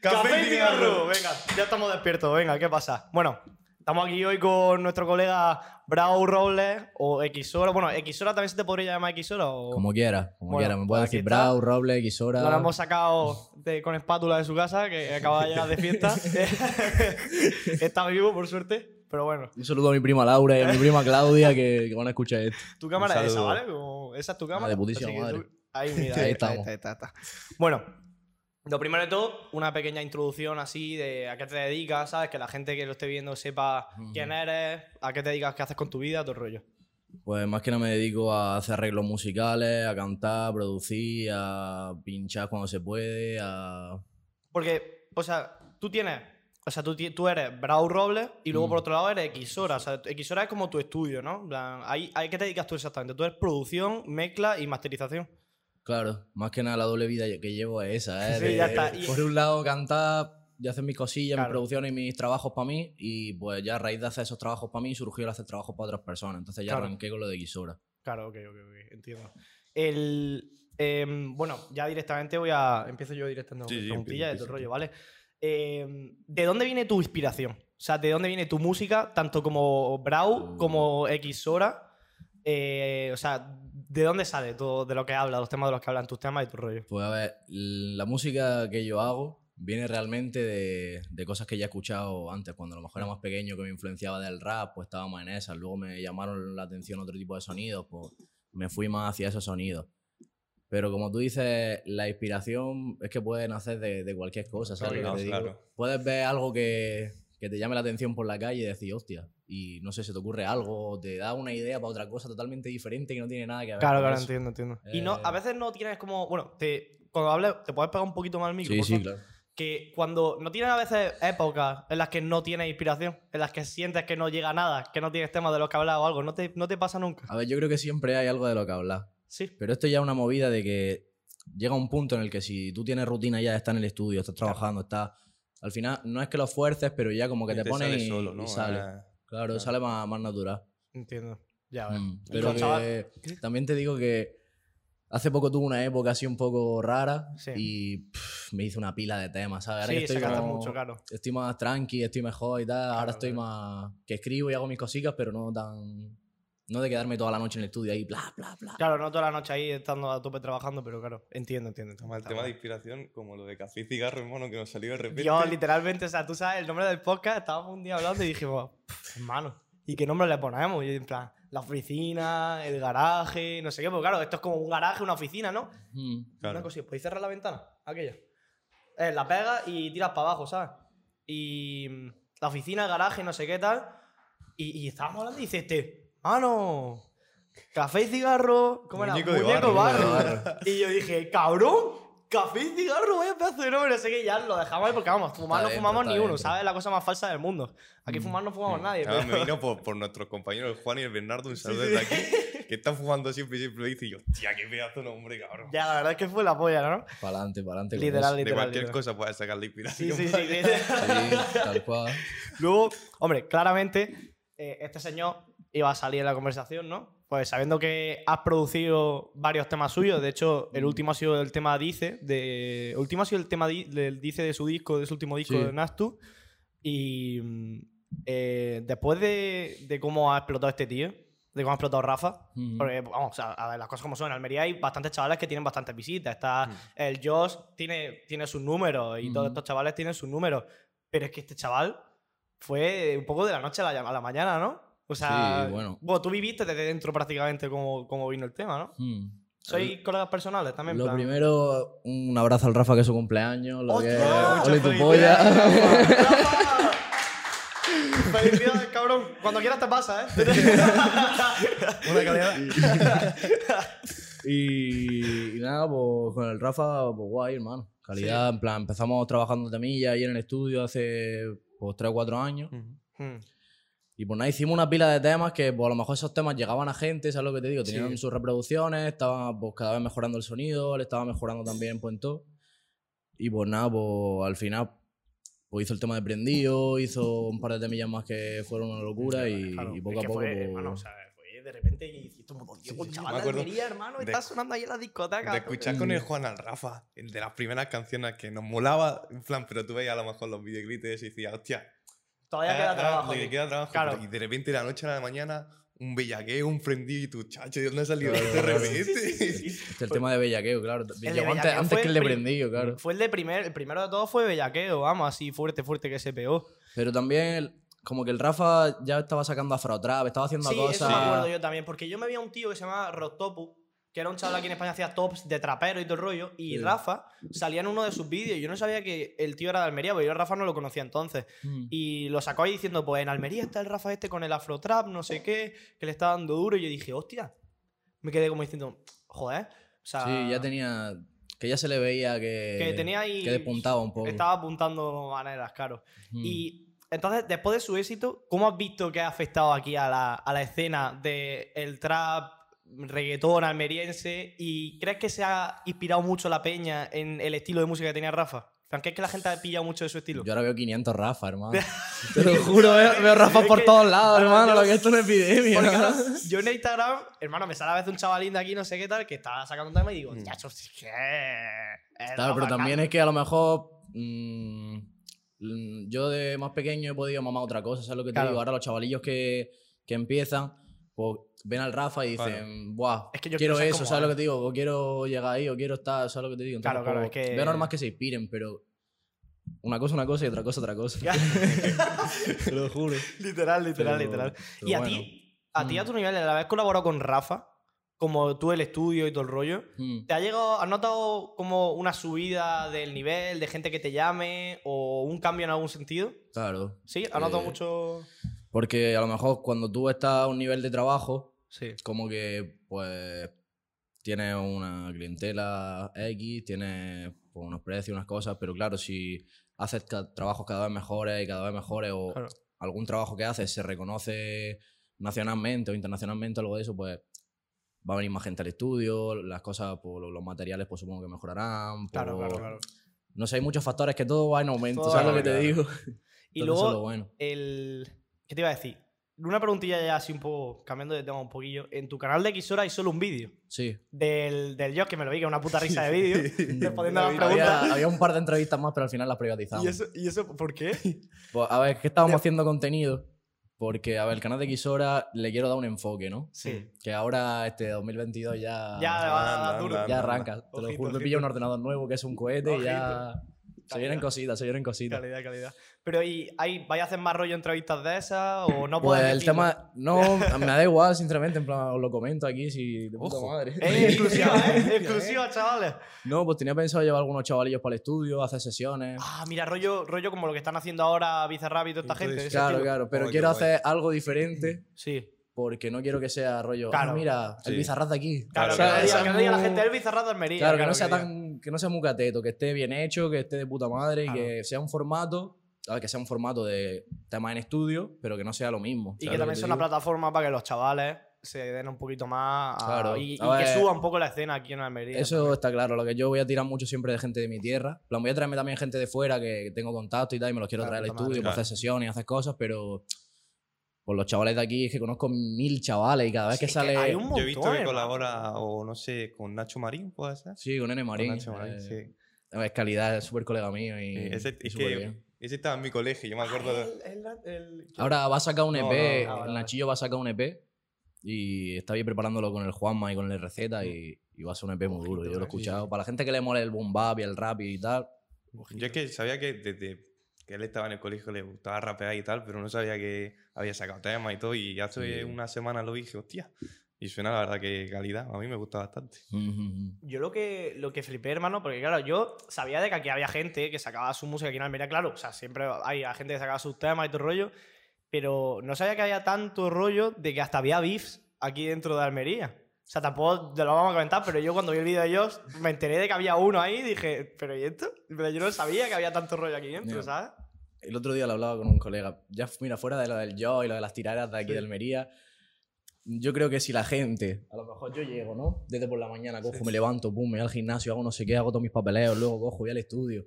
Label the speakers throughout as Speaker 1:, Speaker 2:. Speaker 1: Café y cigarro. Venga, ya estamos despiertos. Venga, ¿qué pasa? Bueno, estamos aquí hoy con nuestro colega Brau Robles o Xora. Bueno, Xora también se te podría llamar Xora o...
Speaker 2: Como quiera, como
Speaker 1: Bueno,
Speaker 2: quiera. Me
Speaker 1: pues
Speaker 2: puedes
Speaker 1: aquí
Speaker 2: decir
Speaker 1: está.
Speaker 2: Brau, Roble, Xora.
Speaker 1: Lo hemos sacado de- con espátula de su casa, que acaba de llegar de fiesta. Está vivo, por suerte. Pero bueno,
Speaker 2: Un saludo a mi prima Laura y a mi prima Claudia que, que van a escuchar esto.
Speaker 1: tu cámara es esa,
Speaker 3: saludo.
Speaker 1: ¿vale? Como- esa es tu cámara.
Speaker 2: Ah, de putísima
Speaker 1: así que
Speaker 2: madre.
Speaker 1: tú- Ahí, mira,
Speaker 2: Ahí
Speaker 1: ahí, está,
Speaker 2: estamos.
Speaker 1: ahí está, ahí está, ahí está. Bueno, lo primero de todo, una pequeña introducción así de a qué te dedicas, ¿sabes? Que la gente que lo esté viendo sepa
Speaker 2: Ujú.
Speaker 1: quién eres, a qué te dedicas, qué haces con tu vida, todo el rollo.
Speaker 2: Pues más que nada me dedico a hacer arreglos musicales, a cantar, a producir, a pinchar cuando se puede, a...
Speaker 1: Porque, o sea, tú tienes. O sea, tú, ti- tú eres Brau Robles y luego
Speaker 2: Mm.
Speaker 1: por otro lado eres Xora. O sea, Xora es como tu estudio, ¿no? En plan, ahí- ¿A qué te dedicas tú exactamente? Tú eres producción, mezcla y masterización.
Speaker 2: Claro, más que nada la doble vida que llevo es esa, ¿eh?
Speaker 1: Sí, ya está. Y-
Speaker 2: Por un lado cantar y hacer mis cosillas,
Speaker 1: Claro.
Speaker 2: mis producciones y mis trabajos para mí y pues ya a raíz de hacer esos trabajos para mí surgió el hacer trabajos para otras personas. Entonces ya
Speaker 1: Claro.
Speaker 2: arranqué con lo de Xora.
Speaker 1: Claro, ok, ok, ok, entiendo. El, em, bueno, ya directamente voy a. Empiezo yo directamente con
Speaker 3: Sí,
Speaker 1: mis
Speaker 3: sí,
Speaker 1: preguntillas de
Speaker 3: empieza,
Speaker 1: todo el rollo,
Speaker 3: empieza
Speaker 1: ¿vale? Em, ¿De dónde viene tu inspiración? O sea, ¿de dónde viene tu música, tanto como Brau,
Speaker 2: Uh.
Speaker 1: como Xora? Eh, o sea, ¿de dónde sale todo de lo que habla, los temas de los que hablan tus temas y tu rollo?
Speaker 2: Pues a ver, la música que yo hago viene realmente de, de cosas que ya he escuchado antes, cuando a lo mejor era más pequeño que me influenciaba del rap, pues estaba más en esas, luego me llamaron la atención otro tipo de sonidos, pues me fui más hacia esos sonidos. Pero como tú dices, la inspiración es que puede nacer de, de cualquier cosa, ¿sabes? lo
Speaker 3: Claro,
Speaker 2: que te digo?
Speaker 3: claro.
Speaker 2: Puedes ver algo que, que te llame la atención por la calle y decir, hostia, y no sé, se te ocurre algo, o te da una idea para otra cosa totalmente diferente que no tiene nada que ver
Speaker 1: Claro,
Speaker 2: con
Speaker 1: claro,
Speaker 3: Pues,
Speaker 2: eso.
Speaker 1: entiendo, entiendo. Y no, a
Speaker 2: Eh,
Speaker 1: veces no tienes como. Bueno, te, cuando hables, te puedes pegar un poquito más el micro.
Speaker 2: Sí,
Speaker 1: por
Speaker 2: sí,
Speaker 1: favor?
Speaker 2: claro.
Speaker 1: Que cuando no tienes a veces épocas en las que no tienes inspiración, en las que sientes que no llega nada, que no tienes temas de los que hablar o algo, no te, no te pasa nunca.
Speaker 2: A ver, yo creo que siempre hay algo de lo que hablar.
Speaker 1: Sí.
Speaker 2: Pero esto ya es una movida de que llega un punto en el que si tú tienes rutina ya, estás en el estudio, estás trabajando, estás... Al final, no es que lo fuerces, pero ya como que te, pones
Speaker 3: sale
Speaker 2: y,
Speaker 3: solo,
Speaker 2: y
Speaker 3: ¿no?
Speaker 2: sale.
Speaker 3: Ah,
Speaker 2: claro,
Speaker 3: claro.
Speaker 2: sale más, más natural.
Speaker 1: Entiendo. Ya, ves.
Speaker 2: Mm,
Speaker 1: Y
Speaker 2: Pero
Speaker 1: con
Speaker 2: que
Speaker 1: chaval-
Speaker 2: también te digo que hace poco tuve una época así un poco rara
Speaker 1: Sí.
Speaker 2: y pff, me hice una pila de temas, ¿sabes? Ahora que
Speaker 1: Sí,
Speaker 2: estoy
Speaker 1: sacaste
Speaker 2: como-
Speaker 1: mucho, claro.
Speaker 2: Estoy más tranqui, estoy mejor y tal.
Speaker 1: Claro,
Speaker 2: Ahora estoy
Speaker 1: claro.
Speaker 2: más... Que escribo y hago mis cositas, pero no tan... No de quedarme toda la noche en el estudio ahí, bla, bla, bla.
Speaker 1: Claro, no toda la noche ahí estando a tope trabajando, pero claro, entiendo, entiendo. entiendo.
Speaker 3: Toma el
Speaker 1: Está
Speaker 3: tema de
Speaker 1: guay.
Speaker 3: inspiración, como lo de café y cigarro, hermano, que nos salió de repente.
Speaker 1: Yo, literalmente, o sea, tú sabes el nombre del podcast, estábamos un día hablando y dijimos, "Pff, hermano, ¿y qué nombre le ponemos? Y en plan, la oficina, el garaje, no sé qué, porque claro, esto es como un garaje, una oficina, ¿no?
Speaker 2: Mm.
Speaker 1: Una
Speaker 3: Claro.
Speaker 1: cosilla, ¿podéis cerrar la ventana? Aquella. Eh, la pegas y tiras para abajo, ¿sabes? Y mm, la oficina, el garaje, no sé qué tal. Y, y estábamos hablando y dice este, mano, café y cigarro, ¿cómo era?
Speaker 3: Muñeco de
Speaker 2: barro.
Speaker 1: Y yo dije, cabrón, café y cigarro, vaya pedazo de nombre, no sé qué, ya lo dejamos ahí porque vamos, fumar no
Speaker 2: dentro,
Speaker 1: fumamos
Speaker 2: está
Speaker 1: ni uno,
Speaker 2: dentro.
Speaker 1: ¿sabes? La cosa más falsa del mundo. Aquí
Speaker 2: Mm.
Speaker 1: fumar no fumamos nadie.
Speaker 3: Ahora
Speaker 1: pero-
Speaker 3: me vino por, por nuestros compañeros el Juan y el Bernardo, un saludo
Speaker 1: sí.
Speaker 3: desde aquí, que están fumando siempre y siempre lo dice y yo, hostia, qué pedazo de nombre, cabrón.
Speaker 1: Ya, la verdad es que fue la polla, ¿no?
Speaker 2: Para adelante, para adelante.
Speaker 1: Literal,
Speaker 3: de
Speaker 1: literal.
Speaker 3: cualquier
Speaker 1: literal.
Speaker 3: cosa puedes sacar la
Speaker 1: Sí,
Speaker 3: inspiración.
Speaker 1: sí, sí. literal.
Speaker 2: tal cual.
Speaker 1: Luego, hombre, claramente, eh, este señor iba a salir en la conversación, ¿no? Pues sabiendo que has producido varios temas suyos, de hecho, el último ha sido el tema Dice, de, el último ha sido el tema Di- del Dice de su disco, de su último disco
Speaker 2: Sí.
Speaker 1: de Nastu. Y mm, eh, después de, de cómo ha explotado este tío, de cómo ha explotado Rafa,
Speaker 2: Mm.
Speaker 1: porque, vamos, a, a ver, las cosas como son. En Almería hay bastantes chavales que tienen bastantes visitas. Está el Josh, tiene, tiene sus números y todos
Speaker 2: Ujú.
Speaker 1: estos chavales tienen sus números. Pero es que este chaval fue un poco de la noche a la, llama- a la mañana, ¿no? O sea,
Speaker 2: Sí, bueno.
Speaker 1: tú viviste desde dentro prácticamente como, como vino el tema, ¿no?
Speaker 2: Mm.
Speaker 1: Soy colegas personales también.
Speaker 2: Lo
Speaker 1: plan.
Speaker 2: primero, un abrazo al Rafa que es su cumpleaños. Lo que
Speaker 1: ¡Hostia!
Speaker 2: es,
Speaker 1: Muchas
Speaker 2: ole tu polla.
Speaker 1: felicidades, Rafa. ¡Felicidades, cabrón! Cuando quieras te pasa, ¿eh?
Speaker 3: Una calidad.
Speaker 2: y, y nada, pues con el Rafa, pues guay, hermano. Calidad, en plan, empezamos trabajando temillas ahí en el estudio hace pues 3 o 4 años.
Speaker 1: Mm.
Speaker 2: Y pues nada, hicimos una pila de temas que pues a lo mejor esos temas llegaban a gente, ¿sabes lo que te digo? Tenían
Speaker 1: Sí.
Speaker 2: sus reproducciones, estaba pues cada vez mejorando el sonido, le estaba mejorando también pues en todo. Y pues nada, pues al final pues hizo el tema de Prendido, hizo un par de temillas más que fueron una locura y,
Speaker 1: Claro,
Speaker 2: y poco
Speaker 1: es que
Speaker 2: a poco
Speaker 1: fue,
Speaker 2: pues,
Speaker 1: hermano, o sea, fue que de repente hiciste un montón.
Speaker 3: sí, sí,
Speaker 1: chaval
Speaker 3: me
Speaker 1: de
Speaker 3: acuerdo
Speaker 1: Almería, hermano,
Speaker 3: de-
Speaker 1: está sonando ahí en la discoteca. eh,
Speaker 3: De escuchar con el Juan al Rafa, el de las primeras canciones que nos molaba, en plan, pero tú veías a lo mejor los videoclips y decías, hostia,
Speaker 1: Todavía
Speaker 3: ah,
Speaker 1: queda
Speaker 3: ah,
Speaker 1: trabajo.
Speaker 3: le
Speaker 1: aquí.
Speaker 3: queda trabajo.
Speaker 1: Claro.
Speaker 3: Y de repente, de la noche a la mañana, un bellaqueo, un prendido y tu chacho, ¿de dónde ha salido esto de repente?
Speaker 1: Sí, sí, sí, sí, sí.
Speaker 2: Este es el tema de bellaqueo, claro.
Speaker 1: de
Speaker 2: Llegó antes,
Speaker 1: bellaqueo
Speaker 2: antes
Speaker 1: fue Mm.
Speaker 2: que el de
Speaker 1: prim-
Speaker 2: Brendillo, claro.
Speaker 1: Fue el de primer, el primero de todos fue Bellaqueo, vamos, así fuerte, fuerte que se pegó.
Speaker 2: Pero también, el- como que el Rafa ya estaba sacando afrotrap, estaba haciendo
Speaker 1: Sí,
Speaker 2: cosas.
Speaker 1: eso me acuerdo yo también, porque yo me vi a un tío que se llamaba Rostopu, que era un chaval aquí en España, hacía tops de trapero y todo el rollo, y
Speaker 2: Sí.
Speaker 1: Rafa salía en uno de sus vídeos, y yo no sabía que el tío era de Almería, porque yo a Rafa no lo conocía entonces,
Speaker 2: Mm.
Speaker 1: y lo sacó ahí diciendo, pues en Almería está el Rafa este con el afrotrap, no sé qué, que le está dando duro, y yo dije, hostia, me quedé como diciendo, joder, o sea,
Speaker 2: Sí, ya tenía. Que ya se le veía que.
Speaker 1: que tenía ahí,
Speaker 2: Que despuntaba un poco.
Speaker 1: estaba apuntando maneras, claro.
Speaker 2: Mm.
Speaker 1: Y entonces, después de su éxito, ¿cómo has visto que ha afectado aquí a la, a la escena del trap, reggaetón almeriense? ¿Y crees que se ha inspirado mucho la peña en el estilo de música que tenía Rafa? Aunque es que la gente ha pillado mucho de su estilo.
Speaker 2: Yo ahora veo 500 Rafa, hermano. Te lo juro, veo, veo Rafa
Speaker 1: Es
Speaker 2: por
Speaker 1: que-
Speaker 2: todos lados, hermano.
Speaker 1: yo-
Speaker 2: Lo que esto es una epidemia.
Speaker 1: Porque, claro, yo en Instagram, hermano, me sale a veces un chavalín de aquí, no sé qué tal, que está sacando un tema y digo,
Speaker 3: Mm.
Speaker 1: ya, es que. eh, es
Speaker 2: Claro, pero
Speaker 1: Rafa
Speaker 2: también
Speaker 1: Cano".
Speaker 2: es que a lo mejor. mm, mm, yo de más pequeño he podido mamar otra cosa, ¿sabes lo que te
Speaker 1: Claro.
Speaker 2: digo? Ahora los chavalillos que, que empiezan, pues ven al Rafa y dicen,
Speaker 3: Claro.
Speaker 2: ¡buah!
Speaker 1: Es que yo
Speaker 2: quiero
Speaker 1: quiero ser
Speaker 2: eso,
Speaker 1: como
Speaker 2: ¿sabes
Speaker 1: él.
Speaker 2: lo que te digo? O quiero llegar ahí, o quiero estar, ¿sabes lo que te digo?
Speaker 1: Claro, claro,
Speaker 2: pues,
Speaker 1: es que-
Speaker 2: Veo normas que se inspiren, pero. Una cosa, una cosa y otra cosa, otra cosa. Te lo juro.
Speaker 1: literal, literal,
Speaker 2: Pero-
Speaker 1: literal.
Speaker 2: pero
Speaker 1: ¿Y a
Speaker 2: bueno.
Speaker 1: ti? A ti, a
Speaker 2: Mm.
Speaker 1: tu nivel, la vez colaborado con Rafa, como tú el estudio y todo el rollo,
Speaker 2: Mm.
Speaker 1: ¿Te ha llegado, has notado como una subida del nivel, de gente que te llame o un cambio en algún sentido?
Speaker 2: Claro.
Speaker 1: Sí, has notado
Speaker 2: Eh,
Speaker 1: mucho.
Speaker 2: Porque a lo mejor cuando tú estás a un nivel de trabajo,
Speaker 1: Sí.
Speaker 2: como que pues tienes una clientela X, tienes pues, unos precios, unas cosas, pero claro, si haces ca- trabajos cada vez mejores y cada vez mejores o
Speaker 1: Claro.
Speaker 2: algún trabajo que haces se reconoce nacionalmente o internacionalmente, algo de eso, pues va a venir más gente al estudio, las cosas, pues, lo- los materiales pues supongo que mejorarán.
Speaker 1: Claro,
Speaker 2: pues,
Speaker 1: claro, claro.
Speaker 2: No sé, hay muchos factores que todo va en aumento,
Speaker 1: Todo
Speaker 2: ¿sabes
Speaker 1: va
Speaker 2: lo que te
Speaker 3: en
Speaker 2: digo?
Speaker 1: Y
Speaker 2: Entonces,
Speaker 1: luego,
Speaker 2: eso es lo bueno.
Speaker 1: el. ¿Qué te iba a decir? Una preguntilla ya así un poco, cambiando de tema un poquillo. En tu canal de Xora hay solo un vídeo
Speaker 2: Sí.
Speaker 1: del, del yo, que me lo vi, que es una puta risa de vídeo, respondiendo a las
Speaker 2: Había,
Speaker 1: preguntas.
Speaker 2: había un par de entrevistas más, pero al final las privatizamos.
Speaker 1: ¿Y eso, ¿Y eso por qué?
Speaker 2: Pues, a ver, es que estábamos haciendo contenido porque, a ver, el canal de Xora le quiero dar un enfoque, ¿no?
Speaker 1: Sí.
Speaker 2: Que ahora, este 2022 ya,
Speaker 1: Ya,
Speaker 2: ya,
Speaker 1: va
Speaker 3: anda,
Speaker 1: Ah, duro.
Speaker 3: anda,
Speaker 2: arranca.
Speaker 1: anda.
Speaker 2: Te lo
Speaker 1: Ojito,
Speaker 2: juro, me
Speaker 1: ojito.
Speaker 2: pillo un ordenador nuevo que es un cohete y ya... Se vienen
Speaker 1: Calidad.
Speaker 2: cositas, se vienen cositas.
Speaker 1: Calidad, calidad. Pero ¿y hay, vais a hacer más rollo entrevistas de esas o no
Speaker 2: Pues
Speaker 1: puedes
Speaker 2: el
Speaker 1: decirlo?
Speaker 2: tema, no, me da igual, sinceramente, en plan, os lo comento aquí, si de puta
Speaker 3: Ojo.
Speaker 2: madre.
Speaker 1: Eh, exclusiva, ¿eh? exclusiva, chavales.
Speaker 2: No, pues tenía pensado llevar algunos chavalillos para el estudio, hacer sesiones.
Speaker 1: Ah, mira, rollo, rollo como lo que están haciendo ahora Bizarrap y toda esta gente.
Speaker 3: Entonces,
Speaker 1: de ese
Speaker 2: claro,
Speaker 1: estilo.
Speaker 2: claro, pero
Speaker 3: Oh, qué
Speaker 2: quiero
Speaker 3: guay.
Speaker 2: hacer algo diferente
Speaker 1: Sí.
Speaker 2: porque no quiero que sea rollo.
Speaker 1: Claro.
Speaker 2: "Ah, mira, el
Speaker 3: Sí.
Speaker 2: bizarraz de aquí.
Speaker 1: Claro,
Speaker 3: Claro,
Speaker 2: O
Speaker 1: que,
Speaker 2: sea,
Speaker 1: no diga-
Speaker 2: esa
Speaker 3: claro.
Speaker 1: que no diga la
Speaker 2: mu-
Speaker 1: gente el Bizarrap de Almería.
Speaker 2: Claro, que no sea
Speaker 1: diga.
Speaker 2: tan. Que no sea muy cateto, que esté bien hecho, que esté de puta madre
Speaker 1: Claro.
Speaker 2: y que sea un formato. a ver, que sea un formato de temas en estudio, pero que no sea lo mismo.
Speaker 1: Y
Speaker 2: ¿sabes
Speaker 1: que
Speaker 2: lo
Speaker 1: también
Speaker 2: te
Speaker 1: sea una
Speaker 2: digo?
Speaker 1: plataforma para que los chavales se den un poquito más a-
Speaker 2: Claro.
Speaker 1: y, y
Speaker 2: A
Speaker 1: que
Speaker 2: ver.
Speaker 1: suba un poco la escena aquí en Almería.
Speaker 2: Eso está claro. Lo que yo voy a tirar mucho siempre de gente de mi tierra. En plan, voy a traerme también gente de fuera que tengo contacto y tal, y me los quiero
Speaker 1: Claro,
Speaker 2: traer al
Speaker 1: puta madre.
Speaker 2: estudio para
Speaker 3: Claro.
Speaker 2: hacer sesiones y hacer cosas, pero. Por los chavales de aquí, es que conozco mil chavales y cada vez
Speaker 1: Sí,
Speaker 2: que
Speaker 1: es que
Speaker 2: sale.
Speaker 1: hay un
Speaker 3: Yo he visto que
Speaker 1: montón,
Speaker 3: colabora, o no sé, con Nacho Marín, ¿puede ser?
Speaker 2: Sí, con N Marín.
Speaker 3: Con Nacho Marín,
Speaker 2: eh,
Speaker 3: sí.
Speaker 2: Es calidad, es súper colega mío y,
Speaker 3: Eh, ese,
Speaker 2: y
Speaker 3: es
Speaker 2: súper
Speaker 3: que
Speaker 2: bien.
Speaker 3: ese estaba en mi colegio, yo me acuerdo de...
Speaker 1: El- el- el-
Speaker 2: Ahora va a sacar un EP,
Speaker 3: No, no,
Speaker 2: el
Speaker 1: no, vale,
Speaker 2: Nachillo va a sacar un EP y está bien preparándolo con el Juanma y con el Receta y, y va a ser un EP muy duro, yo lo he escuchado. Para la gente que le mole el boom bap y el rap y tal,
Speaker 3: Yo es que sabía que desde que él estaba en el colegio le gustaba rapear y tal, pero no sabía que había sacado temas y todo. Y hace
Speaker 2: Sí.
Speaker 3: una semana lo dije, hostia. Y suena la verdad que calidad, a mí me gusta bastante.
Speaker 1: Yo lo que, lo que flipé, hermano, porque claro, yo sabía de que aquí había gente que sacaba su música aquí en Almería, claro, o sea, siempre hay gente que sacaba sus temas y todo el rollo, pero no sabía que había tanto rollo de que hasta había beefs aquí dentro de Almería. O sea, tampoco te lo vamos a comentar, pero yo cuando vi el vídeo de ellos me enteré de que había uno ahí y dije, ¿pero y esto? Pero yo no sabía que había tanto rollo aquí dentro,
Speaker 2: Ya.
Speaker 1: ¿sabes?
Speaker 2: el otro día lo hablaba con un colega, ya fu- mira, fuera de lo del yo y lo de las tiradas de aquí
Speaker 1: Sí.
Speaker 2: de Almería, yo creo que si la gente, a lo mejor yo llego, ¿no? Desde por la mañana cojo, me levanto, pum, me voy al gimnasio, hago no sé qué, hago todos mis papeleos, luego cojo, voy al estudio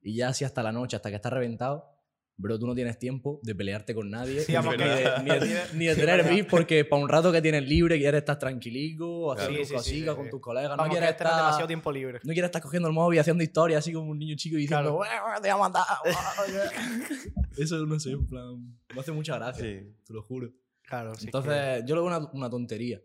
Speaker 2: y ya así hasta la noche, hasta que está reventado, bro, tú no tienes tiempo de pelearte con nadie,
Speaker 1: Sí,
Speaker 2: ni,
Speaker 1: vamos,
Speaker 2: de,
Speaker 1: que-
Speaker 2: ni de- ni de
Speaker 1: Sí,
Speaker 2: tener
Speaker 1: verdad.
Speaker 2: beef, porque para un rato que tienes libre quieres estar tranquilico, haciendo
Speaker 1: Sí, sí, sí,
Speaker 2: cositas
Speaker 1: sí,
Speaker 2: con
Speaker 1: sí.
Speaker 2: tus colegas,
Speaker 1: Vamos,
Speaker 2: no
Speaker 1: que
Speaker 2: quieres
Speaker 1: tener
Speaker 2: estar...
Speaker 1: demasiado tiempo libre.
Speaker 2: No quieres estar cogiendo el móvil y haciendo historias así como un niño chico y diciendo, "Buah, te voy a matar. buah, ya". Eso no sé, en plan. Me hace mucha gracia,
Speaker 3: Sí.
Speaker 2: te lo juro.
Speaker 1: Claro, sí.
Speaker 2: Entonces, yo lo veo una, una tontería.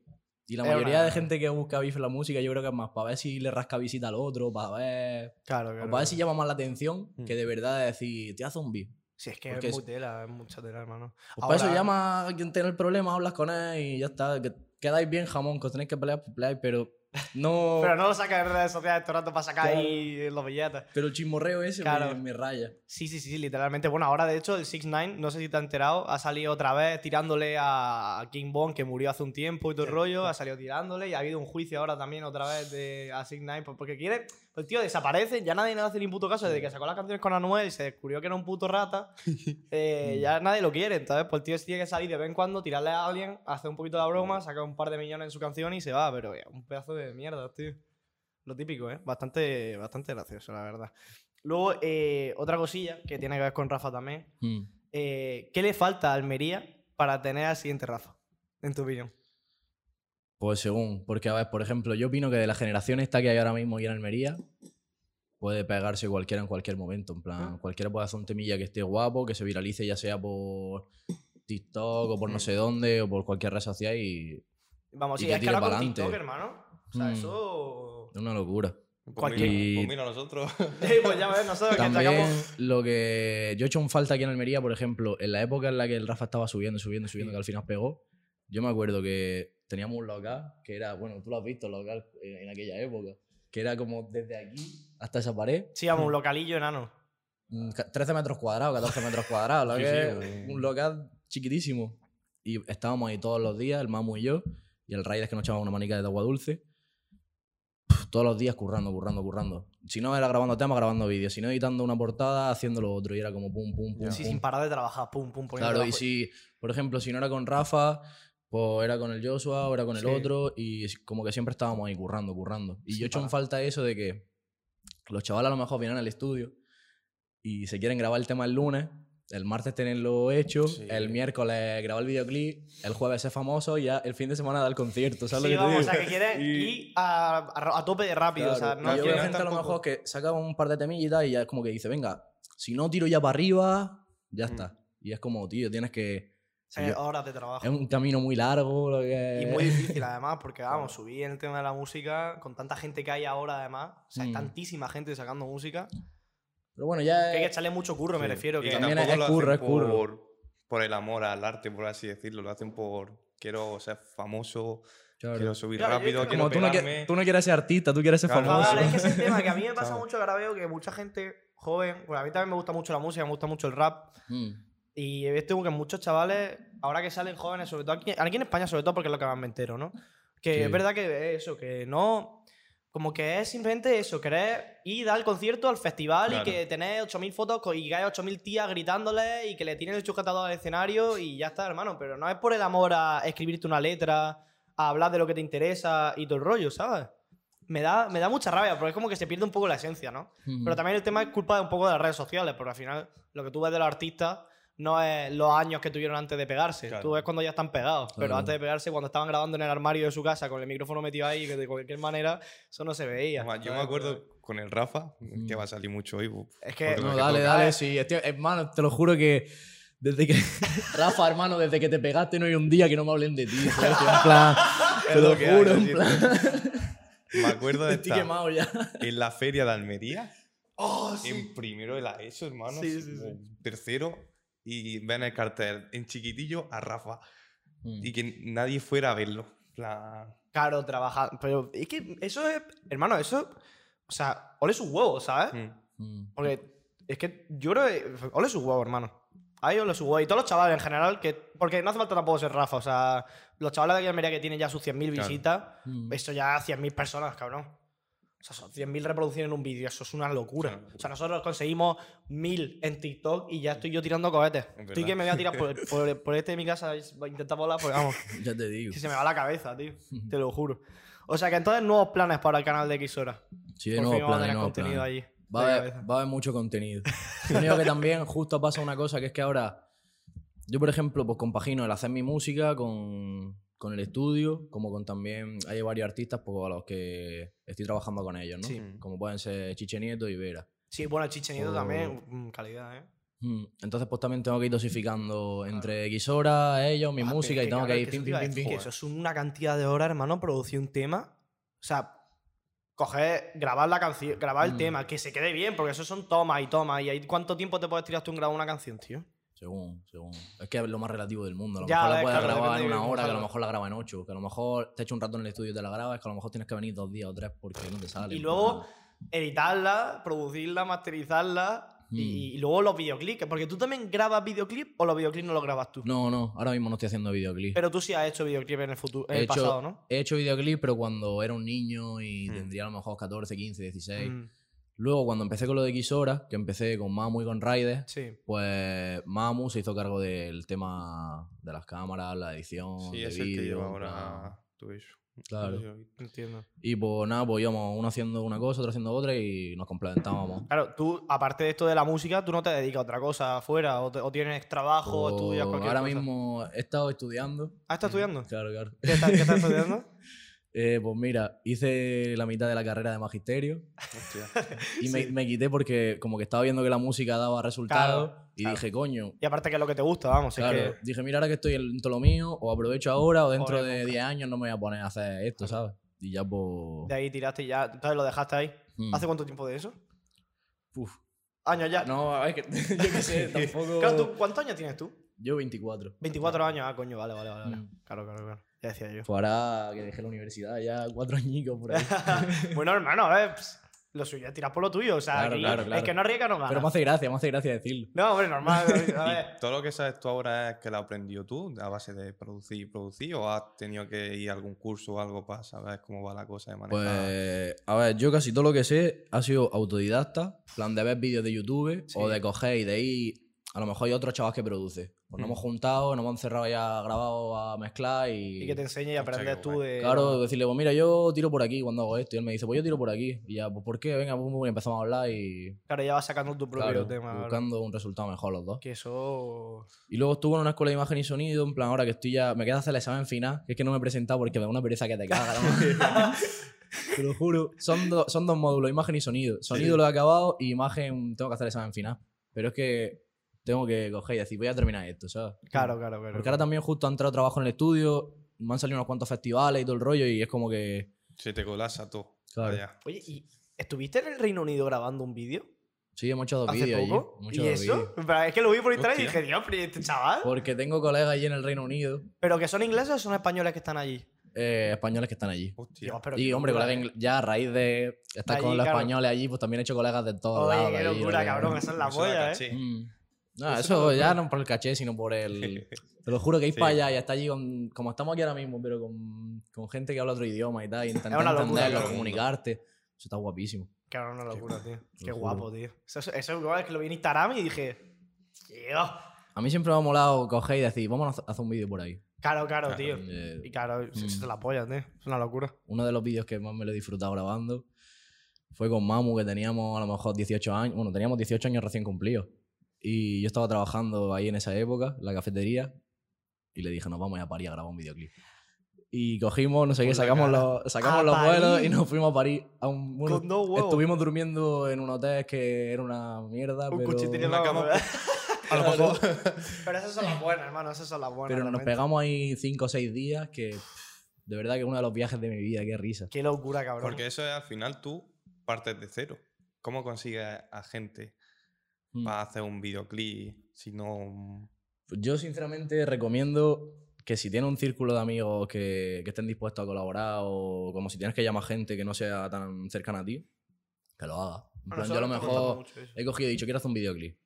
Speaker 2: Y la
Speaker 1: Es
Speaker 2: mayoría
Speaker 1: una-
Speaker 2: de gente que busca beef en la música, yo creo que es más para ver si le rasca visita al otro, para ver.
Speaker 1: que- claro,
Speaker 2: o
Speaker 1: claro.
Speaker 2: para ver si llama más la atención
Speaker 3: Mm.
Speaker 2: que de verdad decir, te hace un beef.
Speaker 1: Si es que
Speaker 2: porque
Speaker 1: es
Speaker 2: es-
Speaker 1: muy tela, es mucha tela, hermano.
Speaker 2: Pues para eso
Speaker 1: Ahora-
Speaker 2: llama a quien tiene el problema, hablas con él y ya está. que- quedáis bien, jamón, que os tenéis que pelear, pues peleáis, pero no.
Speaker 1: Pero no lo sacas en redes sociales todo el rato para sacar
Speaker 2: Claro.
Speaker 1: ahí los billetes.
Speaker 2: pero el chismorreo ese
Speaker 1: Claro.
Speaker 2: me, me raya.
Speaker 1: Sí, sí, sí, literalmente. Bueno, ahora de hecho el 6ix9ine, no sé si te has enterado, ha salido otra vez tirándole a King Bond, que murió hace un tiempo y todo el rollo, ha salido tirándole y ha habido un juicio ahora también otra vez de a 6ix9ine, pues porque quiere, pues tío, desaparece, ya nadie le hace ni puto caso, desde que sacó las canciones con Anuel y se descubrió que era un puto rata, eh, ya nadie lo quiere, entonces pues tío tiene que salir de vez en cuando, tirarle a alguien, hacer un poquito de broma, sacar un par de millones en su canción y se va, pero eh, un pedazo de mierda, tío. Lo típico, ¿eh? Bastante, bastante gracioso, la verdad. Luego, eh, otra cosilla que tiene que ver con Rafa también.
Speaker 2: Mm.
Speaker 1: Eh, ¿Qué le falta a Almería para tener al siguiente Rafa? En tu opinión.
Speaker 2: Pues según, porque a ver, por ejemplo, yo opino que de la generación esta que hay ahora mismo aquí en Almería, puede pegarse cualquiera en cualquier momento. En plan,
Speaker 1: Ah.
Speaker 2: cualquiera puede hacer un temilla que esté guapo, que se viralice ya sea por TikTok o por
Speaker 1: Mm.
Speaker 2: no sé dónde o por cualquier red social y es
Speaker 1: Vamos,
Speaker 2: Y
Speaker 1: sí,
Speaker 2: que
Speaker 1: es que
Speaker 2: tire
Speaker 1: ahora con
Speaker 2: pa'lante.
Speaker 1: TikTok, hermano. O sea,
Speaker 2: Mm.
Speaker 1: eso.
Speaker 2: una locura.
Speaker 3: Pues
Speaker 1: Cualquier-
Speaker 3: mira-
Speaker 2: Y-
Speaker 3: pues mira, nosotros.
Speaker 1: Eh, pues ya ves, nosotros que
Speaker 2: También
Speaker 1: sacamos.
Speaker 2: lo que yo he hecho un falta aquí en Almería, por ejemplo, en la época en la que el Rafa estaba subiendo, subiendo, subiendo, que al final pegó, yo me acuerdo que teníamos un local que era, bueno, tú lo has visto, el local en, en aquella época, que era como desde aquí hasta esa pared,
Speaker 1: Sí, vamos, un localillo enano.
Speaker 2: mm, ca- 13 metros cuadrados, 14 metros cuadrados, lo
Speaker 3: Sí,
Speaker 2: que
Speaker 3: sí,
Speaker 2: es
Speaker 3: un-
Speaker 2: un local chiquitísimo. Y estábamos ahí todos los días, el Mamu y yo, y el Raiders que nos echaba una manica de agua dulce. Puf, Todos los días currando, currando, currando. Si no era grabando temas, grabando vídeos. Si no editando una portada, haciendo lo otro. Y era como pum, pum, pum.
Speaker 3: Ya.
Speaker 2: pum.
Speaker 1: Sí, sin parar de trabajar. Pum, pum, poniendo
Speaker 2: Claro,
Speaker 1: trabajo.
Speaker 2: y si, por ejemplo, si no era con Rafa, pues era con el Joshua, o era con el
Speaker 1: Sí.
Speaker 2: otro, y s- como que siempre estábamos ahí currando, currando. Y
Speaker 1: Sin
Speaker 2: yo echo en
Speaker 1: parar.
Speaker 2: falta eso de que los chavales a lo mejor vienen al estudio y se quieren grabar el tema el lunes, el martes tenerlo hecho,
Speaker 3: Sí.
Speaker 2: el miércoles grabar el videoclip, el jueves ser famoso y ya el fin de semana dar el concierto, ¿sabes
Speaker 1: Sí,
Speaker 2: lo que te
Speaker 1: vamos, o
Speaker 2: digo?
Speaker 1: sea, que quieren ir a, a- a tope de rápido. o sea,
Speaker 2: Claro,
Speaker 1: no
Speaker 2: y yo veo
Speaker 1: quieren.
Speaker 2: gente a lo
Speaker 3: tampoco.
Speaker 2: mejor que saca un par de temillitas y ya es como que dice, venga, si no tiro ya para arriba, ya
Speaker 3: Mm.
Speaker 2: está. Y es como, tío, tienes que... si
Speaker 1: eh,
Speaker 2: yo- em, eh,
Speaker 1: horas de trabajo.
Speaker 2: es un camino muy largo, lo que
Speaker 1: Y
Speaker 2: es.
Speaker 1: muy difícil además, porque vamos, subir en el tema de la música, con tanta gente que hay ahora además, o sea, hay
Speaker 2: Mm.
Speaker 1: tantísima gente sacando música,
Speaker 2: Pero bueno, ya
Speaker 1: que hay que
Speaker 2: es...
Speaker 1: echarle mucho curro, me
Speaker 3: Sí.
Speaker 1: refiero.
Speaker 3: Y
Speaker 1: Que...
Speaker 2: también
Speaker 3: tampoco
Speaker 2: es
Speaker 3: lo hacen
Speaker 2: curro, es curro.
Speaker 3: Por, por el amor al arte, por así decirlo. Lo hacen por. Quiero ser famoso,
Speaker 2: Claro.
Speaker 3: quiero subir
Speaker 1: Claro, yo creo
Speaker 3: rápido,
Speaker 1: que
Speaker 3: quiero
Speaker 2: Como tú no,
Speaker 3: pegarme.
Speaker 2: quieres, tú no quieres ser artista, tú quieres ser
Speaker 3: Claro.
Speaker 2: famoso.
Speaker 1: Vale, es que ese es el tema, que a mí me pasa
Speaker 3: Claro.
Speaker 1: mucho que ahora veo que mucha gente joven, bueno, a mí también me gusta mucho la música, me gusta mucho el rap,
Speaker 2: Mm.
Speaker 1: y he visto que muchos chavales, ahora que salen jóvenes, sobre todo aquí, aquí en España, sobre todo porque es lo que más me entero, ¿no? Que
Speaker 2: Sí.
Speaker 1: es verdad que eso, que no. Como que es simplemente eso, querer ir al concierto, al festival
Speaker 3: Claro.
Speaker 1: y que tenés 8.000 fotos co- y que hay 8.000 tías gritándole y que le tienen el chucatado al escenario y ya está, hermano. Pero no es por el amor a escribirte una letra, a hablar de lo que te interesa y todo el rollo, ¿sabes? Me da, me da mucha rabia porque es como que se pierde un poco la esencia, ¿no?
Speaker 2: mm.
Speaker 3: Mm.
Speaker 1: Pero también el tema es culpa de un poco de las redes sociales, porque al final lo que tú ves de los artistas no es los años que tuvieron antes de pegarse.
Speaker 3: Claro.
Speaker 1: Tú ves cuando ya están pegados. Pero
Speaker 2: Claro.
Speaker 1: antes de pegarse, cuando estaban grabando en el armario de su casa con el micrófono metido ahí, que de cualquier manera, eso no se veía.
Speaker 3: Además, Yo me acuerdo con el Rafa, que
Speaker 2: Mm.
Speaker 3: va a salir mucho hoy. pues,
Speaker 1: Es que-
Speaker 3: porque
Speaker 2: No,
Speaker 3: lo que
Speaker 2: dale,
Speaker 3: toca.
Speaker 2: dale, sí. estoy- hermano, te lo juro que desde que... Rafa, hermano, desde que te pegaste no hay un día que no me hablen de ti. ¿sabes? Tío, en plan,
Speaker 3: Es
Speaker 2: te lo
Speaker 3: que hay,
Speaker 2: juro,
Speaker 3: sí,
Speaker 2: en plan,
Speaker 3: Me acuerdo de
Speaker 2: estoy
Speaker 3: estar
Speaker 2: quemado Oh, ya.
Speaker 3: en la feria de Almería. En primero de la ESO, hermano.
Speaker 1: Sí, sí, sí.
Speaker 3: o Tercero. Y ven el cartel en chiquitillo a Rafa. Y
Speaker 2: Mm.
Speaker 3: que nadie fuera a verlo. En plan,
Speaker 1: Claro, trabajar. Pero es que eso es. Hermano, eso. O sea, ole su huevo, ¿sabes?
Speaker 3: mm,
Speaker 2: Mm.
Speaker 1: Porque es que yo creo que. Ole su huevo, hermano. Ahí ole su huevo. Y todos los chavales en general, que. Porque no hace falta tampoco ser Rafa. O sea, los chavales de aquí de Almería que tienen ya sus 100.000
Speaker 3: Claro.
Speaker 1: visitas.
Speaker 2: Mm.
Speaker 1: Eso ya 100.000 personas, cabrón. O sea, son 100.000 reproducciones en un vídeo. Eso es una locura.
Speaker 3: Es una locura.
Speaker 1: O sea, nosotros conseguimos 1.000 en TikTok y ya estoy yo tirando cohetes.
Speaker 3: verdad.
Speaker 1: Estoy que me voy a tirar por, por- por este de mi casa a intentar volar, porque vamos,
Speaker 2: Ya te digo.
Speaker 1: que se me va la cabeza, tío. Te lo juro. O sea, que entonces nuevos planes para el canal de X horas.
Speaker 2: Sí, de
Speaker 1: por
Speaker 2: nuevo
Speaker 1: fin vamos a
Speaker 2: plan, de
Speaker 1: tener
Speaker 2: nuevo
Speaker 1: contenido
Speaker 2: plan.
Speaker 1: allí.
Speaker 2: Va
Speaker 1: de
Speaker 2: a, haber,
Speaker 1: cabeza.
Speaker 2: va a haber mucho contenido. Lo único que también justo pasa una cosa, que es que ahora yo, por ejemplo, pues compagino el hacer mi música con, con el estudio, como con también hay varios artistas pues, a los que estoy trabajando con ellos, ¿no?
Speaker 1: Sí.
Speaker 2: Como pueden ser Chiche Nieto y Vera.
Speaker 1: Sí, bueno, Chichenito
Speaker 2: Oh.
Speaker 1: también, mm, calidad, ¿eh?
Speaker 2: Mm, Entonces, pues también tengo que ir dosificando entre X horas, ellos, mi
Speaker 1: Ah, pero
Speaker 2: música,
Speaker 1: es
Speaker 2: y tengo que
Speaker 1: cabrón,
Speaker 2: ir
Speaker 1: eso
Speaker 2: pim,
Speaker 1: te
Speaker 2: pim,
Speaker 1: iba a
Speaker 2: pim,
Speaker 1: decir,
Speaker 2: pim.
Speaker 1: que Eso es una cantidad de horas, hermano, producir un tema. O sea, coger, grabar la canción, grabar el
Speaker 2: Mm.
Speaker 1: tema, que se quede bien, porque eso son tomas y tomas. ¿Y ahí cuánto tiempo te puedes tirar tú en grabar una canción, tío?
Speaker 2: Según, según. Es que es lo más relativo del mundo. A lo
Speaker 1: Ya,
Speaker 2: mejor la
Speaker 1: es
Speaker 2: puedes
Speaker 1: claro,
Speaker 2: grabar en
Speaker 1: depende de
Speaker 2: una hora, que a lo
Speaker 1: cómo
Speaker 2: mejor la graba en ocho, que a lo mejor te echa un rato en el estudio y te la grabas, que a lo mejor tienes que venir dos días o tres porque no te sale.
Speaker 1: Y luego editarla, producirla, masterizarla y,
Speaker 2: Mm.
Speaker 1: y luego los videoclips. Porque tú también grabas videoclip o los videoclips no los grabas tú.
Speaker 2: No, no, ahora mismo no estoy haciendo videoclip.
Speaker 1: Pero tú sí has hecho videoclip en el futuro, en
Speaker 2: He
Speaker 1: el
Speaker 2: hecho-
Speaker 1: pasado, ¿no?
Speaker 2: He hecho videoclip, pero cuando era un niño y
Speaker 3: Mm.
Speaker 2: tendría a lo mejor 14, 15, 16.
Speaker 1: Mm,
Speaker 2: Luego, cuando empecé con lo de X horas, que empecé con Mamu y con Raider,
Speaker 1: sí.
Speaker 2: pues Mamu se hizo cargo del tema de las cámaras, la edición.
Speaker 3: Sí,
Speaker 2: Oh, de
Speaker 3: es el que
Speaker 2: vídeo,
Speaker 3: lleva
Speaker 2: plan.
Speaker 3: ahora tu eso.
Speaker 2: Claro.
Speaker 3: Yo- yo-
Speaker 1: Entiendo.
Speaker 2: Y pues nada, pues íbamos uno haciendo una cosa, otro haciendo otra y nos complementábamos.
Speaker 1: Claro, tú, aparte de esto de la música, tú no te dedicas a otra cosa afuera, o, te- o tienes trabajo,
Speaker 2: Pues,
Speaker 1: estudias cualquier
Speaker 2: ahora
Speaker 1: cosa.
Speaker 2: mismo mm. he estado estudiando.
Speaker 1: ¿Ah, estás estudiando?
Speaker 2: Claro, claro.
Speaker 1: ¿Qué estás, qué estás estudiando?
Speaker 2: Eh, pues mira, hice la mitad de la carrera de magisterio
Speaker 3: Hostia.
Speaker 2: y me,
Speaker 1: Sí.
Speaker 2: me quité porque como que estaba viendo que la música daba resultados y
Speaker 1: claro.
Speaker 2: dije, coño,
Speaker 1: Y aparte que es lo que te gusta, vamos. es
Speaker 2: claro,
Speaker 1: que-
Speaker 2: dije, mira, ahora que estoy en todo lo mío, o aprovecho ahora o dentro
Speaker 1: Joder,
Speaker 2: de
Speaker 1: nunca.
Speaker 2: 10 años no me voy a poner a hacer esto, ¿sabes? Y ya pues...
Speaker 1: de ahí tiraste y ya, entonces lo dejaste ahí.
Speaker 2: mm,
Speaker 1: ¿Hace cuánto tiempo de eso?
Speaker 2: uf.
Speaker 1: Años ya.
Speaker 2: No, es que yo qué sé, tampoco...
Speaker 1: Claro, ¿tú, ¿cuántos años tienes tú?
Speaker 2: Yo 24.
Speaker 1: 24 años, ah, coño, vale, vale, vale. vale.
Speaker 2: Mm.
Speaker 1: Claro, claro, claro. Ya decía yo.
Speaker 2: Fue ahora que dejé la universidad, ya cuatro añicos por ahí.
Speaker 1: bueno, hermano, a ver, pss, lo suyo es tirar por lo tuyo. O sea,
Speaker 2: Claro,
Speaker 1: aquí
Speaker 2: claro,
Speaker 1: el
Speaker 2: claro.
Speaker 1: que no arriesga no gana.
Speaker 2: Pero me hace gracia, me hace gracia decirlo.
Speaker 1: No, hombre, normal. A ver.
Speaker 3: ¿Y todo lo que sabes tú ahora es que lo aprendió tú a base de producir y producir o has tenido que ir a algún curso o algo para saber cómo va la cosa de manejar?
Speaker 2: Pues, a ver, yo casi todo lo que sé ha sido autodidacta, plan de ver vídeos de YouTube
Speaker 1: Sí.
Speaker 2: o de coger y de ahí. A lo mejor hay otro chaval que produce. Pues nos
Speaker 1: Mm.
Speaker 2: hemos juntado, nos hemos encerrado ya grabado a mezclar y.
Speaker 1: Y que te enseñe y
Speaker 3: Hostia,
Speaker 1: aprendes
Speaker 3: qué
Speaker 1: tú
Speaker 3: guay.
Speaker 1: de.
Speaker 2: Claro, decirle, pues mira, yo tiro por aquí cuando hago esto. Y él me dice, pues yo tiro por aquí. Y ya, pues ¿por qué? Venga, pum, pum, y empezamos a hablar y.
Speaker 1: Claro, ya vas sacando tu propio
Speaker 2: claro,
Speaker 1: tema. claro.
Speaker 2: buscando un resultado mejor los dos.
Speaker 1: Que eso.
Speaker 2: Y luego estuve en una escuela de imagen y sonido, en plan, ahora que estoy ya. Me queda hacer el examen final, que es que no me he presentado porque me da una pereza que te caga. la madre. Te lo juro. Son, do- son dos módulos, imagen y sonido. Sonido lo he acabado y imagen tengo que hacer el examen final. Pero es que tengo que coger y decir, voy a terminar esto, ¿sabes?
Speaker 1: Claro, claro, claro.
Speaker 2: Porque ahora también justo ha entrado trabajo en el estudio, me han salido unos cuantos festivales y todo el rollo y es como que...
Speaker 3: Se te colasa todo.
Speaker 2: Claro.
Speaker 3: allá.
Speaker 1: Oye, ¿y estuviste en el Reino Unido grabando un vídeo?
Speaker 2: Sí, hemos hecho dos
Speaker 1: ¿Hace
Speaker 2: vídeos allí,
Speaker 1: poco?
Speaker 2: hemos hecho
Speaker 1: ¿Y
Speaker 2: dos
Speaker 1: eso?
Speaker 2: vídeos.
Speaker 1: Pero es que lo vi por Instagram y
Speaker 3: Hostia.
Speaker 1: dije, Dios, pero este chaval.
Speaker 2: Porque tengo colegas allí en el Reino Unido,
Speaker 1: ¿Pero que son ingleses o son españoles que están allí?
Speaker 2: eh, españoles que están allí.
Speaker 3: Hostia.
Speaker 1: Dios, pero
Speaker 2: y
Speaker 1: qué
Speaker 2: hombre,
Speaker 1: locura,
Speaker 2: colegas
Speaker 1: eh.
Speaker 2: ingl- ya a raíz de estar
Speaker 1: Allí,
Speaker 2: con los
Speaker 1: claro.
Speaker 2: españoles allí, pues también he hecho colegas de todos lados.
Speaker 1: Oye, qué
Speaker 2: allí, eh. lo
Speaker 1: locura,
Speaker 2: que-
Speaker 1: cabrón, que son la
Speaker 3: Eso da
Speaker 1: polla,
Speaker 3: caché.
Speaker 1: ¿eh?
Speaker 2: Mm. No,
Speaker 1: Eso
Speaker 2: eso,
Speaker 1: no lo
Speaker 2: ya no por el caché, sino por el. Te lo juro que ir
Speaker 3: Sí.
Speaker 2: para allá y hasta allí, con- como estamos aquí ahora mismo, pero con, con gente que habla otro idioma y tal, y intentar
Speaker 1: una locura,
Speaker 2: entenderlo,
Speaker 3: claro.
Speaker 2: comunicarte. Eso está guapísimo.
Speaker 1: Claro, una locura, tío. Qué
Speaker 2: lo
Speaker 1: guapo,
Speaker 2: juro.
Speaker 1: tío. Eso, eso, eso es que lo vi en Instagram y dije, Dios.
Speaker 2: A mí siempre me ha molado coger y decir, vamos a hacer un vídeo por ahí.
Speaker 1: Claro, claro,
Speaker 3: Claro,
Speaker 1: tío.
Speaker 2: Eh,
Speaker 1: Y claro, eso
Speaker 2: Mm.
Speaker 1: es la polla, tío. Es una locura.
Speaker 2: uno de los vídeos que más me lo he disfrutado grabando fue con Mamu, que teníamos a lo mejor 18 años, bueno, teníamos 18 años recién cumplidos. Y yo estaba trabajando ahí en esa época, en la cafetería, y le dije, nos vamos a París a grabar un videoclip. Y cogimos, no sé qué,
Speaker 3: Por la
Speaker 2: sacamos
Speaker 3: cara.
Speaker 2: los, sacamos
Speaker 1: ¡A
Speaker 2: los vuelos
Speaker 1: París!
Speaker 2: y nos fuimos a París. A un, bueno,
Speaker 1: Con dos huevos.
Speaker 2: estuvimos durmiendo en un hotel que era una mierda,
Speaker 1: Un
Speaker 2: pero,
Speaker 1: cuchitín en
Speaker 3: Una
Speaker 1: la
Speaker 3: cama-
Speaker 1: cama.
Speaker 3: A lo
Speaker 2: Claro.
Speaker 3: mejor.
Speaker 1: Pero esas son las buenas, hermano, esas son las buenas.
Speaker 2: pero nos
Speaker 1: realmente.
Speaker 2: pegamos ahí 5 o 6 días que... pff, De verdad que uno de los viajes de mi vida, qué risa.
Speaker 1: Qué locura, cabrón.
Speaker 3: Porque eso es al final tú partes de cero. ¿Cómo consigues a gente
Speaker 2: Mm.
Speaker 3: para hacer un videoclip si no.
Speaker 2: Yo sinceramente recomiendo que si tiene un círculo de amigos que, que estén dispuestos a colaborar o como si tienes que llamar gente que no sea tan cercana a ti, que lo haga. En
Speaker 1: A
Speaker 2: plan, yo a lo
Speaker 1: nosotros nos gusta
Speaker 2: mejor
Speaker 1: mucho eso.
Speaker 2: he cogido y dicho, quiero hacer un videoclip.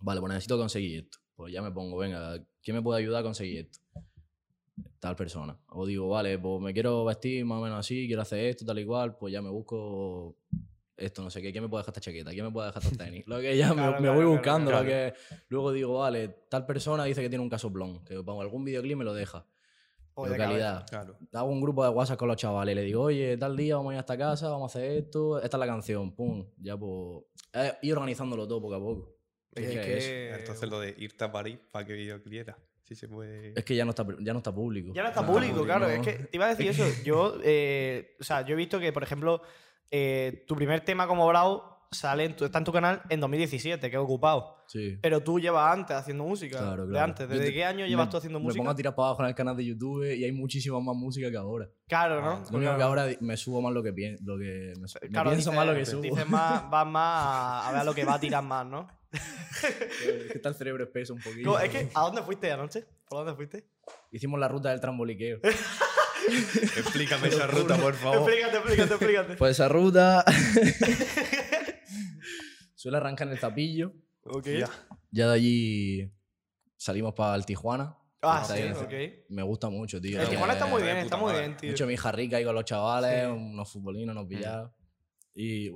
Speaker 2: Vale, pues necesito conseguir esto. Pues ya me pongo, venga, ¿quién me puede ayudar a conseguir esto? Tal persona. O digo, vale, pues me quiero vestir más o menos así, quiero hacer esto, tal y cual, pues ya me busco esto, no sé qué, ¿quién me puede dejar esta chaqueta? ¿Quién me puede dejar estos tenis? Lo que ya me-
Speaker 1: Claro,
Speaker 2: me,
Speaker 1: claro,
Speaker 2: voy
Speaker 1: claro,
Speaker 2: buscando,
Speaker 1: claro.
Speaker 2: lo que luego digo, vale, tal persona dice que tiene un casoplón, que para algún videoclip me lo deja.
Speaker 1: O
Speaker 2: de
Speaker 1: Pues de cabeza.
Speaker 2: calidad.
Speaker 3: Claro.
Speaker 2: Hago un grupo de WhatsApp con los chavales y le digo, oye, tal día vamos a ir a esta casa, vamos a hacer esto, esta es la canción, pum, ya pues. eh, ir organizándolo todo poco a poco.
Speaker 1: Es
Speaker 2: Sí,
Speaker 1: que-
Speaker 3: Entonces lo de irte a París para que yo quiera. Si se puede.
Speaker 2: Es que ya no está, ya no está público.
Speaker 1: Ya no está
Speaker 3: No,
Speaker 1: público,
Speaker 3: porque
Speaker 1: claro.
Speaker 2: no.
Speaker 1: Es que te iba a decir eso. Yo, eh, o sea, yo he visto que, por ejemplo, eh, tu primer tema como Bravo sale en tu- está en tu canal en 2017, que he ocupado.
Speaker 2: Sí.
Speaker 1: Pero tú llevas antes haciendo música.
Speaker 2: Claro,
Speaker 1: De
Speaker 2: claro.
Speaker 1: antes.
Speaker 2: Yo
Speaker 1: ¿Desde
Speaker 2: te-
Speaker 1: qué año
Speaker 2: me-
Speaker 1: llevas tú haciendo
Speaker 2: Me pongo
Speaker 1: música?
Speaker 2: a tirar para abajo en el canal de YouTube y hay muchísima más música que ahora.
Speaker 1: Claro, ¿no?
Speaker 3: Ah,
Speaker 2: Lo único
Speaker 1: Claro.
Speaker 2: que ahora di- me subo más lo que pienso. Lo que me, su- me
Speaker 1: Claro,
Speaker 2: pienso
Speaker 1: dices-
Speaker 2: más lo que subo.
Speaker 1: dices más, vas más a, a ver a lo que va a tirar más, ¿no?
Speaker 2: Es que está el cerebro espeso un poquito.
Speaker 1: Co- Es que, ¿a dónde fuiste anoche? ¿Por dónde fuiste?
Speaker 2: Hicimos la ruta del tramboliqueo.
Speaker 3: Explícame esa ruta, por favor.
Speaker 1: Explícate, explícate, explícate.
Speaker 2: Pues esa ruta. Suele arrancar en el tapillo.
Speaker 1: ok.
Speaker 3: Ya.
Speaker 2: Ya de allí salimos para el Tijuana.
Speaker 1: Ah,
Speaker 2: Está
Speaker 1: sí,
Speaker 2: bien.
Speaker 1: ok.
Speaker 2: Me gusta mucho, tío.
Speaker 1: El
Speaker 3: Eh,
Speaker 1: Tijuana está muy
Speaker 3: de
Speaker 1: bien,
Speaker 3: puta
Speaker 1: está muy
Speaker 3: madre.
Speaker 1: bien,
Speaker 2: He
Speaker 1: tío.
Speaker 2: hecho mi jarrica ahí con los chavales,
Speaker 1: Sí. Mm.
Speaker 2: unos futbolinos, unos pillados. Y,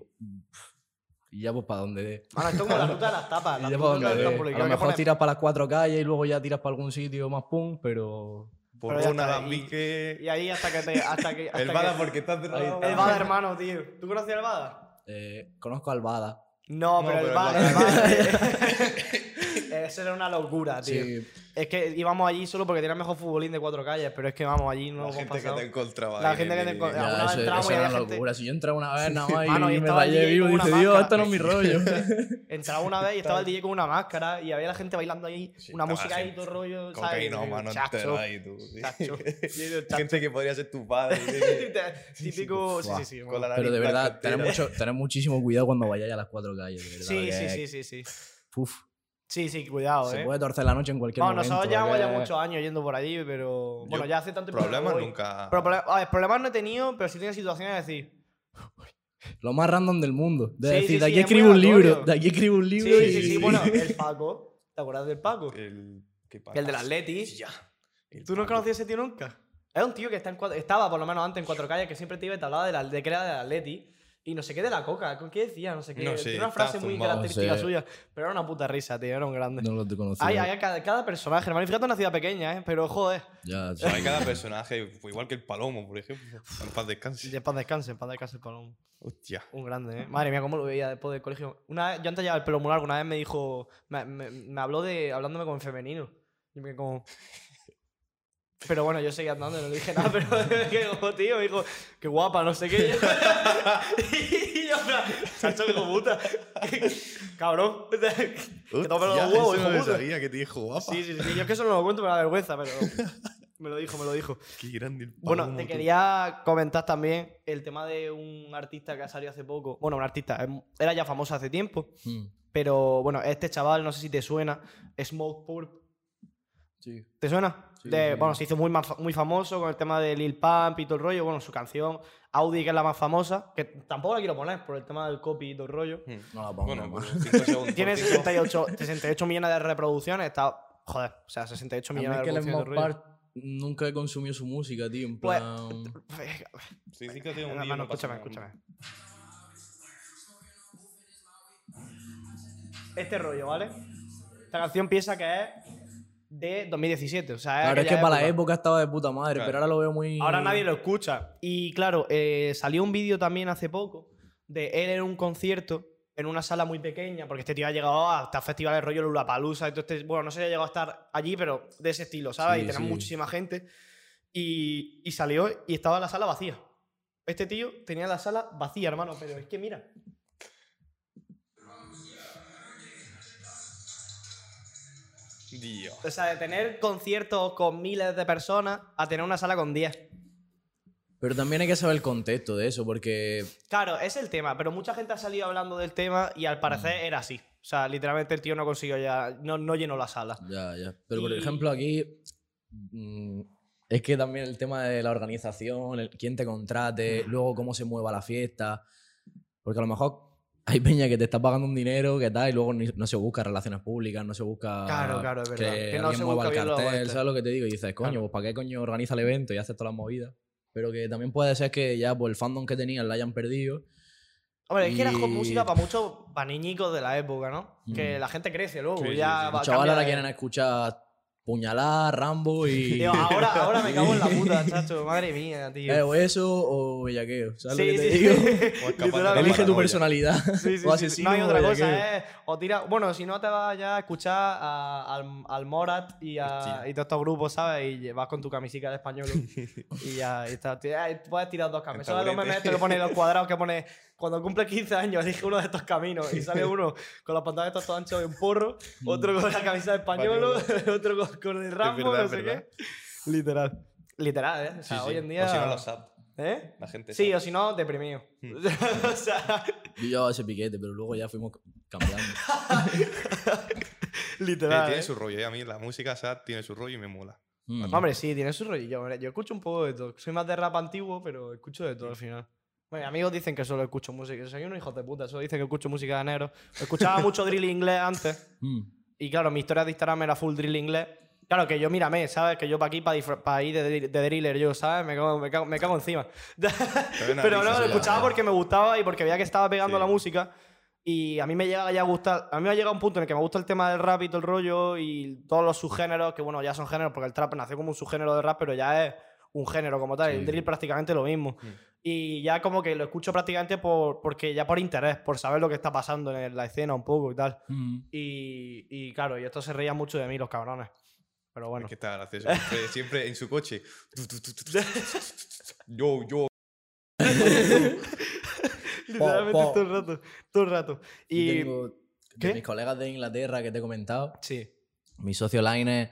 Speaker 2: y ya pues para donde dé.
Speaker 1: Mano, esto es como la ruta de las tapas.
Speaker 2: Y
Speaker 1: La
Speaker 2: ya
Speaker 1: ruta
Speaker 2: pa'
Speaker 1: de
Speaker 2: donde
Speaker 1: las
Speaker 2: dé.
Speaker 1: tapas,
Speaker 2: A
Speaker 1: porque
Speaker 2: lo
Speaker 1: creo que
Speaker 2: mejor
Speaker 1: pones-
Speaker 2: tiras para las cuatro calles y luego ya tiras para algún sitio más pum, pero...
Speaker 1: Pero ya
Speaker 3: Por una
Speaker 1: está, y- Y
Speaker 3: Bambique.
Speaker 1: ahí hasta que te. Hasta que, hasta
Speaker 3: El
Speaker 1: que-
Speaker 3: Bada, porque está cerrado.
Speaker 1: El Bada, hermano, tío. ¿Tú conocías el Bada?
Speaker 2: eh, conozco a Albada.
Speaker 1: No,
Speaker 3: No,
Speaker 1: pero, el
Speaker 3: pero
Speaker 1: Bada.
Speaker 3: el
Speaker 1: El Bada. Eso era una locura, tío.
Speaker 2: Sí,
Speaker 1: Es que íbamos allí solo porque tenía el mejor futbolín de cuatro calles, pero es que vamos allí no
Speaker 3: La
Speaker 1: lo hemos
Speaker 3: gente que
Speaker 1: pasado.
Speaker 3: te encontraba.
Speaker 1: La
Speaker 3: ahí
Speaker 1: gente
Speaker 3: en
Speaker 1: que te
Speaker 3: el-
Speaker 1: enco-
Speaker 2: ya,
Speaker 1: alguna vez
Speaker 2: eso, eso
Speaker 1: entramos y
Speaker 2: era
Speaker 1: había
Speaker 2: una
Speaker 1: gente-
Speaker 2: locura. Si yo entré una vez nada más y,
Speaker 1: Mano, y
Speaker 2: me
Speaker 1: estaba el
Speaker 2: rayé
Speaker 1: DJ
Speaker 2: vivo y
Speaker 1: con
Speaker 2: dije,
Speaker 1: una
Speaker 2: Dios,
Speaker 1: máscara".
Speaker 2: esto no es mi rollo.
Speaker 1: Entraba una vez y estaba el DJ con una máscara y había la gente bailando ahí,
Speaker 3: Sí,
Speaker 1: una
Speaker 3: estaba
Speaker 1: música ahí,
Speaker 3: así,
Speaker 1: todo el rollo, ¿sabes?
Speaker 3: Cocainómano
Speaker 1: Chacho,
Speaker 3: entero ahí, tú. sí.
Speaker 1: chacho. Yo digo, chacho.
Speaker 3: Gente que podría ser tu padre. sí,
Speaker 1: Típico. Sí,
Speaker 2: Buah,
Speaker 1: sí, sí.
Speaker 3: con la
Speaker 2: Pero de
Speaker 3: nariz
Speaker 2: verdad,
Speaker 3: blanca
Speaker 2: tener,
Speaker 3: entera.
Speaker 2: mucho, tener muchísimo cuidado cuando vayáis a las cuatro calles. De verdad,
Speaker 1: Sí, sí,
Speaker 2: porque,
Speaker 1: sí, sí, sí.
Speaker 2: puf,
Speaker 1: Sí, sí, cuidado,
Speaker 2: se
Speaker 1: eh.
Speaker 2: puede torcer la noche en cualquier
Speaker 1: Bueno,
Speaker 2: momento.
Speaker 1: nosotros llevamos ya
Speaker 2: porque-
Speaker 1: muchos años yendo por allí, pero.
Speaker 3: Yo
Speaker 1: Bueno, ya hace tanto tiempo que no
Speaker 3: Problemas
Speaker 1: voy.
Speaker 3: nunca.
Speaker 1: Pero proble- a ver, problemas no he tenido, pero sí he tenido situaciones de decir.
Speaker 2: Lo más random del mundo. De
Speaker 1: Sí,
Speaker 2: decir,
Speaker 1: sí,
Speaker 2: de
Speaker 1: sí,
Speaker 2: aquí
Speaker 1: es muy
Speaker 2: escribo un libro.
Speaker 1: aleatorio.
Speaker 2: De aquí escribo un
Speaker 1: Sí,
Speaker 2: libro.
Speaker 1: sí,
Speaker 2: y-
Speaker 1: sí, sí, bueno, el Paco. ¿Te acuerdas del Paco?
Speaker 3: El, ¿qué pasa?
Speaker 1: El del Atleti.
Speaker 3: Ya. El
Speaker 1: ¿Tú no
Speaker 3: Paco.
Speaker 1: conocías a ese tío nunca? Era un tío que está en cuatro- estaba por lo menos antes en cuatro calles, que siempre te iba y te hablaba de, la, de que era del Atleti. Y no sé qué de la coca, ¿con qué decía? No sé qué.
Speaker 3: No sé,
Speaker 1: Tiene una
Speaker 3: estaba
Speaker 1: frase muy
Speaker 3: zumbado,
Speaker 1: característica
Speaker 2: sí.
Speaker 1: suya, pero era una puta risa, tío, era un grande.
Speaker 2: No lo conocía.
Speaker 1: Ay, ay, cada, cada personaje, hermano. Y fíjate una ciudad pequeña, ¿eh? Pero joder.
Speaker 2: Ya, sí.
Speaker 3: O sea, hay cada personaje, fue igual que el palomo, por ejemplo. En paz descanse.
Speaker 1: Y en paz descanse, en paz descanse el palón.
Speaker 3: Hostia.
Speaker 1: Un grande, ¿eh? Madre mía, cómo lo veía después del colegio. Una vez- yo antes llevaba el pelo muy largo, una vez me dijo... Me, me- me habló de... hablándome como en femenino. Y me como... Pero bueno, yo seguí andando, y no le dije nada, pero es que como tío, me dijo, qué guapa, no sé qué. Y yo, y yo, en plan, chacho, hijo puta. Cabrón. Que te
Speaker 3: Hostia,
Speaker 1: los huevos,
Speaker 3: eso
Speaker 1: hijo
Speaker 3: no lo
Speaker 1: puta.
Speaker 3: sabía que te dijo guapa.
Speaker 1: Sí, sí, sí. Yo es que eso no lo cuento, me da vergüenza, pero... Me lo dijo, me lo dijo.
Speaker 3: Qué grande el palomo.
Speaker 1: Bueno, te
Speaker 3: tú.
Speaker 1: quería comentar también el tema de un artista que ha salido hace poco. Bueno, un artista, em, era ya famoso hace tiempo,
Speaker 2: Mm,
Speaker 1: pero bueno, este chaval, no sé si te suena, Smoke Purp.
Speaker 2: sí.
Speaker 1: ¿Te suena?
Speaker 2: Sí,
Speaker 1: De-
Speaker 2: sí.
Speaker 1: Bueno, se hizo muy, ma- muy famoso con el tema de Lil Pump y todo el rollo. Bueno, su canción Audi, que es la más famosa, que tampoco la quiero poner por el tema del copy y todo el rollo.
Speaker 3: Hmm.
Speaker 2: No la pongo.
Speaker 3: Bueno,
Speaker 2: no.
Speaker 3: pues 5 segundos.
Speaker 1: Tiene
Speaker 3: por cinco.
Speaker 1: 68, 68 millones de reproducciones, está... Joder, o sea, 68
Speaker 2: A mí
Speaker 1: millones
Speaker 2: es
Speaker 1: de
Speaker 2: que el
Speaker 1: reproducciones.
Speaker 2: Small
Speaker 1: todo el rollo.
Speaker 2: Park nunca he consumido su música, tío. En
Speaker 1: Pues-
Speaker 2: plan.
Speaker 3: Sí, sí que tengo un día,
Speaker 1: Hermano,
Speaker 3: no pasa
Speaker 1: Ah, escúchame,
Speaker 3: nada.
Speaker 1: escúchame. Este rollo, ¿vale? Esta canción piensa que es de 2017, o sea,
Speaker 2: Claro, es que
Speaker 1: aquella
Speaker 2: para la época estaba de puta madre,
Speaker 3: Claro.
Speaker 2: pero ahora lo veo muy.
Speaker 1: Ahora nadie lo escucha. Y claro, eh, salió un vídeo también hace poco de él en un concierto en una sala muy pequeña, porque este tío ha llegado hasta festivales rollo Lulapalooza, entonces, este, bueno, no sé si ha llegado a estar allí, pero de ese estilo, ¿sabes?
Speaker 2: Sí,
Speaker 1: y tenía
Speaker 2: sí.
Speaker 1: muchísima gente. Y, y salió y estaba la sala vacía. Este tío tenía la sala vacía, hermano, pero es que mira.
Speaker 3: Dios.
Speaker 1: O sea, de tener conciertos con miles de personas a tener una sala con 10.
Speaker 2: Pero también hay que saber el contexto de eso, porque.
Speaker 1: Claro, es el tema, pero mucha gente ha salido hablando del tema y al parecer
Speaker 2: Mm.
Speaker 1: era así. O sea, literalmente el tío no consiguió ya, no, no llenó la sala.
Speaker 2: Ya, ya. Pero por
Speaker 1: Y-
Speaker 2: ejemplo, aquí. mm, es que también el tema de la organización, el- quién te contrate, luego cómo se mueva la fiesta. Porque a lo mejor hay peña que te está pagando un dinero, que tal, y luego ni- no se busca relaciones públicas, no se busca.
Speaker 1: Claro, claro, es verdad.
Speaker 2: Que,
Speaker 1: Que no
Speaker 2: alguien
Speaker 1: se
Speaker 2: mueva
Speaker 1: busca
Speaker 2: el
Speaker 1: bien los
Speaker 2: cartel,
Speaker 1: aguantes.
Speaker 2: ¿sabes lo que te digo? Y dices, coño,
Speaker 1: Claro.
Speaker 2: pues ¿para qué coño organiza el evento y hace todas las movidas? Pero que también puede ser que ya por el fandom que tenían la hayan perdido.
Speaker 1: Hombre, es que era jo-
Speaker 2: Y-
Speaker 1: música para muchos paniñicos de la época, ¿no? Que
Speaker 2: Mm.
Speaker 1: la gente crece luego,
Speaker 3: Sí, sí,
Speaker 1: ya
Speaker 3: sí.
Speaker 1: va
Speaker 2: Los chavales
Speaker 1: cambia
Speaker 2: ahora
Speaker 1: de-
Speaker 2: quieren escuchar Puñalar, Rambo y.
Speaker 1: Tío, ahora, ahora me cago en la puta, chacho. Madre mía, tío.
Speaker 2: Eh, o eso o bellaqueo. ¿Sabes lo
Speaker 1: Sí,
Speaker 2: que
Speaker 1: sí,
Speaker 2: te digo?
Speaker 3: O escapar de la
Speaker 1: Literal,
Speaker 2: Elige tu
Speaker 3: paranoia.
Speaker 2: personalidad.
Speaker 1: Sí, sí,
Speaker 2: o
Speaker 1: sí,
Speaker 2: asesino
Speaker 1: No hay
Speaker 2: o
Speaker 1: otra
Speaker 2: bellaqueo.
Speaker 1: cosa, ¿eh? O tira... Bueno, si no te vas ya a escuchar a- al, al Morat y a
Speaker 3: Hostia.
Speaker 1: y todos estos grupos, ¿sabes? Y vas con tu camisita de español y ya y está, ti- ah, puedes tirar dos
Speaker 3: En
Speaker 1: caminos. Solo los
Speaker 3: taburete.
Speaker 1: memes estos que pone los cuadrados que pone cuando cumple 15 años elige uno de estos caminos y sale uno con los pantalones estos todos anchos de un porro, otro con la camisa de español, otro con, con el Rambo, no
Speaker 3: verdad, Mm. es
Speaker 1: sé
Speaker 3: verdad.
Speaker 1: qué. Literal. Literal, ¿eh? O sea,
Speaker 3: Sí, sí.
Speaker 1: hoy en día...
Speaker 3: O si no, los apps.
Speaker 1: ¿Eh?
Speaker 3: La gente.
Speaker 1: Sí,
Speaker 3: sabe.
Speaker 1: o si no, deprimido.
Speaker 3: Mm.
Speaker 1: o sea...
Speaker 2: Yo llevaba ese piquete, pero luego ya fuimos cambiando.
Speaker 3: Tiene-
Speaker 1: Literal.
Speaker 3: tiene
Speaker 1: ¿eh?
Speaker 3: su rollo. Y a mí la música sad tiene su rollo y me mola.
Speaker 2: Mm.
Speaker 1: Hombre, sí, tiene su rollo. hombre. Yo escucho un poco de todo. Soy más de rap antiguo, pero escucho de todo al final. Bueno, mis amigos dicen que solo escucho música. Soy unos hijos de puta. Solo dicen que escucho música de negro. Escuchaba mucho drill inglés antes.
Speaker 2: Mm.
Speaker 1: Y claro, mi historia de Instagram era full drill inglés. Claro, que yo mírame, ¿sabes? Que yo para aquí, para ir de, de driller, yo, ¿sabes? Me cago, me cago- me cago encima.
Speaker 3: una
Speaker 1: Pero
Speaker 3: risa,
Speaker 1: no,
Speaker 3: sí,
Speaker 1: lo
Speaker 3: la
Speaker 1: escuchaba
Speaker 3: verdad.
Speaker 1: porque me gustaba y porque veía que estaba pegando
Speaker 3: Sí.
Speaker 1: la música. Y a mí me llega ya a gustar. A mí me ha llegado un punto en el que me gusta el tema del rap y todo el rollo y todos los subgéneros, que bueno, ya son géneros, porque el trap nació como un subgénero de rap, pero ya es un género como tal.
Speaker 2: Sí.
Speaker 1: El drill prácticamente lo mismo.
Speaker 3: Mm.
Speaker 1: Y ya como que lo escucho prácticamente por, porque ya por interés, por saber lo que está pasando en la escena un poco y tal.
Speaker 2: Mm.
Speaker 1: Y, y claro, y esto se reía mucho de mí, los cabrones. Pero bueno.
Speaker 3: Es que está gracioso. Siempre, siempre en su coche. Tu, tu, tu, tu, tu, Yo, yo.
Speaker 1: Literalmente
Speaker 2: po.
Speaker 1: todo el rato. Todo el rato.
Speaker 2: Y
Speaker 1: Y.
Speaker 2: tengo de
Speaker 1: ¿Qué?
Speaker 2: mis colegas de Inglaterra que te he comentado,
Speaker 1: Sí.
Speaker 2: mi socio Line es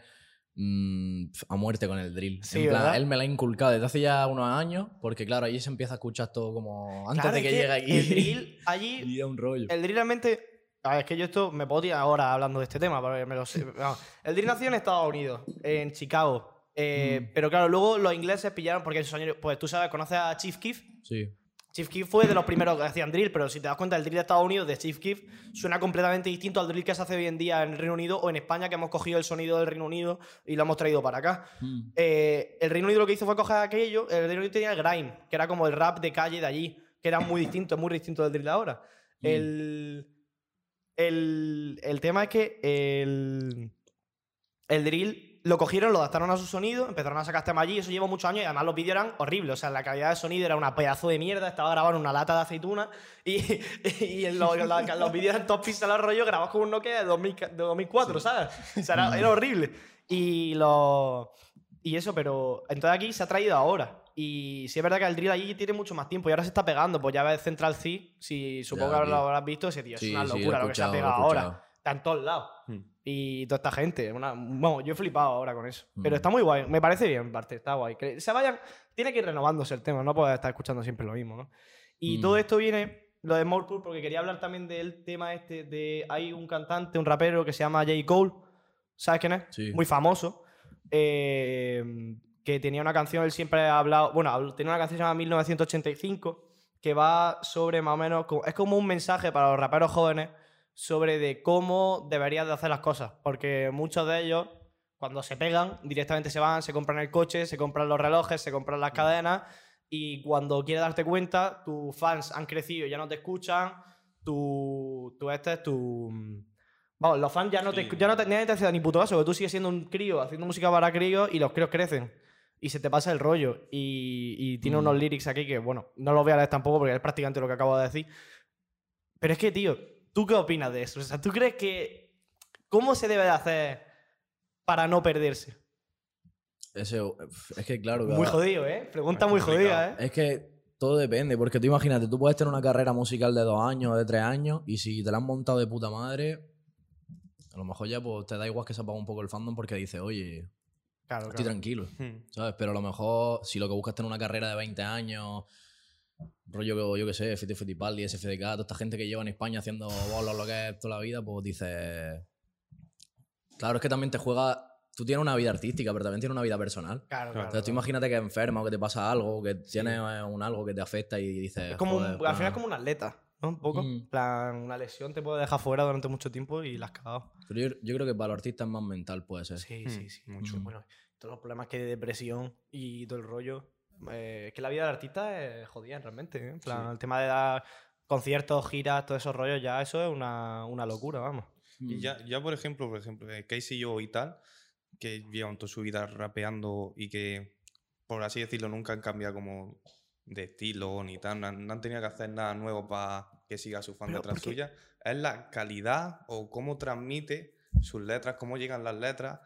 Speaker 2: mm, pf, a muerte con el drill.
Speaker 1: Sí,
Speaker 2: en plan,
Speaker 1: ¿verdad?
Speaker 2: él me la ha inculcado desde hace ya unos años, porque claro, allí se empieza a escuchar todo como antes
Speaker 1: Claro,
Speaker 2: de
Speaker 1: es
Speaker 2: que llegue aquí.
Speaker 1: El drill allí
Speaker 2: y es un rollo.
Speaker 1: El drill realmente. A ver, es que yo esto me puedo tirar ahora hablando de este tema, porque me lo sé. Vamos. El drill nació en Estados Unidos, en Chicago. Eh, Pero claro, luego los ingleses pillaron, porque esos años- pues tú sabes, conoces a Chief Keef.
Speaker 2: Sí.
Speaker 1: Chief Keef fue de los primeros que hacían drill, pero si te das cuenta, el drill de Estados Unidos de Chief Keef suena completamente distinto al drill que se hace hoy en día en el Reino Unido o en España, que hemos cogido el sonido del Reino Unido y lo hemos traído para acá.
Speaker 2: Mm.
Speaker 1: Eh, el Reino Unido lo que hizo fue coger aquello. El Reino Unido tenía el grime, que era como el rap de calle de allí, que era muy distinto, muy distinto del drill de ahora.
Speaker 2: Mm.
Speaker 1: El, el, el tema es que el, el drill lo cogieron, lo adaptaron a su sonido, empezaron a sacar temas allí, eso lleva muchos años y además los vídeos eran horribles. O sea, la calidad de sonido era una pedazo de mierda, estaba grabando una lata de aceituna y, y en los, la- los vídeos eran todos pincelados rollo grabados con un Nokia de, 2000 de 2004, ¿sabes? O sea, era, era horrible. Y los... Y eso, pero entonces aquí se ha traído ahora. Y sí es verdad que el drill allí tiene mucho más tiempo y ahora se está pegando. Pues ya ves Central C, si supongo
Speaker 2: Ya,
Speaker 1: que lo
Speaker 2: tío.
Speaker 1: habrás visto, ese tío es
Speaker 2: Sí,
Speaker 1: una
Speaker 2: sí, lo he
Speaker 1: locura lo, que se ha
Speaker 2: escuchado, lo he
Speaker 1: pegado ahora.
Speaker 2: escuchado.
Speaker 1: Está en todos lados.
Speaker 3: Hmm.
Speaker 1: Y toda esta gente. Una, bueno, yo he flipado ahora con eso.
Speaker 2: Mm.
Speaker 1: Pero está muy guay. Me parece bien, en parte. Está guay. Que se vayan. Tiene que ir renovándose el tema. No puedes estar escuchando siempre lo mismo, ¿no? Y
Speaker 2: Mm.
Speaker 1: todo esto viene. Lo de Morepool, porque quería hablar también del tema este de. Hay un cantante, un rapero que se llama J. Cole. ¿Sabes quién es?
Speaker 2: Sí.
Speaker 1: Muy famoso. eh, que tenía una canción, él siempre ha hablado. Bueno, habl- tenía una canción llamada 1985 que va sobre más o menos. co- Es como un mensaje para los raperos jóvenes sobre de cómo deberías de hacer las cosas. Porque muchos de ellos, cuando se pegan, directamente se van, se compran el coche, se compran los relojes, se compran las cadenas. Y cuando quieres darte cuenta, tus fans han crecido, ya no te escuchan. Tu, tu este es tu. Vamos, los fans ya no te,
Speaker 3: Sí.
Speaker 1: ya no te, nadie te hace ni puto caso, porque tú sigues siendo un crío haciendo música para críos y los críos crecen. Y se te pasa el rollo. Y, y tiene
Speaker 2: Mm.
Speaker 1: unos lyrics aquí que, bueno, no los voy a leer tampoco porque es prácticamente lo que acabo de decir. Pero es que, tío, ¿tú qué opinas de eso? O sea, ¿tú crees que. ¿Cómo se debe de hacer para no perderse?
Speaker 2: Ese- pf, es que claro.
Speaker 1: Muy
Speaker 2: cada-
Speaker 1: jodido, ¿eh? Pregunta
Speaker 3: Es
Speaker 1: muy
Speaker 3: complicado.
Speaker 1: jodida, ¿eh?
Speaker 2: Es que todo depende, porque tú imagínate, tú puedes tener una carrera musical de dos años o de tres años y si te la han montado de puta madre, a lo mejor ya pues, te da igual que se apague un poco el fandom porque dices, oye,
Speaker 1: Claro,
Speaker 2: estoy
Speaker 1: claro.
Speaker 2: tranquilo,
Speaker 3: Hmm.
Speaker 2: ¿sabes? Pero a lo mejor si lo que buscas es tener una carrera de 20 años, rollo que yo que sé, Fito Fitipaldi, SFDK, toda esta gente que lleva en España haciendo bolos, lo que es toda la vida, pues dices... Claro, es que también te juega... Tú tienes una vida artística, pero también tienes una vida personal.
Speaker 1: Claro, claro,
Speaker 2: O sea, tú
Speaker 1: claro.
Speaker 2: imagínate que enferma o que te pasa algo, o que tienes eh, un algo que te afecta y dices.
Speaker 1: Es como un-
Speaker 2: "Joder, pues,
Speaker 1: al final
Speaker 2: plan,
Speaker 1: es como un atleta, ¿no? Un poco.
Speaker 2: Mm.
Speaker 1: En plan, una lesión te puede dejar fuera durante mucho tiempo y la has cagado.
Speaker 2: pero yo, yo creo que para los artistas es más mental, puede ser.
Speaker 1: Sí,
Speaker 3: Mm,
Speaker 1: sí, sí.
Speaker 2: mucho.
Speaker 1: Bueno, todos los problemas que hay de depresión y todo el rollo. eh, es que la vida del artista es jodida realmente. ¿eh? En plan, el tema de dar conciertos, giras, todos esos rollos, ya eso es una, una locura, vamos.
Speaker 3: Mm, Y ya, ya, por ejemplo, por ejemplo, eh, Casey yo y tal, que llevan toda su vida rapeando y que, por así decirlo, nunca han cambiado como de estilo ni tal, no han, no han tenido que hacer nada nuevo para que siga su fan
Speaker 1: Pero,
Speaker 3: detrás
Speaker 1: porque-
Speaker 3: suya, es la calidad o cómo transmite sus letras, cómo llegan las letras,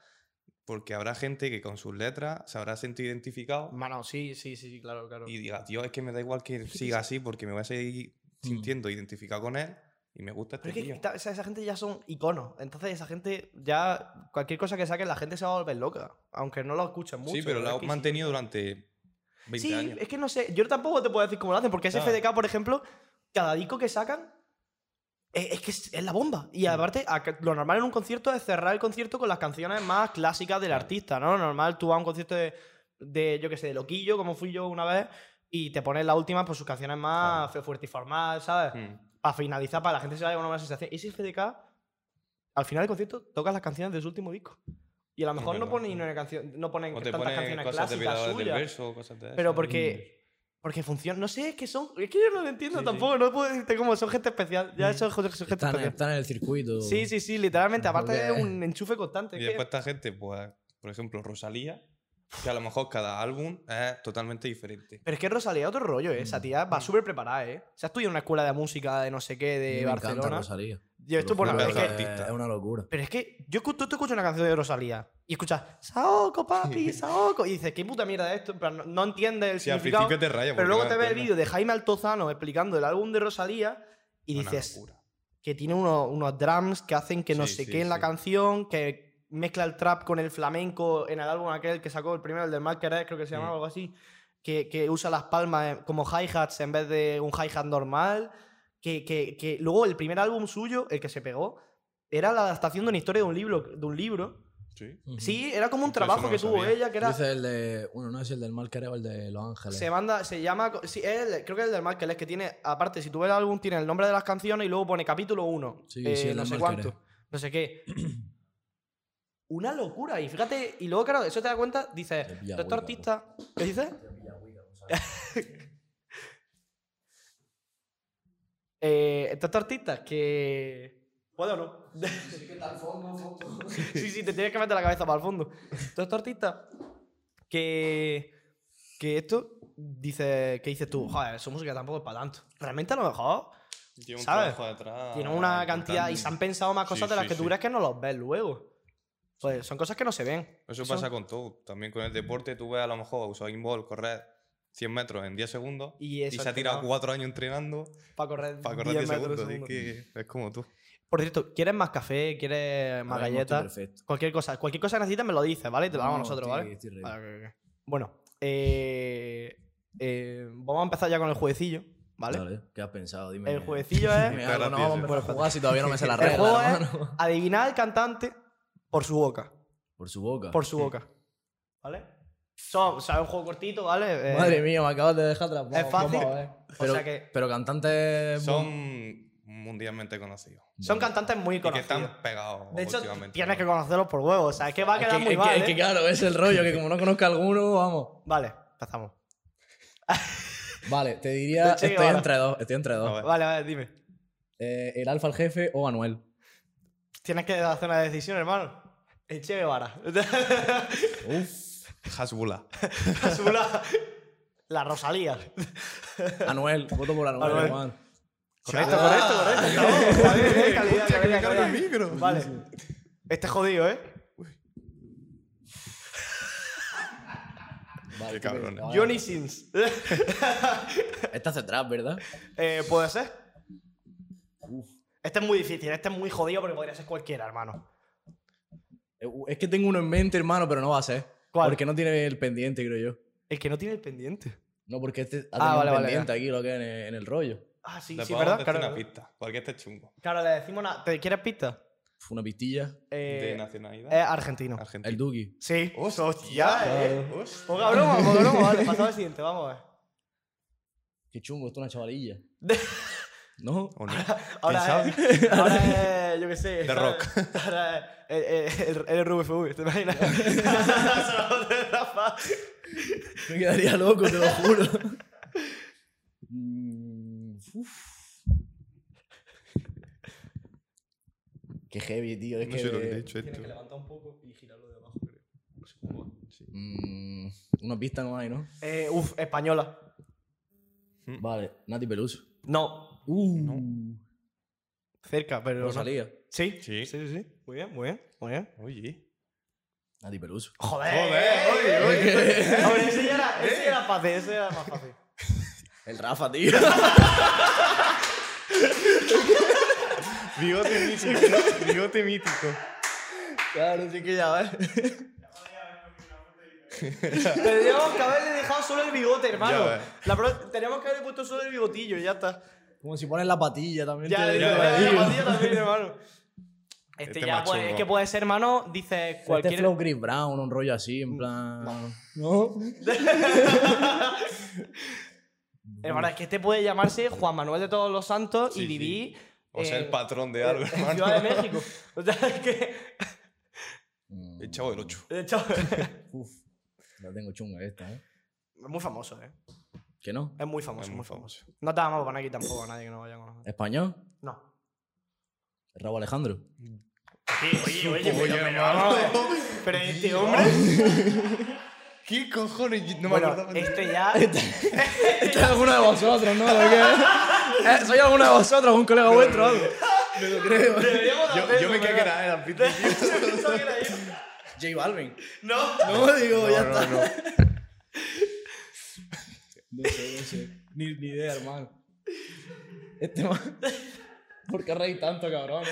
Speaker 3: porque habrá gente que con sus letras se habrá sentido identificado
Speaker 1: Mano, sí, sí, sí, sí, claro, claro.
Speaker 3: y diga, tío, es que me da igual que siga así porque me voy a seguir
Speaker 2: Mm.
Speaker 3: sintiendo identificado con él y me gusta este
Speaker 1: Pero es que
Speaker 3: tío.
Speaker 1: esta- esa, esa gente ya son iconos. Entonces, esa gente ya. Cualquier cosa que saquen, la gente se va a volver loca. Aunque no lo escuchen mucho.
Speaker 3: sí, pero
Speaker 1: es
Speaker 3: la has
Speaker 1: que
Speaker 3: mantenido durante 20
Speaker 1: sí,
Speaker 3: años.
Speaker 1: es que no sé. Yo tampoco te puedo decir cómo lo hacen, porque ese
Speaker 3: Claro.
Speaker 1: FDK, por ejemplo, cada disco que sacan eh, es, es que es, es la bomba. Y aparte, ac- lo normal en un concierto es cerrar el concierto con las canciones más clásicas del artista, ¿no? Normal, tú vas a un concierto de, de, yo qué sé, de Loquillo, como fui yo una vez, y te pones la última por sus canciones más fe- fuerte y formal, ¿sabes?
Speaker 3: Mm.
Speaker 1: Para finalizar, para la gente se vaya con una buena sensación. Ese FDK, al final del concierto, tocas las canciones de su último disco. Y a lo mejor no
Speaker 3: verdad,
Speaker 1: ponen,
Speaker 3: sí.
Speaker 1: ni una canción, no ponen
Speaker 3: O te
Speaker 1: tantas
Speaker 3: ponen
Speaker 1: canciones
Speaker 3: cosas de
Speaker 1: clásicas
Speaker 3: Violadores del
Speaker 1: suyas.
Speaker 3: verso, cosas de esas.
Speaker 1: Pero porque. Porque funciona. No sé, es que son. Es que yo no lo entiendo
Speaker 3: Sí, Mm. sí.
Speaker 1: tampoco. No puedo decirte cómo son gente especial. Ya eso es gente gente
Speaker 2: Están,
Speaker 1: especial.
Speaker 2: están en el circuito.
Speaker 1: Sí, sí, sí, literalmente. Aparte
Speaker 2: Porque-
Speaker 1: es un enchufe constante.
Speaker 3: Y
Speaker 1: es que-
Speaker 3: después esta gente, pues, por ejemplo, Rosalía, que a lo mejor cada álbum es totalmente diferente.
Speaker 1: Pero es que Rosalía es otro rollo, ¿eh?
Speaker 3: Mm.
Speaker 1: Esa tía va súper preparada, ¿eh? Se ha estudiado en una escuela de música de no sé qué,
Speaker 2: A mí
Speaker 1: de
Speaker 2: me encanta
Speaker 1: Barcelona.
Speaker 2: Rosalía.
Speaker 1: Yo esto,
Speaker 2: Te lo
Speaker 1: bueno,
Speaker 2: juro,
Speaker 1: es
Speaker 3: Rosalía.
Speaker 1: que,
Speaker 2: es,
Speaker 3: artista.
Speaker 2: es una locura.
Speaker 1: pero es que yo escu- tú, tú escuchas una canción de Rosalía y escuchas Saoko, papi, Saoko. Y dices, ¿qué puta mierda es esto? En plan, no, no entiendes el
Speaker 3: Sí, al
Speaker 1: significado.
Speaker 3: principio te raya.
Speaker 1: pero
Speaker 3: porque
Speaker 1: luego
Speaker 3: no
Speaker 1: te ves el
Speaker 3: entiendes.
Speaker 1: vídeo de Jaime Altozano explicando el álbum de Rosalía y
Speaker 3: Una
Speaker 1: dices,
Speaker 3: locura.
Speaker 1: que tiene uno- unos drums que hacen que no
Speaker 3: Sí,
Speaker 1: sé
Speaker 3: sí,
Speaker 1: qué en la
Speaker 3: sí.
Speaker 1: canción, que mezcla el trap con el flamenco en el álbum aquel que sacó el primero, el del Mal Querer, creo que se llamaba
Speaker 3: Mm.
Speaker 1: algo así, que, que usa las palmas eh, como hi-hats en vez de un hi-hat normal, que, que- que luego el primer álbum suyo, el que se pegó, era la adaptación de una historia de un libro. De un libro.
Speaker 3: Sí.
Speaker 2: Ujú.
Speaker 1: Sí, era como un
Speaker 3: Yo eso
Speaker 1: trabajo
Speaker 3: no lo
Speaker 1: que tuvo
Speaker 3: sabía.
Speaker 1: ella, que era...
Speaker 2: Dice el de. Bueno, no es el del mal que era o el de Los Ángeles.
Speaker 1: Se manda, se llama, sí, es el- creo que es el del Mal Querer, que tiene, aparte, si tú ves el álbum, tiene el nombre de las canciones y luego pone capítulo 1,
Speaker 2: Sí, sí, el
Speaker 1: no
Speaker 2: del
Speaker 1: sé
Speaker 2: Mal
Speaker 1: cuánto,
Speaker 2: Querer.
Speaker 1: no sé qué. Una locura, y fíjate, y luego, claro, eso te das cuenta, dices,
Speaker 2: Te pilla
Speaker 1: "Tú, este
Speaker 2: huica,
Speaker 1: artista, ¿qué dices? eh, estos artistas que. ¿Puedo o no? sí, sí, te tienes que meter la cabeza para el fondo. Todos estos artistas que. Que esto dice. Que dices tú, joder, su música tampoco es para tanto. Realmente a lo mejor
Speaker 3: Tiene un
Speaker 1: ¿Sabes?
Speaker 3: trabajo detrás.
Speaker 1: tienen una cantidad y se han
Speaker 3: importante.
Speaker 1: pensado más cosas
Speaker 3: Ah, Sí,
Speaker 1: de las
Speaker 3: sí,
Speaker 1: que tú
Speaker 3: sí.
Speaker 1: crees que no los ves luego. Pues son cosas que no se ven.
Speaker 3: Eso pasa con todo. También con el deporte, tú ves a lo mejor a Usain Bolt correr 100 metros en 10 segundos y,
Speaker 1: Y, eso
Speaker 3: se ha tirado 4 años entrenando
Speaker 1: para correr,
Speaker 3: para correr 10
Speaker 1: metros
Speaker 3: segundos.
Speaker 1: al segundo.
Speaker 3: Es, que es como tú.
Speaker 1: Por cierto, ¿quieres más café? ¿Quieres más
Speaker 2: Ahora mismo estoy
Speaker 1: galletas?
Speaker 2: Perfecto.
Speaker 1: Cualquier cosa. Cualquier cosa que necesites me lo dices, ¿vale? Y te lo damos
Speaker 2: No,
Speaker 1: nosotros,
Speaker 2: estoy-
Speaker 1: ¿vale?
Speaker 2: estoy ready.
Speaker 1: Vale, ok, ok. Bueno, eh, eh, vamos a empezar ya con el jueguecillo, ¿vale?
Speaker 2: Dale, ¿Qué has pensado? Dime.
Speaker 1: El jueguecillo es
Speaker 2: Dime algo, no
Speaker 3: Gracias.
Speaker 2: vamos por el jugar si todavía no me sé la
Speaker 1: El juego
Speaker 2: regla,
Speaker 1: es-
Speaker 2: hermano.
Speaker 1: adivinar al cantante por su boca.
Speaker 2: Por su boca.
Speaker 1: Por su boca. ¿Vale? So, o sea, es un juego cortito, ¿vale? Eh,
Speaker 2: Madre mía, me acabas de dejar atrapado.
Speaker 1: es fácil.
Speaker 2: vamos a ver. Pero,
Speaker 1: sea que-
Speaker 2: pero cantantes.
Speaker 3: Son mundialmente conocidos.
Speaker 1: Son cantantes muy
Speaker 3: Y que
Speaker 1: conocidos.
Speaker 3: están pegados.
Speaker 1: De hecho,
Speaker 3: últimamente,
Speaker 1: tienes
Speaker 3: ¿no?
Speaker 1: que conocerlos por huevos. O sea, es que va a
Speaker 2: Es
Speaker 1: quedar
Speaker 2: que-
Speaker 1: muy
Speaker 2: es
Speaker 1: mal.
Speaker 2: que- es que
Speaker 1: ¿eh?
Speaker 2: claro, es el rollo que como no conozca alguno, vamos.
Speaker 1: Vale, empezamos.
Speaker 2: Vale, te diría.
Speaker 1: Che
Speaker 2: Estoy
Speaker 1: Guevara.
Speaker 2: entre dos. Estoy entre
Speaker 3: A
Speaker 2: dos.
Speaker 3: ver.
Speaker 1: Vale, vale, dime.
Speaker 2: Eh, el alfa, el jefe o Anuel.
Speaker 1: Tienes que hacer una decisión, hermano. El Che Guevara.
Speaker 2: Uf.
Speaker 3: Hasbula.
Speaker 1: Azula. La Rosalía.
Speaker 2: Anuel, voto por Anuel,
Speaker 1: Anuel.
Speaker 2: hermano.
Speaker 1: Correcto, correcto, correcto. cabrón. Joder, eh, calidad, calidad, calidad. Vale. Este es jodido, ¿eh?
Speaker 2: Vale,
Speaker 3: Qué
Speaker 2: tú me-
Speaker 3: cabrones.
Speaker 2: vale.
Speaker 1: Johnny Sins.
Speaker 2: Esta hace trap, ¿verdad?
Speaker 1: Eh, ¿Puede ser?
Speaker 2: Uf.
Speaker 1: Este es muy difícil, este es muy jodido porque podría ser cualquiera, hermano.
Speaker 2: Eh, Es que tengo uno en mente, hermano, pero no va a ser.
Speaker 1: ¿Cuál?
Speaker 2: Porque no tiene el pendiente, creo yo.
Speaker 1: El que no tiene el pendiente.
Speaker 2: No, porque este ha tenido
Speaker 1: Ah, vale,
Speaker 2: un
Speaker 1: vale,
Speaker 2: pendiente aquí, lo que en el, en el rollo.
Speaker 1: Ah, sí,
Speaker 3: Le
Speaker 1: sí,
Speaker 3: podemos
Speaker 1: ¿verdad?
Speaker 3: decir
Speaker 1: Claro,
Speaker 3: una pista, porque este es chungo.
Speaker 1: Claro, le decimos una. ¿Te quieres pista?
Speaker 2: Fue una pistilla.
Speaker 1: Eh,
Speaker 3: de nacionalidad.
Speaker 1: es argentino.
Speaker 3: Argentina.
Speaker 2: El Duki.
Speaker 1: Sí.
Speaker 3: ¡Hostia!
Speaker 1: eh.
Speaker 3: Hostia.
Speaker 1: Poca broma, poca broma. Vale, pasamos al siguiente, vamos a ver.
Speaker 2: Qué chungo, esto es una chavalilla. No.
Speaker 3: ¿O no?
Speaker 1: Ahora
Speaker 3: ¿Quién sabe?
Speaker 1: es, ahora es, yo qué sé.
Speaker 3: The
Speaker 1: ¿sabes?
Speaker 3: Rock.
Speaker 1: Ahora es el, el, el, el RVFV, ¿te imaginas? Solo de Rafa.
Speaker 2: Me quedaría loco, te lo juro. Mm, uf. Qué heavy, tío. Es
Speaker 3: No
Speaker 2: que
Speaker 3: sé lo que
Speaker 2: de-
Speaker 3: te he dicho esto.
Speaker 1: levantar un poco y girarlo de abajo, creo.
Speaker 3: supongo.
Speaker 2: Mm, una pista no hay, ¿no?
Speaker 1: Eh, uf, española.
Speaker 2: Vale, Nati Peluso.
Speaker 1: No,
Speaker 2: Uh,
Speaker 1: cerca, pero. no.
Speaker 2: Rosalía.
Speaker 1: ¿Sí?
Speaker 3: Sí.
Speaker 1: sí, sí, sí. Muy bien, muy bien, muy bien.
Speaker 3: Oye.
Speaker 2: Nati Peluso.
Speaker 1: Joder,
Speaker 3: Joder, oye, oye.
Speaker 1: Hombre, ese ya era, ese ya era fácil, ese era más fácil.
Speaker 2: El Rafa, tío.
Speaker 3: Bigote mítico. Bigote mítico.
Speaker 2: claro, sí que ya ves.
Speaker 1: Tendríamos que haberle dejado solo el bigote, hermano.
Speaker 3: Ya ves.
Speaker 1: La pro- Teníamos que haberle puesto solo el bigotillo, y ya está.
Speaker 2: Como si pones la patilla también.
Speaker 1: Ya,
Speaker 2: te-
Speaker 1: digo,
Speaker 2: te
Speaker 1: la
Speaker 2: digo.
Speaker 1: zapatilla también, hermano. Este,
Speaker 3: Este
Speaker 1: ya,
Speaker 3: macho,
Speaker 1: pues, es
Speaker 3: bro.
Speaker 1: que puede ser, hermano, dice
Speaker 2: Este
Speaker 1: cualquier...
Speaker 2: flow Chris Brown, un rollo así, en plan... No.
Speaker 1: Es verdad, es que este puede llamarse Juan Manuel de Todos los Santos
Speaker 3: Sí,
Speaker 1: y
Speaker 3: sí.
Speaker 1: vivir
Speaker 3: O sea,
Speaker 1: Eh,
Speaker 3: el patrón de
Speaker 1: en-
Speaker 3: algo,
Speaker 1: en Ciudad
Speaker 3: hermano.
Speaker 1: de México. O sea, es que...
Speaker 2: Mm,
Speaker 3: El chavo del 8.
Speaker 1: De hecho,
Speaker 2: Uf, la tengo chunga esta, ¿eh?
Speaker 1: es muy famoso, ¿eh?
Speaker 2: ¿Que no?
Speaker 1: Es muy famoso,
Speaker 3: Es
Speaker 1: muy,
Speaker 3: muy
Speaker 1: famoso. No te vamos a poner aquí tampoco a nadie que no vaya con nosotros.
Speaker 2: ¿Español?
Speaker 1: No.
Speaker 2: Raúl Alejandro.
Speaker 1: Oye, oye,
Speaker 3: Oye,
Speaker 1: pero,
Speaker 3: hermano.
Speaker 1: pero este hombre...
Speaker 3: ¿Qué cojones? No me
Speaker 1: Bueno,
Speaker 3: acordaba.
Speaker 1: este ya...
Speaker 2: Este es alguno de vosotros, ¿no? ¿De qué? Eh, soy alguno de vosotros, un colega vuestro. algo.
Speaker 3: Me lo creo.
Speaker 1: Deberíamos de
Speaker 3: Yo, yo
Speaker 1: hacerlo,
Speaker 3: me creía que
Speaker 1: ¿verdad?
Speaker 3: era el anfitrión.
Speaker 1: Pensaba que era yo.
Speaker 2: J Balvin.
Speaker 1: No.
Speaker 2: No, digo, ya
Speaker 3: No,
Speaker 2: está.
Speaker 3: no, no.
Speaker 2: No sé, no sé. Ni, ni idea, hermano. Este man... ¿Por qué reís tanto, cabrón?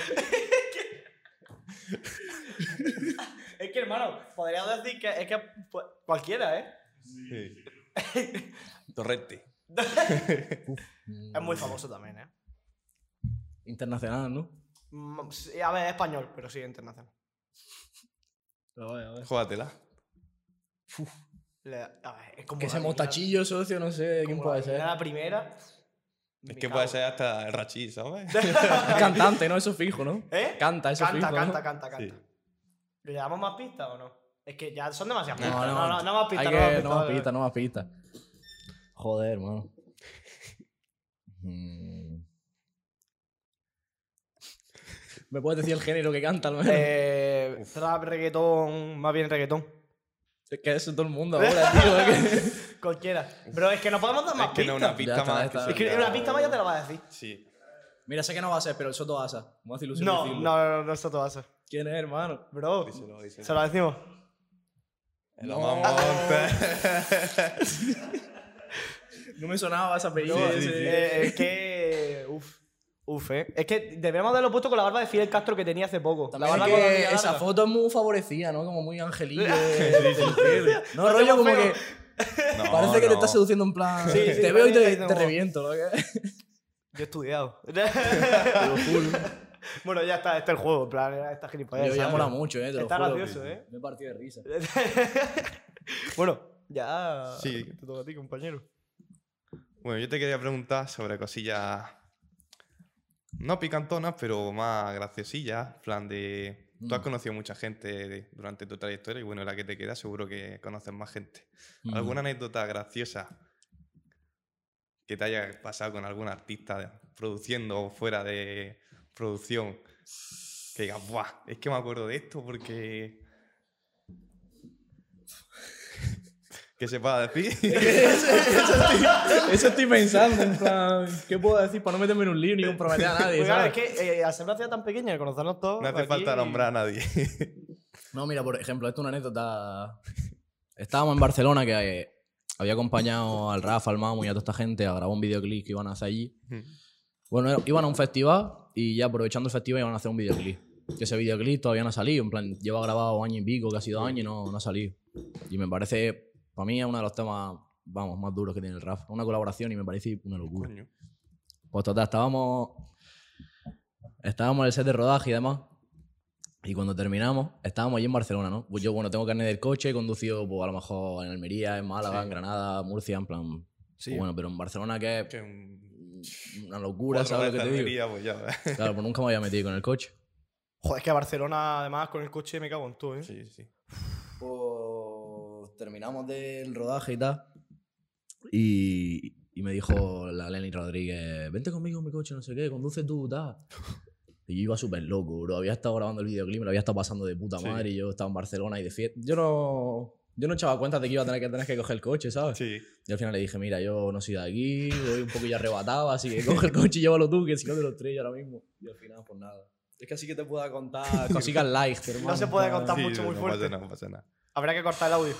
Speaker 1: Es que, hermano, podría decir que es que pues, cualquiera, ¿eh?
Speaker 3: Sí. Torrente.
Speaker 1: Es muy famoso también, ¿eh?
Speaker 2: Internacional, ¿no?
Speaker 1: Mm, sí, A ver, es español, pero sí, internacional.
Speaker 3: Jódatela.
Speaker 1: Le- a ver, es como
Speaker 2: Que
Speaker 1: la
Speaker 2: ese
Speaker 1: primera-
Speaker 2: mostachillo, socio, no sé quién
Speaker 1: como
Speaker 2: puede
Speaker 1: la primera,
Speaker 2: ser.
Speaker 1: La primera.
Speaker 3: Es
Speaker 1: me
Speaker 3: que
Speaker 1: cago.
Speaker 3: puede ser hasta el rachí, ¿sabes?
Speaker 2: Es cantante, ¿no? Eso fijo, ¿no?
Speaker 1: ¿Eh?
Speaker 2: Canta, eso
Speaker 1: Canta,
Speaker 2: fijo.
Speaker 1: canta, canta, canta.
Speaker 3: Sí.
Speaker 1: ¿Le damos más pistas o no? Es que ya son demasiadas
Speaker 2: No,
Speaker 1: pistas. No, no, no, más pistas.
Speaker 2: Hay
Speaker 1: no más
Speaker 2: que,
Speaker 1: pistas,
Speaker 2: no más
Speaker 1: vale,
Speaker 2: pistas,
Speaker 1: vale.
Speaker 2: no más pistas. Joder, hermano. Mm. ¿Me puedes decir el género que canta al menos?
Speaker 1: Eh, trap, reggaetón, más bien reggaetón.
Speaker 2: Es que eso es todo el mundo ahora, tío. es que-
Speaker 1: Cualquiera. Pero es que no podemos dar más
Speaker 3: Es que no
Speaker 1: pistas.
Speaker 3: una pista
Speaker 2: Ya está,
Speaker 3: más.
Speaker 2: ya está.
Speaker 3: que
Speaker 1: Es que
Speaker 3: sea-
Speaker 1: una pista más ya te la va a decir.
Speaker 3: Sí.
Speaker 2: Mira, sé que no va a ser, pero el Soto Asa. Me hace ilusión
Speaker 1: No, no,
Speaker 2: decirlo.
Speaker 1: no, no, no, esto te va a hacer.
Speaker 2: ¿Quién es, hermano?
Speaker 1: Bro,
Speaker 3: Díselo, díselo.
Speaker 1: se lo decimos.
Speaker 3: El
Speaker 1: Oh.
Speaker 2: No.
Speaker 3: Amamonte.
Speaker 2: No me sonaba esa apellido.
Speaker 1: No,
Speaker 2: ese-
Speaker 1: eh, es que. Uf. Uf, eh. Es que debemos haberlo puesto con la barba de Fidel Castro que tenía hace poco. La
Speaker 2: También
Speaker 1: barba
Speaker 2: es
Speaker 1: con la
Speaker 2: que
Speaker 1: manga
Speaker 2: esa
Speaker 1: larga.
Speaker 2: foto es muy favorecida, ¿no? Como muy angelillo. no,
Speaker 1: Lo
Speaker 2: rollo
Speaker 1: tengo
Speaker 2: como
Speaker 1: feo.
Speaker 2: que
Speaker 3: No,
Speaker 2: parece que te
Speaker 3: no.
Speaker 2: está seduciendo en plan.
Speaker 1: Sí, sí,
Speaker 2: te veo y te,
Speaker 1: parece
Speaker 2: te
Speaker 1: como-
Speaker 2: reviento, ¿no? Te
Speaker 1: Yo he estudiado.
Speaker 2: lo juro.
Speaker 1: bueno, ya está, este es el juego, en plan, era esta gilipollas.
Speaker 2: Yo ya
Speaker 1: ¿sabes?
Speaker 2: mola mucho, ¿eh? Te lo
Speaker 1: Está
Speaker 2: juro.
Speaker 1: gracioso, ¿eh?
Speaker 2: Me he partido de risa.
Speaker 1: bueno, ya.
Speaker 3: Sí.
Speaker 1: Te toca a ti, compañero.
Speaker 3: Bueno, yo te quería preguntar sobre cosillas. No picantonas, pero más graciosillas. en Plan de. Tú has
Speaker 2: Mm.
Speaker 3: conocido mucha gente de- durante tu trayectoria y bueno, la que te queda, seguro que conoces más gente.
Speaker 2: Mm.
Speaker 3: ¿Alguna anécdota graciosa que te haya pasado con algún artista de- produciendo o fuera de producción? Que digas, ¡buah! Es que me acuerdo de esto porque. que se pueda
Speaker 2: Mm.
Speaker 3: decir.
Speaker 2: eso, eso estoy, eso estoy pensando, en plan. ¿Qué puedo decir para no meterme en un lío ni comprometer a nadie?
Speaker 1: Pues claro, es
Speaker 2: ¿sabes?
Speaker 1: que eh, al ser una ciudad tan pequeña y conocernos todos.
Speaker 3: No hace
Speaker 1: aquí-
Speaker 3: falta nombrar a nadie.
Speaker 2: No, mira, por ejemplo, esto es una anécdota. Estábamos en Barcelona que eh, había acompañado al Rafa, al Mamu y a toda esta gente a grabar un videoclip que iban a hacer allí. Bueno, era- iban a un festival y ya aprovechando el festival iban a hacer un videoclip. Que ese videoclip todavía no ha salido, en plan, lleva grabado año y pico, casi dos años y no, no ha salido. Y me parece, para mí es uno de los temas, vamos, más duros que tiene el Rafa. Una colaboración y me parece una locura.
Speaker 3: Coño.
Speaker 2: Pues total, estábamos. Estábamos en el set de rodaje y demás. Y cuando terminamos, estábamos allí en Barcelona, ¿no? Pues yo, bueno, tengo carnet del coche, he conducido, pues a lo mejor en Almería, en Málaga, en Granada, Murcia, en plan. pues, bueno, pero en Barcelona que
Speaker 3: Que un-
Speaker 2: es una locura,
Speaker 3: cuatro
Speaker 2: ¿sabes lo que te
Speaker 3: veces
Speaker 2: digo?
Speaker 3: diría, pues ya ves.
Speaker 2: Claro, pues nunca me había metido con el coche.
Speaker 1: Joder, es que a Barcelona, además, con el coche me cago en todo, ¿eh?
Speaker 3: Sí, sí.
Speaker 2: Pues terminamos del rodaje y tal. Y, y me dijo la Lenny Rodríguez, vente conmigo en mi coche, no sé qué, conduce tú, tal. Y yo iba súper loco, bro. Había estado grabando el videoclip, me lo había estado pasando de puta
Speaker 3: Sí.
Speaker 2: madre. Y yo estaba en Barcelona y de fiesta. Yo no. Yo no echaba cuenta de que iba a tener que, tener que coger el coche, ¿sabes?
Speaker 3: Sí.
Speaker 2: Y al final le dije, mira, yo no soy de aquí, voy un poquillo arrebatado, así que coge el coche y llévalo tú, que si no te lo estrello ahora mismo. Y al final, pues nada. Es que así que te pueda contar cositas light, hermano.
Speaker 1: se puede contar. Está
Speaker 3: Sí,
Speaker 1: mucho, muy
Speaker 3: no
Speaker 1: fuerte.
Speaker 3: Pasa nada, no pasa nada.
Speaker 1: Habrá que cortar el audio.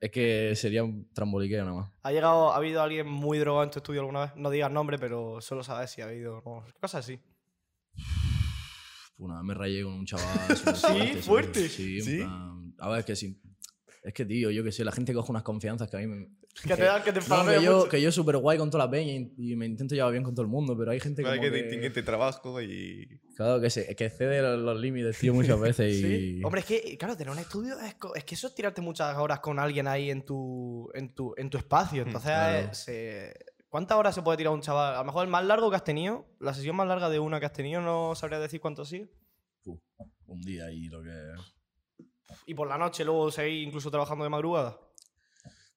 Speaker 2: Es que sería un tramboliqueo nada más.
Speaker 1: ¿Ha llegado, ha habido alguien muy drogado en tu estudio alguna vez? No digas nombre, pero solo sabes si ha habido o no. Cosas así.
Speaker 2: Pf, Una vez Pues me rayé con un chaval. súper
Speaker 1: Sí,
Speaker 2: sí,
Speaker 1: fuerte.
Speaker 2: Sí, en
Speaker 3: Sí.
Speaker 2: plan, A ver, es que sí. Es que, tío, yo qué sé, la gente coge unas confianzas que a mí me.
Speaker 1: Que te dan, que te
Speaker 2: No,
Speaker 1: paranoia
Speaker 2: que, yo,
Speaker 1: mucho.
Speaker 2: que yo súper guay con toda la peña y, y me intento llevar bien con todo el mundo, pero hay gente
Speaker 3: Pero hay
Speaker 2: como
Speaker 3: que distinguir entre trabajo y.
Speaker 2: Claro que se, que cede los, los límites, tío, muchas veces. Y...
Speaker 1: Sí. Hombre, es que, claro, tener un estudio es, co- es que eso es tirarte muchas horas con alguien ahí en tu, en tu, en tu espacio.
Speaker 3: Mm,
Speaker 1: Entonces,
Speaker 2: claro.
Speaker 1: eh, se- ¿cuántas horas se puede tirar un chaval? A lo mejor el más largo que has tenido, la sesión más larga de una que has tenido, no sabría decir cuánto ha sido.
Speaker 2: Un día y lo que.
Speaker 1: Y por la noche luego seguís incluso trabajando de madrugada.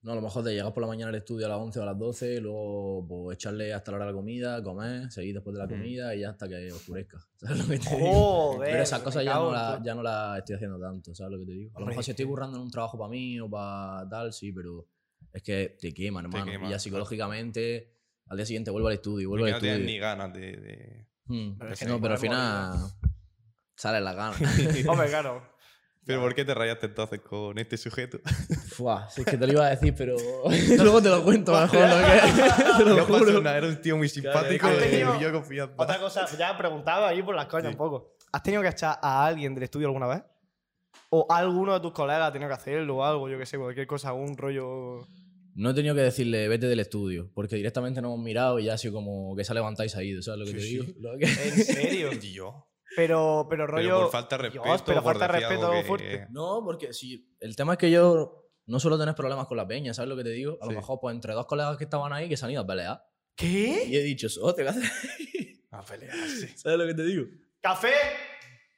Speaker 2: No, a lo mejor de llegar por la mañana al estudio a las 11 o a las 12, y luego pues, echarle hasta la hora de la comida, comer, seguir después de la
Speaker 3: Mm.
Speaker 2: comida y ya hasta que oscurezca. ¿Sabes lo que te digo?
Speaker 1: Joder,
Speaker 2: Pero esas
Speaker 1: me
Speaker 2: cosas ya
Speaker 1: cago
Speaker 2: no,
Speaker 1: en
Speaker 2: la-
Speaker 1: todo.
Speaker 2: ya no las estoy haciendo tanto, ¿sabes lo que te digo? A lo
Speaker 1: Hombre,
Speaker 2: mejor
Speaker 1: es
Speaker 2: si estoy
Speaker 1: que-
Speaker 2: burrando en un trabajo para mí o para tal, sí, pero es que te queman, hermano.
Speaker 3: quema,
Speaker 2: y ya
Speaker 3: claro.
Speaker 2: psicológicamente, al día siguiente vuelvo al estudio, vuelvo
Speaker 3: Porque
Speaker 2: al
Speaker 3: no tienes
Speaker 2: estudio.
Speaker 3: ni ganas de. de-
Speaker 2: Hmm,
Speaker 1: Pero es
Speaker 3: que
Speaker 2: no,
Speaker 3: te
Speaker 2: pero al
Speaker 1: queman
Speaker 2: final sale la gana.
Speaker 1: Hombre, claro.
Speaker 3: Pero ¿por qué te rayaste entonces con este sujeto?
Speaker 2: Fuah, si es que te lo iba a decir, pero luego te lo cuento mejor. Lo que... te lo
Speaker 3: No pasó
Speaker 2: juro.
Speaker 3: nada, era un tío muy simpático
Speaker 1: Has
Speaker 3: y
Speaker 1: tenido-
Speaker 3: yo confianza.
Speaker 1: Otra cosa, ya preguntaba ahí por las coñas
Speaker 3: Sí.
Speaker 1: un poco. ¿Has tenido que echar a alguien del estudio alguna vez? ¿O alguno de tus colegas ha tenido que hacerlo o algo? Yo qué sé, cualquier cosa, un rollo.
Speaker 2: No he tenido que decirle vete del estudio, porque directamente nos hemos mirado y ya ha sido como que se ha levantado y se ha ido, ¿sabes lo que
Speaker 3: Sí,
Speaker 2: te
Speaker 3: sí.
Speaker 2: digo? Lo que-
Speaker 1: ¿En serio?
Speaker 3: Y yo.
Speaker 1: Pero, pero rollo.
Speaker 3: Pero por falta de respeto.
Speaker 1: Dios, pero
Speaker 3: por
Speaker 1: falta de
Speaker 3: decir algo
Speaker 1: respeto
Speaker 3: que-
Speaker 1: fuerte.
Speaker 2: No, porque si el tema es que yo no suelo tener problemas con la peña, ¿sabes lo que te digo? A
Speaker 3: Sí.
Speaker 2: lo mejor pues entre dos colegas que estaban ahí que se han ido a pelear.
Speaker 1: ¿Qué?
Speaker 2: Y he dicho, "So, te vas a-".
Speaker 3: A pelearse.
Speaker 2: ¿sabes lo que te digo?
Speaker 1: ¡Café!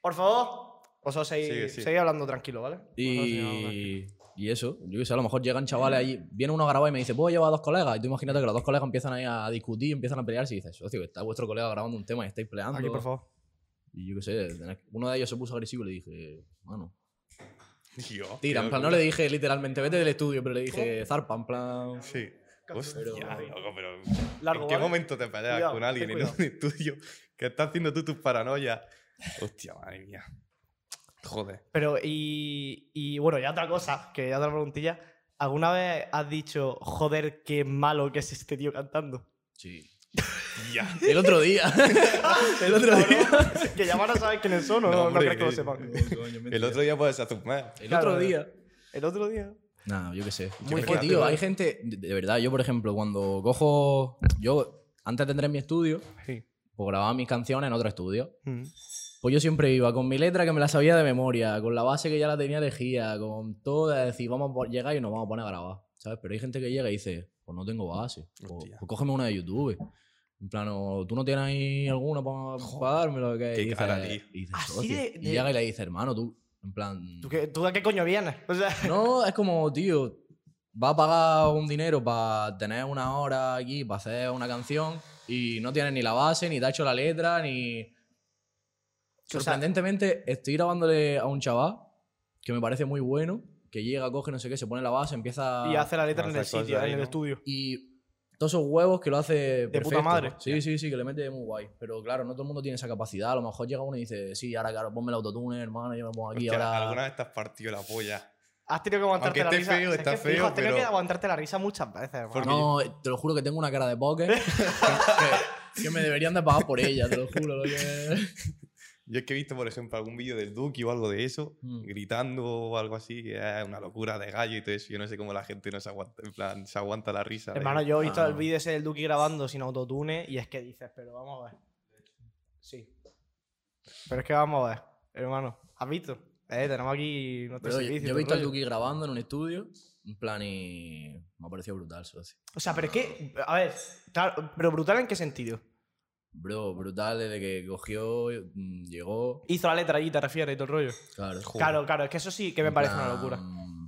Speaker 1: Por favor. Vosotros seguís,
Speaker 3: Sigue, sigue.
Speaker 1: seguís hablando tranquilo, ¿vale? Vosotros seguís hablando tranquilo.
Speaker 2: Y, y eso, yo qué sé, a lo mejor llegan chavales ahí, viene uno a grabar y me dice, ¿puedo llevar a dos colegas? Y tú imagínate que los dos colegas empiezan ahí a discutir, empiezan a pelearse y dices, socio, que está vuestro colega grabando un tema y estáis peleando.
Speaker 1: Aquí, por favor.
Speaker 2: Y yo qué sé, tenés- uno de ellos se puso agresivo y le dije, mano,
Speaker 3: Y yo.
Speaker 2: tira,
Speaker 3: qué
Speaker 2: en plan, no
Speaker 3: locura.
Speaker 2: le dije literalmente, vete del estudio, pero le dije, zarpa, en plan.
Speaker 3: Sí. Hostia, loco, pero.
Speaker 1: Largo,
Speaker 3: ¿En qué
Speaker 1: ¿vale?
Speaker 3: momento te peleas
Speaker 1: Cuidado,
Speaker 3: con alguien
Speaker 1: ten
Speaker 3: en un estudio que está haciendo tú tus paranoias? Hostia, madre mía. Joder.
Speaker 1: Pero, y, y bueno, ya otra cosa, que ya otra preguntilla. ¿Alguna vez has dicho, joder, qué malo que es este tío cantando?
Speaker 2: Sí.
Speaker 3: Ya.
Speaker 2: El otro día. el otro día.
Speaker 1: que ya van a saber quiénes son, ¿o
Speaker 3: No,
Speaker 1: no, no
Speaker 3: hombre,
Speaker 1: crees que lo
Speaker 3: que-
Speaker 1: sepan.
Speaker 3: El otro día pues, puedes hacer más.
Speaker 2: El
Speaker 1: Claro,
Speaker 2: otro día.
Speaker 1: El otro día.
Speaker 2: Nah, yo qué sé.
Speaker 1: Muy
Speaker 2: es que,
Speaker 1: fuerte,
Speaker 2: tío,
Speaker 1: ¿vale?
Speaker 2: hay gente, de de verdad, yo por ejemplo, cuando cojo, yo antes de entrar en mi estudio,
Speaker 1: Sí.
Speaker 2: pues grababa mis canciones en otro estudio.
Speaker 1: Mm.
Speaker 2: Pues yo siempre iba con mi letra que me la sabía de memoria, con la base que ya la tenía elegida, con todo de decir, vamos a po- llegar y nos vamos a poner a grabar, ¿sabes? Pero hay gente que llega y dice, pues no tengo base, o,
Speaker 3: Hostia.
Speaker 2: pues cógeme una de YouTube. En plan, o tú no tienes ahí alguna para dármelo. ¿qué?
Speaker 3: Qué
Speaker 2: y dice,
Speaker 3: cara, tío.
Speaker 2: y dice,
Speaker 1: Así
Speaker 2: "Socio".
Speaker 1: de-
Speaker 2: Y
Speaker 1: de-
Speaker 2: llega y le dice, hermano, tú, en plan...
Speaker 1: ¿Tú, qué, tú a qué coño vienes? O sea,
Speaker 2: No, es como, tío, va a pagar un dinero para tener una hora aquí, para hacer una canción, y no tienes ni la base, ni te ha hecho la letra, ni...
Speaker 1: sea-
Speaker 2: Sorprendentemente, estoy grabándole a un chaval que me parece muy bueno, que llega, coge, no sé qué, se pone la base, empieza...
Speaker 1: y hace la letra
Speaker 3: hace
Speaker 1: en el
Speaker 3: cosas
Speaker 1: sitio, ¿eh?
Speaker 3: ahí,
Speaker 1: en el
Speaker 3: ¿no?
Speaker 1: estudio.
Speaker 2: Y todos esos huevos que lo hace De
Speaker 1: puta madre.
Speaker 2: Sí, sí, sí, que le mete muy guay. Pero claro, no todo el mundo tiene esa capacidad. A lo mejor llega uno y dice, sí, ahora claro, ponme el autotune, hermano, yo me pongo aquí,
Speaker 3: Hostia,
Speaker 2: ahora...
Speaker 3: Alguna vez te has partido la polla.
Speaker 1: Has tenido que aguantarte
Speaker 3: Aunque
Speaker 1: la
Speaker 3: esté
Speaker 1: risa.
Speaker 3: feo,
Speaker 1: O sea, es
Speaker 3: está
Speaker 1: que,
Speaker 3: feo,
Speaker 1: fijo, Has tenido que
Speaker 3: pero-
Speaker 1: aguantarte la risa muchas veces, hermano.
Speaker 3: Porque-
Speaker 2: No, eh, te lo juro que tengo una cara de poker que, que me deberían de pagar por ella, te lo juro. Lo que...
Speaker 3: Yo es que he visto, por ejemplo, algún vídeo del Duki o algo de eso,
Speaker 2: Mm.
Speaker 3: gritando o algo así, que es una locura de gallo y todo eso. Yo no sé cómo la gente no se aguanta, en plan, se aguanta la risa. de-
Speaker 1: Hermano, yo he visto
Speaker 2: Ah.
Speaker 1: el vídeo ese del Duki grabando sin autotune y es que dices, pero vamos a ver. Sí. Pero es que vamos a ver, hermano. ¿Has visto? Eh, tenemos aquí nuestro
Speaker 2: Pero yo,
Speaker 1: servicio.
Speaker 2: yo he
Speaker 1: todo
Speaker 2: visto al
Speaker 1: rollo.
Speaker 2: Duki grabando en un estudio, en plan y me ha parecido brutal. socio.
Speaker 1: O sea, pero es que, a ver, claro, pero brutal en qué sentido.
Speaker 2: Bro, brutal, desde que cogió, mm, llegó.
Speaker 1: Hizo la letra allí, te refieres, y todo el rollo.
Speaker 2: Claro.
Speaker 3: Joder.
Speaker 1: Claro, claro, es que eso sí que me
Speaker 2: En
Speaker 1: parece una
Speaker 2: plan,
Speaker 1: locura.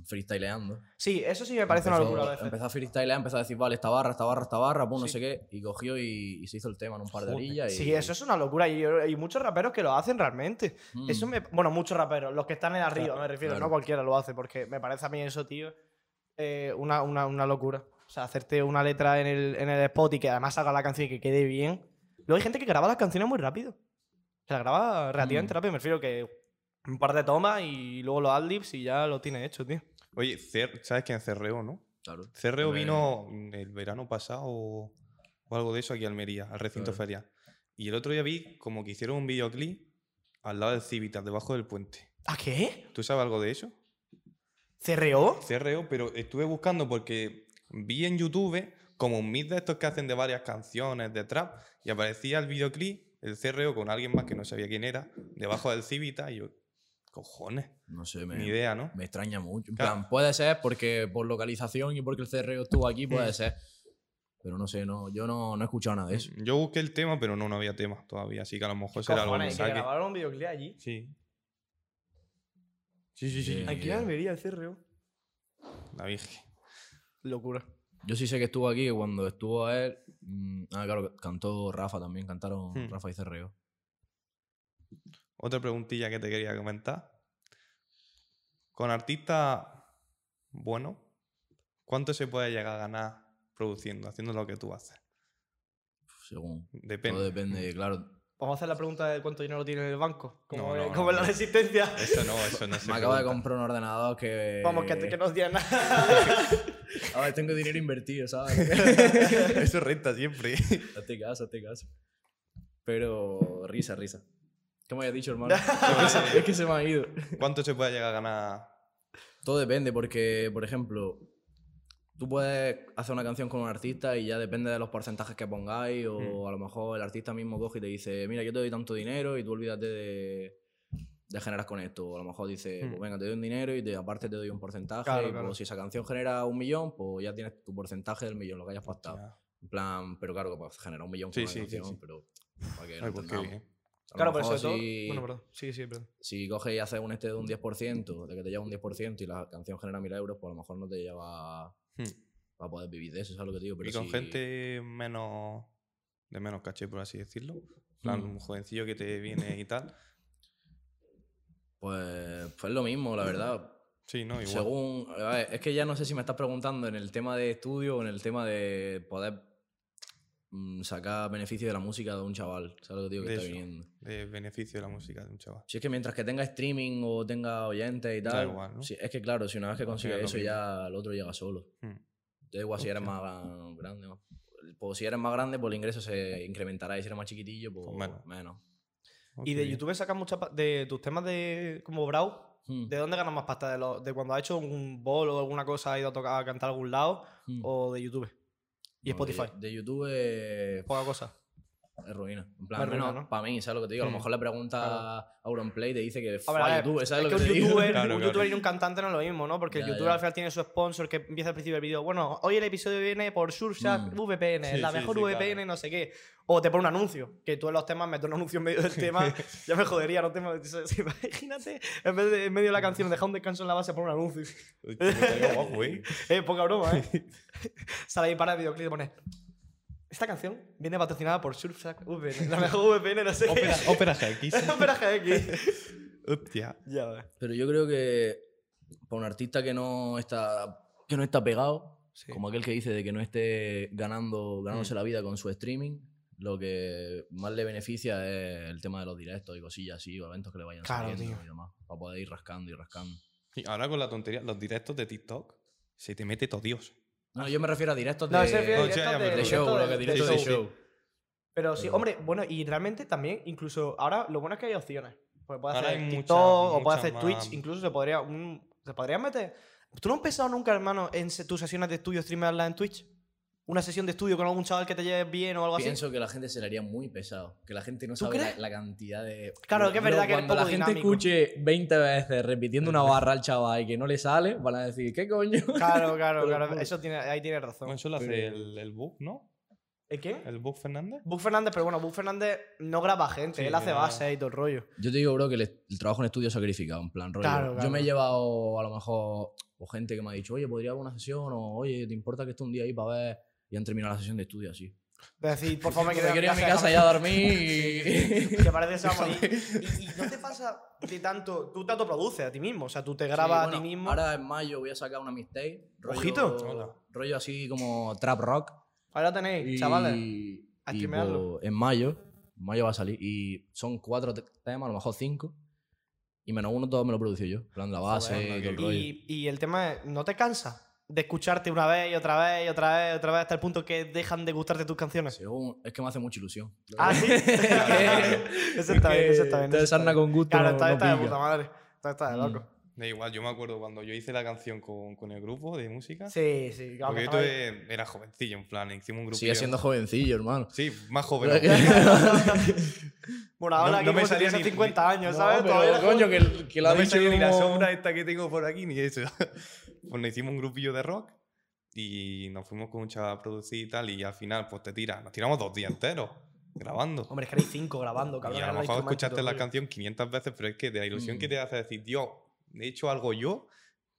Speaker 2: Freestyleando.
Speaker 1: Sí, eso sí me parece una
Speaker 2: Empezó-
Speaker 1: locura a veces.
Speaker 2: Empezó a freestylear, empezó a decir, vale, esta barra, esta barra, esta barra, pues no
Speaker 1: Sí.
Speaker 2: sé qué. Y cogió y, y se hizo el tema en un par de
Speaker 3: Joder.
Speaker 2: orillas. y-
Speaker 1: Sí, eso es una locura. Y hay muchos raperos que lo hacen realmente.
Speaker 2: Mm.
Speaker 1: Eso me. Bueno, muchos raperos, los que están en arriba, me refiero,
Speaker 2: claro.
Speaker 1: no cualquiera lo hace, porque me parece a mí eso, tío, eh, una, una, una locura. O sea, hacerte una letra en el, en el spot y que además haga la canción y que quede bien. Luego hay gente que graba las canciones muy rápido. Se las graba relativamente
Speaker 2: Mm.
Speaker 1: rápido, me refiero que un par de tomas y luego los adlibs y ya lo tiene hecho, tío.
Speaker 3: Oye, Cer- ¿sabes quién es Cerreo, no?
Speaker 2: Claro.
Speaker 3: Cerreo
Speaker 2: Hombre.
Speaker 3: vino mm, el verano pasado o, o algo de eso aquí a Almería, al recinto
Speaker 2: Claro.
Speaker 3: ferial. Y el otro día vi como que hicieron un videoclip al lado del Civitas, debajo del puente.
Speaker 1: ¿A qué?
Speaker 3: ¿Tú sabes algo de eso?
Speaker 1: ¿CRO?
Speaker 3: Cerreo, pero estuve buscando porque vi en YouTube como un mix de estos que hacen de varias canciones de trap y aparecía el videoclip, el Cerreo con alguien más que no sabía quién era, debajo del Civitas y yo, cojones,
Speaker 2: No sé, me,
Speaker 3: ni idea, ¿no?
Speaker 2: me extraña mucho. En
Speaker 3: Claro.
Speaker 2: plan, puede ser porque por localización y porque el CRO estuvo aquí, puede
Speaker 1: Mm.
Speaker 2: ser. Pero no sé, no, yo no, no he escuchado nada de eso.
Speaker 3: Yo busqué el tema, pero no, no había tema todavía, así que a lo mejor será algo que
Speaker 1: Cojones, que
Speaker 3: saque.
Speaker 1: grabaron un videoclip allí.
Speaker 3: Sí.
Speaker 1: Sí, sí,
Speaker 2: sí.
Speaker 1: Aquí en Almería, el CRO.
Speaker 3: La Virgen.
Speaker 1: Locura.
Speaker 2: Yo sí sé que estuvo aquí, que cuando estuvo a él. mm, ah, claro, cantó Rafa también, cantaron
Speaker 3: Mm.
Speaker 2: Rafa y CRO.
Speaker 3: Otra preguntilla que te quería comentar. Con artistas, bueno, ¿cuánto se puede llegar a ganar produciendo, haciendo lo que tú haces?
Speaker 2: Según.
Speaker 3: Depende. Mm.
Speaker 2: Todo depende, claro.
Speaker 1: Vamos a hacer la pregunta de cuánto dinero tiene en el banco. Como,
Speaker 3: No, no,
Speaker 1: como
Speaker 3: no,
Speaker 1: en la
Speaker 3: no.
Speaker 1: resistencia.
Speaker 3: Eso no, eso no se
Speaker 2: Me acabo de
Speaker 3: pregunta.
Speaker 2: comprar un ordenador que.
Speaker 1: Vamos, que, que no os digan nada.
Speaker 2: A ver, tengo dinero invertido, ¿sabes?
Speaker 3: Eso renta siempre.
Speaker 2: hazte caso, hazte caso. Pero risa, risa. ¿Qué me habías dicho, hermano? es que se me ha ido.
Speaker 3: ¿Cuánto se puede llegar a ganar?
Speaker 2: Todo depende, porque, por ejemplo, tú puedes hacer una canción con un artista y ya depende de los porcentajes que pongáis, o
Speaker 3: Mm.
Speaker 2: a lo mejor el artista mismo coge y te dice, mira, yo te doy tanto dinero y tú olvídate de, de generar con esto. O a lo mejor dice,
Speaker 3: Mm.
Speaker 2: pues venga, te doy un dinero y te- aparte te doy un porcentaje.
Speaker 1: Claro,
Speaker 2: y
Speaker 1: claro.
Speaker 2: pues, si esa canción genera un millón, pues ya tienes tu porcentaje del millón, lo que hayas pactado. En plan, pero claro, que para generar un millón con
Speaker 3: Sí,
Speaker 2: una
Speaker 3: sí, sí,
Speaker 2: canción,
Speaker 3: sí.
Speaker 2: pero para que
Speaker 3: Ay,
Speaker 2: no
Speaker 3: pues qué
Speaker 2: entendamos.
Speaker 3: bien.
Speaker 2: A lo
Speaker 1: Claro, pero
Speaker 2: mejor
Speaker 1: sobre todo.
Speaker 2: si-
Speaker 1: Bueno, perdón. Sí, sí, perdón.
Speaker 2: si coges y haces un este de
Speaker 3: Mm.
Speaker 2: un 10%, de que te lleva un 10% y la canción genera 1000 euros, pues a lo mejor no te lleva a
Speaker 3: Hmm.
Speaker 2: a poder vivir de eso, ¿sabes lo que te digo? Pero
Speaker 3: y con
Speaker 2: si-
Speaker 3: gente menos. de menos caché, por así decirlo. En plan,
Speaker 2: Mm.
Speaker 3: un jovencillo que te viene y tal.
Speaker 2: Pues, pues es lo mismo, la verdad.
Speaker 3: Sí, ¿no? Igual.
Speaker 2: Según. a ver, es que ya no sé si me estás preguntando en el tema de estudio o en el tema de poder mm, sacar beneficio de la música de un chaval, ¿sabes lo que te digo? Que
Speaker 3: De
Speaker 2: está
Speaker 3: eso.
Speaker 2: viniendo.
Speaker 3: De beneficio de la música de un chaval.
Speaker 2: Si es que mientras que tenga streaming o tenga oyentes y
Speaker 3: Da
Speaker 2: tal.
Speaker 3: igual, ¿no?
Speaker 2: si- es que claro, si una vez que
Speaker 3: Al
Speaker 2: consigues
Speaker 3: final
Speaker 2: eso
Speaker 3: lo mismo.
Speaker 2: ya el otro llega solo.
Speaker 3: Hmm.
Speaker 2: Da igual si eres
Speaker 3: Hostia.
Speaker 2: más gran- grande. ¿no? Pues si eres más grande, pues el ingreso se incrementará. Y si eres más chiquitillo, pues,
Speaker 3: Pues
Speaker 2: menos.
Speaker 3: menos. Oh,
Speaker 1: Y
Speaker 3: qué
Speaker 1: de
Speaker 3: bien.
Speaker 1: YouTube sacas muchas. pa- de tus temas de. como Brau.
Speaker 2: Hmm,
Speaker 1: ¿De dónde ganas más pasta? ¿De, los- de cuando has hecho un bol o alguna cosa, has ido a, tocar, a cantar a algún lado?
Speaker 2: hmm.
Speaker 1: ¿O de YouTube? Oh, Y
Speaker 2: No, de-
Speaker 1: Spotify.
Speaker 2: De, YouTube eh,
Speaker 1: Poca cosa.
Speaker 2: es ruina. En plan,
Speaker 1: Es ruina,
Speaker 2: menos
Speaker 1: ¿no?
Speaker 2: para mí, ¿sabes lo que te digo? A lo
Speaker 3: Hmm.
Speaker 2: mejor le pregunta a Auronplay y te dice que
Speaker 1: A ver, a
Speaker 2: fue
Speaker 1: ver,
Speaker 2: YouTube, ¿sabes
Speaker 1: es
Speaker 2: lo
Speaker 1: que
Speaker 2: que, te
Speaker 1: un
Speaker 2: digo?
Speaker 1: youtuber,
Speaker 3: Claro,
Speaker 1: un
Speaker 3: claro.
Speaker 1: youtuber y un cantante no es lo mismo, ¿no? Porque el
Speaker 2: Ya,
Speaker 1: youtuber
Speaker 2: ya.
Speaker 1: al final tiene su sponsor que empieza al principio del vídeo. Bueno, hoy el episodio viene por Surfshark
Speaker 2: Mm.
Speaker 1: VPN,
Speaker 3: Sí,
Speaker 1: la
Speaker 3: sí,
Speaker 1: mejor
Speaker 3: sí,
Speaker 1: VPN,
Speaker 3: claro.
Speaker 1: no sé qué. O te pone un anuncio, que tú en los temas metes un anuncio en medio del tema, ya me jodería, no te imagínate, en vez de en medio de la canción dejar un descanso en la base por un anuncio.
Speaker 3: Uy, qué estaría guapo, ¿eh?
Speaker 1: Eh, poca broma, ¿eh? Sale ahí para el videoclip y pone esta canción viene patrocinada por Surfshark VPN, la mejor VPN, no sé
Speaker 3: Ópera,
Speaker 1: qué.
Speaker 3: ópera Jackis.
Speaker 1: Opera GX.
Speaker 3: Hostia.
Speaker 1: Ya ves.
Speaker 2: Pero yo creo que para un artista que no está, que no está pegado,
Speaker 1: Sí.
Speaker 2: como aquel que dice de que no esté ganando, ganándose
Speaker 3: Mm.
Speaker 2: la vida con su streaming, lo que más le beneficia es el tema de los directos y cosillas así, o eventos que le vayan
Speaker 1: Claro,
Speaker 2: saliendo
Speaker 1: tío.
Speaker 2: y demás, para poder ir rascando y rascando.
Speaker 3: Y ahora con la tontería, los directos de TikTok se te mete todo Dios.
Speaker 2: No, yo me refiero a directos de,
Speaker 1: Ah, No, ese
Speaker 3: No,
Speaker 1: fue
Speaker 3: ya, ya,
Speaker 1: directo
Speaker 3: pero-
Speaker 2: de
Speaker 1: de,
Speaker 2: show,
Speaker 1: directo
Speaker 2: lo
Speaker 1: de-
Speaker 2: que
Speaker 1: de
Speaker 2: directo
Speaker 1: show.
Speaker 2: de
Speaker 3: sí.
Speaker 2: show.
Speaker 1: Pero sí,
Speaker 2: Pero-
Speaker 1: hombre, bueno, y realmente también, incluso ahora lo bueno es que hay opciones. Pues puedes
Speaker 3: Ahora
Speaker 1: hacer
Speaker 3: hay
Speaker 1: TikTok
Speaker 3: muchas-
Speaker 1: o puedes
Speaker 3: muchas
Speaker 1: hacer
Speaker 3: más.
Speaker 1: Twitch, incluso se podría. un- se podrían meter. ¿Tú no has pensado nunca, hermano, en se- tus sesiones de estudio streamearlas en Twitch? ¿Una sesión de estudio con algún chaval que te lleves bien o algo así?
Speaker 2: Pienso que la gente se le haría muy pesado. Que la gente no
Speaker 1: ¿Tú
Speaker 2: sabe la,
Speaker 1: crees?
Speaker 2: la cantidad de.
Speaker 1: Claro, que es
Speaker 2: Bro,
Speaker 1: verdad que es
Speaker 2: Cuando la
Speaker 1: poco
Speaker 2: gente
Speaker 1: dinámico.
Speaker 2: escuche 20 veces repitiendo una barra al chaval y que no le sale, van a decir, ¿qué coño?
Speaker 1: Claro, claro,
Speaker 2: Pero
Speaker 1: claro.
Speaker 2: bueno.
Speaker 1: Eso tiene, ahí tienes razón.
Speaker 3: Eso lo hace
Speaker 2: Pero-
Speaker 3: el, el bug, ¿no?
Speaker 1: ¿El quién?
Speaker 3: ¿El Bob Fernández?
Speaker 1: Bug Fernández, pero bueno, Bug Fernández no graba gente,
Speaker 3: Sí,
Speaker 1: él hace
Speaker 3: no.
Speaker 1: bases y todo el rollo.
Speaker 2: Yo te digo, bro, que el, est- el trabajo en estudio es sacrificado, en plan rollo.
Speaker 1: Claro, claro.
Speaker 2: Yo me he llevado a lo mejor o gente que me ha dicho, oye, podría haber una sesión, o oye, ¿te importa que esté un día ahí para ver? Y han terminado la sesión de estudio así.
Speaker 1: Es decir, por favor, me
Speaker 2: Me
Speaker 1: quedo en
Speaker 2: quería ir a mi
Speaker 1: casa,
Speaker 2: casa ya a dormir y...
Speaker 1: Que parece esa morir. y, y no te pasa de tanto. Tú te autoproduces a ti mismo, o sea, tú te grabas
Speaker 2: Sí,
Speaker 1: a ti
Speaker 2: bueno,
Speaker 1: mismo. Ahora,
Speaker 2: Ahora en mayo voy a sacar una mixtape. rollo-
Speaker 1: Ojito.
Speaker 3: Hola.
Speaker 2: Rollo así como trap rock.
Speaker 1: tenéis,
Speaker 2: Y,
Speaker 1: chavales. a
Speaker 2: y,
Speaker 1: streamearlo.
Speaker 2: pues, en mayo, en mayo va a salir. Y son cuatro te- temas, a lo mejor cinco. Y menos uno todo me lo producí yo. En plan la base
Speaker 3: Joder,
Speaker 2: y todo el rollo.
Speaker 1: Y, y el tema es, ¿no te cansa de escucharte una vez y otra vez y otra vez y otra vez hasta el punto que dejan de gustarte tus canciones?
Speaker 2: Sí, un- es que me hace mucha ilusión.
Speaker 1: Ah, sí. eso está bien, eso está bien. eso está bien.
Speaker 2: con gusto.
Speaker 1: Claro, está, está de puta madre. Está, está de
Speaker 2: Mm.
Speaker 1: loco.
Speaker 3: Da igual, yo me acuerdo cuando yo hice la canción con, con el grupo de música.
Speaker 1: Sí, sí. claro,
Speaker 3: porque
Speaker 1: que
Speaker 3: yo
Speaker 1: estaba ahí.
Speaker 3: tuve- era jovencillo, en plan, hicimos un grupo.
Speaker 2: Sigue siendo jovencillo, hermano.
Speaker 3: Sí, más joven.
Speaker 2: Pero
Speaker 3: aún.
Speaker 1: Bueno,
Speaker 3: No-
Speaker 1: ahora
Speaker 3: no
Speaker 1: que
Speaker 3: me
Speaker 1: como si
Speaker 3: salía
Speaker 1: tuviese
Speaker 3: ni-
Speaker 1: 50 años,
Speaker 2: No,
Speaker 1: ¿sabes?
Speaker 2: pero,
Speaker 1: Todavía eres
Speaker 2: coño,
Speaker 1: joven.
Speaker 2: que, el- que lo ha
Speaker 3: no me
Speaker 2: dicho
Speaker 3: salió ni la
Speaker 2: como-
Speaker 3: sombra esta que tengo por aquí ni eso. pues nos hicimos un grupillo de rock y nos fuimos con un chaval a producir y tal. Y al final, pues te tiras. Nos tiramos dos días enteros grabando.
Speaker 1: Hombre, es que erais cinco grabando, cabrón.
Speaker 3: y a
Speaker 1: era
Speaker 3: lo
Speaker 1: el
Speaker 3: mejor
Speaker 1: instrumento y
Speaker 3: escuchaste
Speaker 1: todo
Speaker 3: la
Speaker 1: el rollo.
Speaker 3: canción 500 veces, pero es que de la ilusión que
Speaker 2: Mm.
Speaker 3: te hace decir, Dios, he hecho algo yo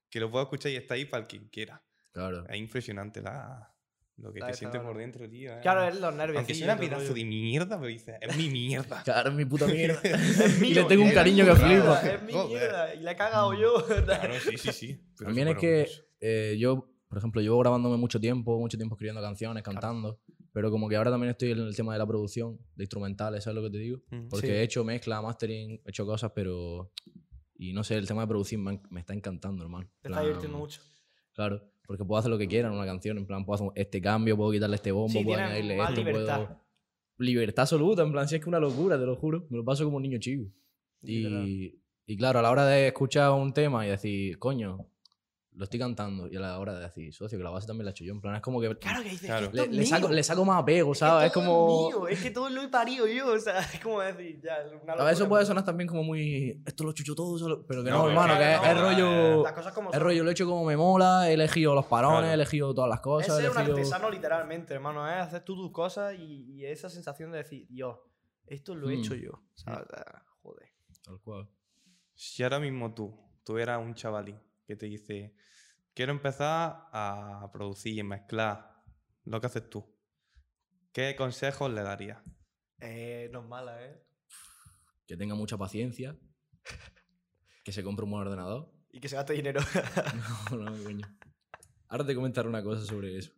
Speaker 3: que lo puedo escuchar y está ahí para el que quiera.
Speaker 2: Claro.
Speaker 3: Es impresionante la, lo que
Speaker 1: La
Speaker 3: te
Speaker 1: esta,
Speaker 3: sientes por
Speaker 1: bueno.
Speaker 3: dentro, tío. eh.
Speaker 1: Claro, es los nervios.
Speaker 3: Aunque sea una pedazo de mierda, pero dices, es mi mierda.
Speaker 2: Claro, es mi puta mierda.
Speaker 1: Es mío,
Speaker 2: y le tengo un
Speaker 1: es
Speaker 2: cariño que
Speaker 1: mi
Speaker 2: flipa.
Speaker 1: mierda, Es mi
Speaker 3: Joder.
Speaker 1: mierda. Y la he cagado yo.
Speaker 3: claro, sí, sí, sí. pero
Speaker 2: También es
Speaker 3: superó
Speaker 2: que
Speaker 3: mucho.
Speaker 2: eh, yo, por ejemplo, llevo grabándome mucho tiempo, mucho tiempo escribiendo canciones, cantando, pero como que ahora también estoy en el tema de la producción, de instrumentales, ¿sabes lo que te digo?
Speaker 3: Mm.
Speaker 2: Porque
Speaker 1: Sí.
Speaker 2: he hecho mezcla, mastering, he hecho cosas, pero... Y no sé, el tema de producir me, en- me está encantando, hermano.
Speaker 1: Te está
Speaker 2: Plan,
Speaker 1: divirtiendo mucho.
Speaker 2: Claro, porque puedo hacer lo que quiera en una canción, en plan, puedo hacer este cambio, puedo quitarle este bombo,
Speaker 1: Sí,
Speaker 2: puedo
Speaker 1: tienes
Speaker 2: añadirle
Speaker 1: más
Speaker 2: esto,
Speaker 1: libertad.
Speaker 2: puedo... Libertad absoluta, en plan, si es que una locura, te lo juro, me lo paso como un niño chico.
Speaker 1: Literal.
Speaker 2: Y, y claro, a la hora de escuchar un tema y decir, coño, lo estoy cantando, y a la hora de decir, socio, que la base también la he hecho yo, en plan, es como que
Speaker 1: Claro que dices,
Speaker 3: Claro.
Speaker 1: esto
Speaker 2: le,
Speaker 1: es
Speaker 2: le saco,
Speaker 1: mío.
Speaker 2: le saco más apego,
Speaker 1: que
Speaker 2: ¿sabes? Es
Speaker 1: todo
Speaker 2: como...
Speaker 1: mío, es que todo lo he parido yo, o sea, es como decir, ya, una
Speaker 2: A veces
Speaker 1: locura,
Speaker 2: puede
Speaker 1: pero-
Speaker 2: sonar también como muy, esto lo chucho todo, solo- pero que
Speaker 3: No,
Speaker 2: no,
Speaker 3: pero
Speaker 2: hermano, que
Speaker 1: claro,
Speaker 2: es,
Speaker 1: no, eh,
Speaker 2: es rollo...
Speaker 1: Las cosas como
Speaker 2: Es
Speaker 1: son.
Speaker 2: rollo, lo he hecho como me mola, he elegido los parones,
Speaker 3: Claro.
Speaker 2: he elegido todas las
Speaker 1: Es
Speaker 2: cosas. he
Speaker 1: ser un
Speaker 2: elegido-
Speaker 1: artesano literalmente, hermano, ¿eh? Haces tú tus cosas y, y esa sensación de decir, Dios, esto lo he
Speaker 2: Mm.
Speaker 1: hecho yo. O sea, ah, joder.
Speaker 2: Tal cual.
Speaker 3: Si ahora mismo tú, tú eras un chavalín que te dice, quiero empezar a producir y mezclar lo que haces tú, ¿qué consejos le darías?
Speaker 1: Eh, no es mala, ¿eh?
Speaker 2: Que tenga mucha paciencia. Que se compre un buen ordenador.
Speaker 1: Y que se gaste dinero.
Speaker 2: No, no, coño. Ahora te comentaré una cosa sobre eso.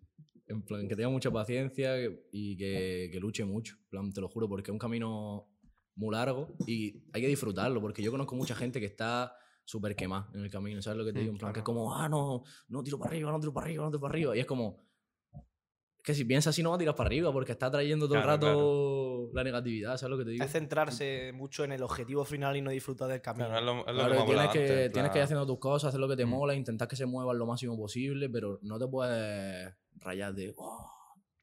Speaker 2: En plan, que tenga mucha paciencia que- y que, que luche mucho. En plan, te lo juro, porque es un camino muy largo y hay que disfrutarlo, porque yo conozco mucha gente que está súper quemada en el camino, ¿sabes lo que te
Speaker 3: Mm,
Speaker 2: digo? En plan, que es
Speaker 3: claro.
Speaker 2: como, ah, no, no tiro para arriba, no tiro para arriba, no tiro para arriba. Y es como, que si piensas así no va a tirar para arriba, porque está trayendo todo el
Speaker 3: Claro,
Speaker 2: rato la negatividad, ¿sabes lo que te digo?
Speaker 1: es centrarse mucho en el objetivo final y no disfrutar del camino.
Speaker 3: Claro, es lo, es lo que
Speaker 2: Claro,
Speaker 3: hemos
Speaker 2: tienes
Speaker 3: hablado
Speaker 2: que,
Speaker 3: antes, en
Speaker 2: tienes que ir
Speaker 3: plan,
Speaker 2: haciendo tus cosas, hacer lo que te
Speaker 3: Mm.
Speaker 2: mola, intentar que se muevan lo máximo posible, pero no te puedes rayar de. "Oh,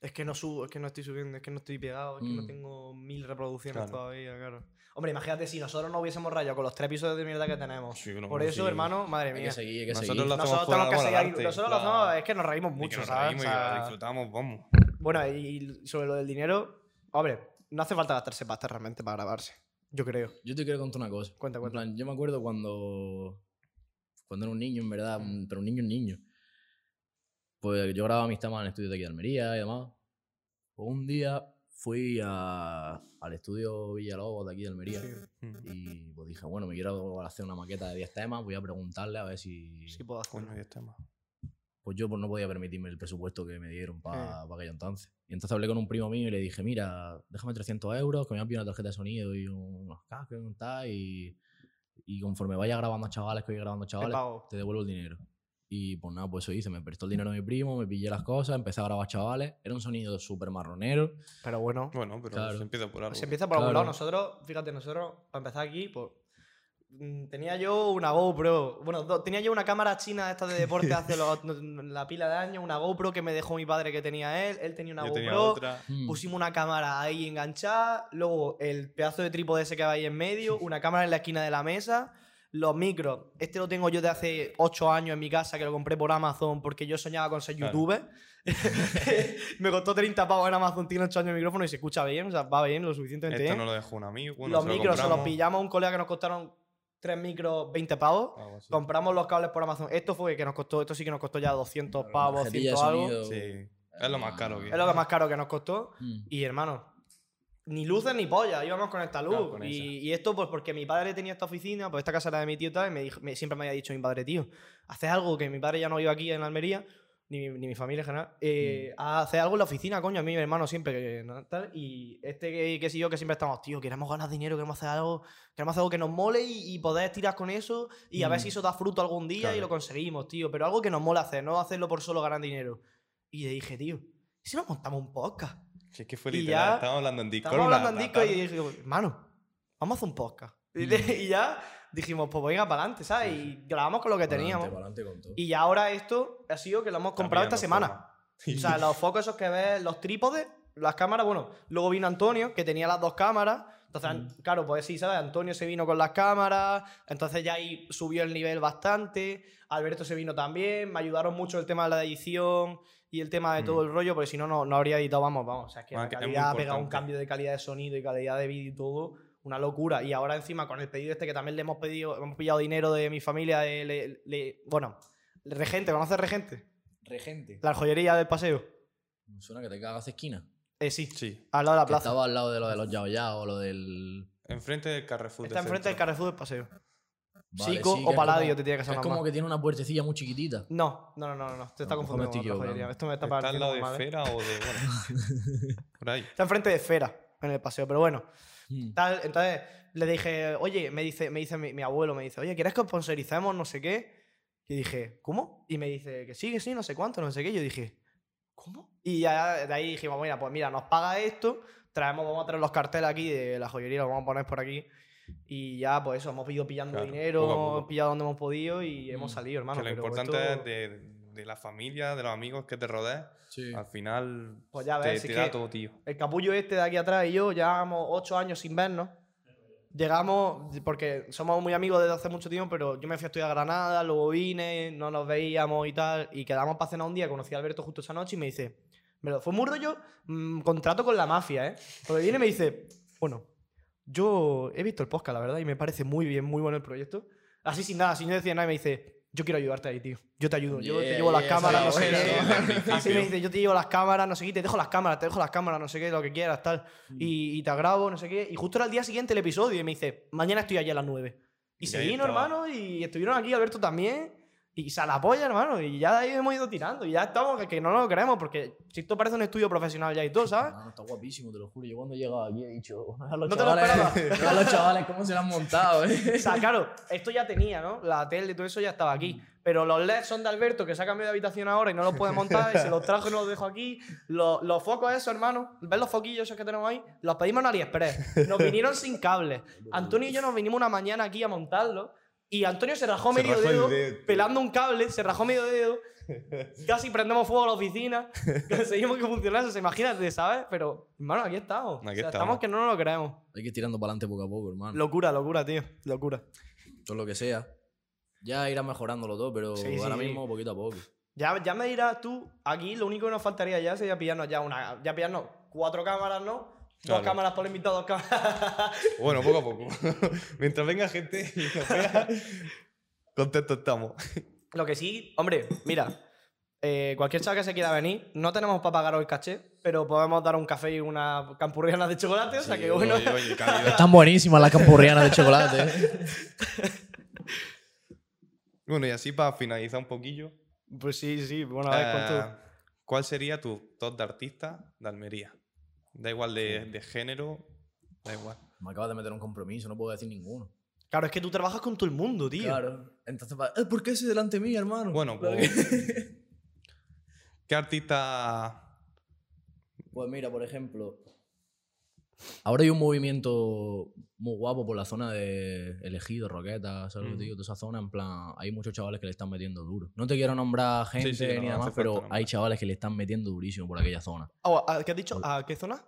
Speaker 1: Es que no subo, es que no estoy subiendo, es que no estoy pegado, es que no
Speaker 2: Mm.
Speaker 1: tengo mil reproducciones
Speaker 3: Claro.
Speaker 1: todavía, claro. Hombre, imagínate si nosotros no hubiésemos rayado con los tres episodios de mierda que tenemos.
Speaker 3: "Oh, Sí, no,
Speaker 1: Por
Speaker 3: no,
Speaker 1: eso,
Speaker 3: sí.
Speaker 1: hermano, madre
Speaker 2: hay
Speaker 1: mía.
Speaker 2: que seguir, hay que
Speaker 3: Nosotros
Speaker 2: seguir".
Speaker 3: lo- hacemos
Speaker 1: Nosotros
Speaker 3: por
Speaker 1: tenemos que
Speaker 3: amor al
Speaker 1: seguir,
Speaker 3: arte,
Speaker 1: nosotros lo
Speaker 3: claro.
Speaker 1: hacemos, es que nos reímos
Speaker 3: y que
Speaker 1: mucho,
Speaker 3: nos
Speaker 1: ¿sabes?
Speaker 3: reímos
Speaker 1: O
Speaker 3: y
Speaker 1: sea,
Speaker 3: la disfrutamos, vamos.
Speaker 1: Bueno, y sobre lo del dinero, hombre, no hace falta gastarse pasta realmente para grabarse. Yo creo.
Speaker 2: Yo te quiero contar una cosa.
Speaker 1: Cuenta,
Speaker 2: En
Speaker 1: cuenta.
Speaker 2: plan, yo me acuerdo cuando. Cuando era un niño, en verdad, un- pero un niño, un niño. Pues yo grababa mis temas en el estudio de aquí de Almería y demás. Pues un día fui a- al estudio Villalobos de aquí de Almería.
Speaker 3: Mm.
Speaker 2: Y pues dije, bueno, me quiero hacer una maqueta de 10 temas, voy a preguntarle a ver si.
Speaker 1: Sí, puedo hacerlo.
Speaker 3: Bueno, ya está más.
Speaker 2: pues yo pues, no podía permitirme el presupuesto que me dieron para
Speaker 1: Sí.
Speaker 2: aquello entonces. Y entonces hablé con un primo mío y le dije, mira, déjame 300 euros, que me voy a pillar una tarjeta de sonido y unos cascos y un tal, y, y conforme vaya grabando chavales, que voy grabando
Speaker 1: Te
Speaker 2: chavales,
Speaker 1: pago.
Speaker 2: te devuelvo el dinero. Y pues nada, pues eso hice, me prestó el dinero mi primo, me pillé las cosas, empecé a grabar chavales, era un sonido súper marronero,
Speaker 1: Pero bueno,
Speaker 3: Bueno, pero
Speaker 2: Claro.
Speaker 3: se empieza por algo.
Speaker 1: Pues se empieza por algún lado.
Speaker 2: Claro.
Speaker 1: Nosotros, fíjate, nosotros, para empezar aquí, pues. mm, Tenía yo una GoPro. Bueno, do- tenía yo una cámara china esta de deporte hace los- la pila de años, una GoPro que me dejó mi padre que tenía él. Él tenía una
Speaker 3: Yo
Speaker 1: GoPro.
Speaker 3: tenía otra.
Speaker 2: Mm,
Speaker 1: Pusimos una cámara ahí enganchada, luego el pedazo de trípode ese que va ahí en medio, una cámara en la esquina de la mesa, Los micros, este lo tengo yo de hace 8 años en mi casa, que lo compré por Amazon porque yo soñaba con ser
Speaker 3: Claro.
Speaker 1: youtuber. me costó 30 pavos en Amazon, tiene 8 años de micrófono y se escucha bien, o sea, va bien, lo suficientemente
Speaker 3: Esto
Speaker 1: bien.
Speaker 3: no lo dejó un amigo.
Speaker 1: los
Speaker 3: nosotros
Speaker 1: micros se los
Speaker 3: compramos,
Speaker 1: pillamos a un colega que nos costaron 3 micros, 20 pavos.
Speaker 3: algo así.
Speaker 1: Compramos los cables por Amazon. Esto fue que nos costó, esto sí que nos costó ya 200 pavos, 100 algo.
Speaker 3: Sí, es lo más caro que-
Speaker 1: Es lo que más caro que nos costó.
Speaker 2: Mm.
Speaker 1: Y hermano, ni luces ni polla, íbamos con esta luz.
Speaker 3: Claro, con
Speaker 1: y,
Speaker 3: esa.
Speaker 1: y esto, pues porque mi padre tenía esta oficina, pues esta casa era de mi tío y tal, y me dijo- me- siempre me había dicho mi padre, tío, haces algo que mi padre ya no vive aquí en Almería, ni, mi- ni mi familia en general,
Speaker 3: Mm.
Speaker 1: eh, haces algo en la oficina, coño, a mí mi hermano siempre, que, no, tal, y este que, que sí yo, que siempre estamos, tío, queremos ganar dinero, queremos hacer algo, queremos hacer algo que nos mole y, y poder tirar con eso, y a ver
Speaker 2: Mm.
Speaker 1: si eso da fruto algún día y
Speaker 3: Claro.
Speaker 1: lo conseguimos, tío, pero algo que nos mole hacer, no hacerlo por solo ganar dinero. Y le dije, tío, ¿y si nos montamos un podcast?
Speaker 3: Si es que fue
Speaker 1: Y
Speaker 3: literal,
Speaker 1: ya-
Speaker 3: estábamos hablando en Discord.
Speaker 1: Estábamos
Speaker 3: una-
Speaker 1: hablando en
Speaker 3: una
Speaker 1: disco y
Speaker 3: tarde.
Speaker 1: dije, hermano, vamos a hacer un podcast. Y, de- y ya dijimos, pues venga, para adelante, ¿sabes? Y grabamos con lo que teníamos.
Speaker 2: Pa'lante, pa'lante con todo.
Speaker 1: Y ya ahora esto ha sido que lo hemos comprado esta
Speaker 3: Está mirando
Speaker 1: semana. O
Speaker 3: forma.
Speaker 1: sea, los focos esos que ves, los trípodes, las cámaras, bueno, luego vino Antonio, que tenía las dos cámaras. Entonces,
Speaker 3: Mm.
Speaker 1: an- claro, pues sí, ¿sabes? Antonio se vino con las cámaras, entonces ya ahí subió el nivel bastante. Alberto se vino también, me ayudaron mucho el tema de la edición y el tema de todo
Speaker 3: Mm.
Speaker 1: el rollo, porque si no, no, no habría editado, vamos, vamos. O sea, es que
Speaker 3: Ah,
Speaker 1: la
Speaker 3: que es muy
Speaker 1: calidad ha pegado un
Speaker 3: importante.
Speaker 1: cambio de calidad de sonido y calidad de vídeo y todo, una locura. Y ahora encima con el pedido este que también le hemos pedido, hemos pillado dinero de mi familia, de- le- le- bueno, Regente, ¿conoces Regente?
Speaker 2: Regente.
Speaker 1: La joyería del paseo.
Speaker 2: Me Suena que te cagas de esquina.
Speaker 1: Eh, sí,
Speaker 3: Sí,
Speaker 1: al lado de la
Speaker 2: Que
Speaker 1: plaza.
Speaker 2: estaba al lado de lo de los Yao Yao, lo del.
Speaker 3: enfrente del Carrefour.
Speaker 1: Está
Speaker 3: de
Speaker 1: enfrente del
Speaker 3: centro.
Speaker 1: Carrefour del Paseo.
Speaker 2: Vale,
Speaker 1: Chico
Speaker 2: sí, que
Speaker 1: o
Speaker 2: es
Speaker 1: Paladio
Speaker 2: como-
Speaker 1: te tiene que
Speaker 2: Es
Speaker 1: sonar
Speaker 2: como
Speaker 1: más.
Speaker 2: que tiene una puertecilla muy chiquitita.
Speaker 1: No, no, no, no, no. Te está
Speaker 2: A lo mejor me
Speaker 1: confundiendo con
Speaker 2: estoy
Speaker 1: otra joyería.
Speaker 2: equivocando.
Speaker 1: Esto me está
Speaker 3: ¿Está al
Speaker 1: pareciendo
Speaker 3: lado de
Speaker 1: mal, ¿eh?
Speaker 3: Fera o de. Bueno, por ahí.
Speaker 1: Está enfrente de Esfera, en el paseo. Pero bueno,
Speaker 2: Mm.
Speaker 1: tal, entonces le dije, oye, me dice, me dice mi, mi abuelo, me dice, oye, ¿quieres que os sponsoricemos no sé qué? Y dije, ¿cómo? Y me dice, que sí, que sí, no sé cuánto, no sé qué. Y yo dije, ¿cómo? Y ya de ahí dijimos, mira, pues mira, nos paga esto, traemos, vamos a traer los carteles aquí de la joyería, los vamos a poner por aquí. Y ya, pues eso, hemos ido pillando
Speaker 3: Claro,
Speaker 1: dinero,
Speaker 3: poco a
Speaker 1: hemos
Speaker 3: poco.
Speaker 1: pillado donde hemos podido y hemos
Speaker 2: Mm.
Speaker 1: salido, hermano.
Speaker 3: que lo
Speaker 1: pero
Speaker 3: importante
Speaker 1: esto-
Speaker 3: es de, de la familia, de los amigos que te rodees.
Speaker 2: Sí.
Speaker 1: ¿Ah?
Speaker 3: Al final
Speaker 1: Pues ya
Speaker 3: te,
Speaker 1: ves,
Speaker 3: te
Speaker 1: es
Speaker 3: da
Speaker 1: que-
Speaker 3: todo, tío.
Speaker 1: El capullo este de aquí atrás y yo llevábamos ocho años sin vernos. Llegamos, porque somos muy amigos desde hace mucho tiempo, pero yo me fui a estudiar a Granada, luego vine, no nos veíamos y tal, y quedamos para cenar un día, conocí a Alberto justo esa noche y me dice, pero fue muy rollo mm, contrato con la mafia, ¿eh? Porque viene y me dice, bueno, yo he visto el podcast, la verdad, y me parece muy bien, muy bueno el proyecto. Así sin nada, sin yo decir nada, y me dice, yo quiero ayudarte ahí, tío. Yo te ayudo, yo te
Speaker 2: Yeah,
Speaker 1: llevo las
Speaker 2: yeah,
Speaker 1: cámaras,
Speaker 2: esa
Speaker 1: no
Speaker 2: es
Speaker 1: sé
Speaker 2: la
Speaker 1: qué".
Speaker 2: buena.
Speaker 3: Sí, desde el
Speaker 1: Así me
Speaker 3: principio.
Speaker 1: dice, yo te llevo las cámaras, no sé qué, te dejo las cámaras, te dejo las cámaras, no sé qué, lo que quieras, tal. Y, y te grabo, no sé qué. Y justo era el día siguiente el episodio y me dice, mañana estoy allí a las 9. Y,
Speaker 3: Y
Speaker 1: se
Speaker 3: ahí
Speaker 1: vino,
Speaker 3: estaba.
Speaker 1: hermano, y estuvieron aquí, Alberto también. Y se la polla, hermano. Y ya de ahí hemos ido tirando. Y ya estamos, que, que no lo creemos, porque si esto parece un estudio profesional ya y todo, ¿sabes?
Speaker 2: Hermano, Ah, está guapísimo, te lo juro. Yo cuando he llegado aquí he dicho. A los
Speaker 1: No te lo
Speaker 2: chavales,
Speaker 1: esperaba.
Speaker 2: a los chavales, ¿cómo se lo han montado, eh?
Speaker 1: O sea, claro, esto ya tenía, ¿no? La tele y todo eso ya estaba aquí.
Speaker 3: Mm.
Speaker 1: Pero los LEDs son de Alberto, que se ha cambiado de habitación ahora y no los puede montar, y se los trajo y no los dejo aquí. Los, los focos esos, hermano, ¿ves los foquillos esos que tenemos ahí? Los pedimos en AliExpress. Nos vinieron sin cables. Antonio y yo nos vinimos una mañana aquí a montarlo. Y Antonio se rajó
Speaker 3: Se
Speaker 1: medio
Speaker 3: rajó el
Speaker 1: dedo,
Speaker 3: dedo, tío.
Speaker 1: pelando un cable, se rajó medio dedo. Casi prendemos fuego a la oficina. Conseguimos que funcionase, imagínate, ¿sabes? Pero, hermano, aquí estamos.
Speaker 3: Aquí
Speaker 1: O sea,
Speaker 3: estamos.
Speaker 1: estamos que no nos lo creemos.
Speaker 2: Hay que ir tirando para adelante poco a poco, hermano.
Speaker 1: Locura, locura, tío. Locura.
Speaker 2: Todo lo que sea. Ya irá mejorándolo todo, pero
Speaker 1: Sí, sí,
Speaker 2: ahora
Speaker 1: sí.
Speaker 2: mismo poquito a poco.
Speaker 1: Ya, ya me dirás tú, aquí lo único que nos faltaría ya sería pillarnos ya una. Ya pillarnos cuatro cámaras, ¿no?
Speaker 3: Claro.
Speaker 1: Dos cámaras por invitado, dos cámaras.
Speaker 3: Bueno, poco a poco. Mientras venga gente y nos vea, contentos estamos.
Speaker 1: lo que sí, hombre, mira. eh, cualquier chaval que se quiera venir, no tenemos para pagar hoy caché, pero podemos dar un café y una campurriana de chocolate, o sea
Speaker 2: Sí,
Speaker 1: que bueno.
Speaker 3: Oye, oye, calidad.
Speaker 2: Están buenísimas las campurrianas de chocolate, eh.
Speaker 3: Bueno, y así para finalizar un poquillo.
Speaker 1: Pues sí, sí, bueno, a ver
Speaker 3: eh, ¿Cuál sería tu top de artista de Almería? Da igual de, de género, da igual.
Speaker 2: Me acabas de meter un compromiso, no puedo decir ninguno.
Speaker 1: Claro, es que tú trabajas con todo el mundo, tío.
Speaker 2: Claro. Entonces, va- eh, ¿por qué ese delante mío, hermano?
Speaker 3: Bueno,
Speaker 2: Lo
Speaker 3: pues-
Speaker 2: que-
Speaker 3: ¿Qué artista?
Speaker 2: Pues mira, por ejemplo, ahora hay un movimiento muy guapo por la zona de Elegido, Roqueta, ¿sabes lo que te
Speaker 3: Mm.
Speaker 2: digo? Toda esa zona, en plan, hay muchos chavales que le están metiendo duro. No te quiero nombrar gente
Speaker 3: sí, no,
Speaker 2: ni
Speaker 3: no
Speaker 2: nada
Speaker 3: hace
Speaker 2: más, pero
Speaker 3: falta nombrar.
Speaker 2: hay chavales que le están metiendo durísimo por aquella zona.
Speaker 1: Ah, ah, ¿Qué has dicho? ¿A qué zona?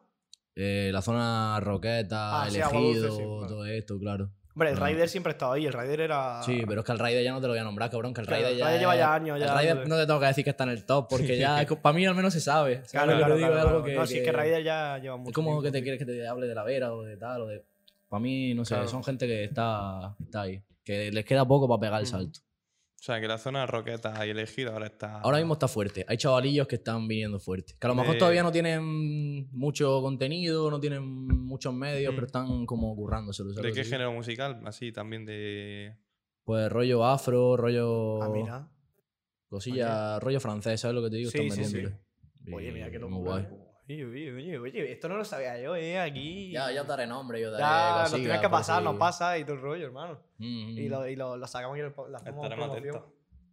Speaker 2: Eh, la zona Roqueta,
Speaker 1: Ah, sí,
Speaker 2: Elegido,
Speaker 1: Aguadulce, sí, claro.
Speaker 2: todo esto, claro.
Speaker 1: Hombre,
Speaker 3: Mm.
Speaker 1: el
Speaker 2: No.
Speaker 1: Raider siempre ha estado ahí. El Raider era.
Speaker 2: Sí, pero es que el Raider ya no te lo voy a nombrar, cabrón, que el
Speaker 1: Claro,
Speaker 2: Raider
Speaker 1: el
Speaker 2: ya.
Speaker 1: Raider lleva
Speaker 2: es-
Speaker 1: ya años, ya
Speaker 2: El Raider
Speaker 1: dándole.
Speaker 2: no te tengo que decir que está en el top, porque ya, para mí al menos se sabe. ¿sabes
Speaker 1: Claro,
Speaker 2: lo que
Speaker 1: claro,
Speaker 2: te digo? Es
Speaker 1: claro,
Speaker 2: algo
Speaker 1: claro. No, sí, es que Raider ya lleva mucho.
Speaker 2: Es como que
Speaker 1: tiempo.
Speaker 2: te quieres que te hable de la vera o de tal o de. Para mí, no sé,
Speaker 1: Claro.
Speaker 2: son gente que está, está ahí. Que les queda poco para pegar el
Speaker 1: Mm.
Speaker 2: salto.
Speaker 3: O sea, que la zona roqueta y el ejido ahora está.
Speaker 2: Ahora mismo está fuerte. Hay chavalillos que están viniendo fuerte. Que a lo mejor
Speaker 3: Eh.
Speaker 2: todavía no tienen mucho contenido, no tienen muchos medios,
Speaker 1: Mm.
Speaker 2: pero están como currándoselo. ¿sabes
Speaker 3: ¿De
Speaker 2: lo que
Speaker 3: qué
Speaker 2: te digo?
Speaker 3: género musical? Así también de.
Speaker 2: Pues rollo afro, rollo.
Speaker 1: Ah, mira.
Speaker 2: Cosilla, rollo francés, ¿sabes lo que te digo?
Speaker 1: Sí,
Speaker 2: Están
Speaker 1: sí, sí.
Speaker 2: vendiéndole. Y
Speaker 1: Oye, mira, qué
Speaker 2: muy
Speaker 1: locura.
Speaker 2: guay.
Speaker 1: ¿eh? Oye, oye, oye, oye, esto no lo sabía yo, ¿eh? Aquí.
Speaker 2: Ya, ya te haré nombre, yo te haré
Speaker 1: Ya, nos
Speaker 2: cosiga,
Speaker 1: tienes que pasar,
Speaker 2: por
Speaker 1: nos
Speaker 2: si-
Speaker 1: pasa y todo el rollo, hermano.
Speaker 2: Mm, mm,
Speaker 1: Y
Speaker 2: pues, mm.
Speaker 1: lo, y lo, lo sacamos y lo lo hacemos
Speaker 3: Estaremos
Speaker 1: promoción.
Speaker 3: atentos.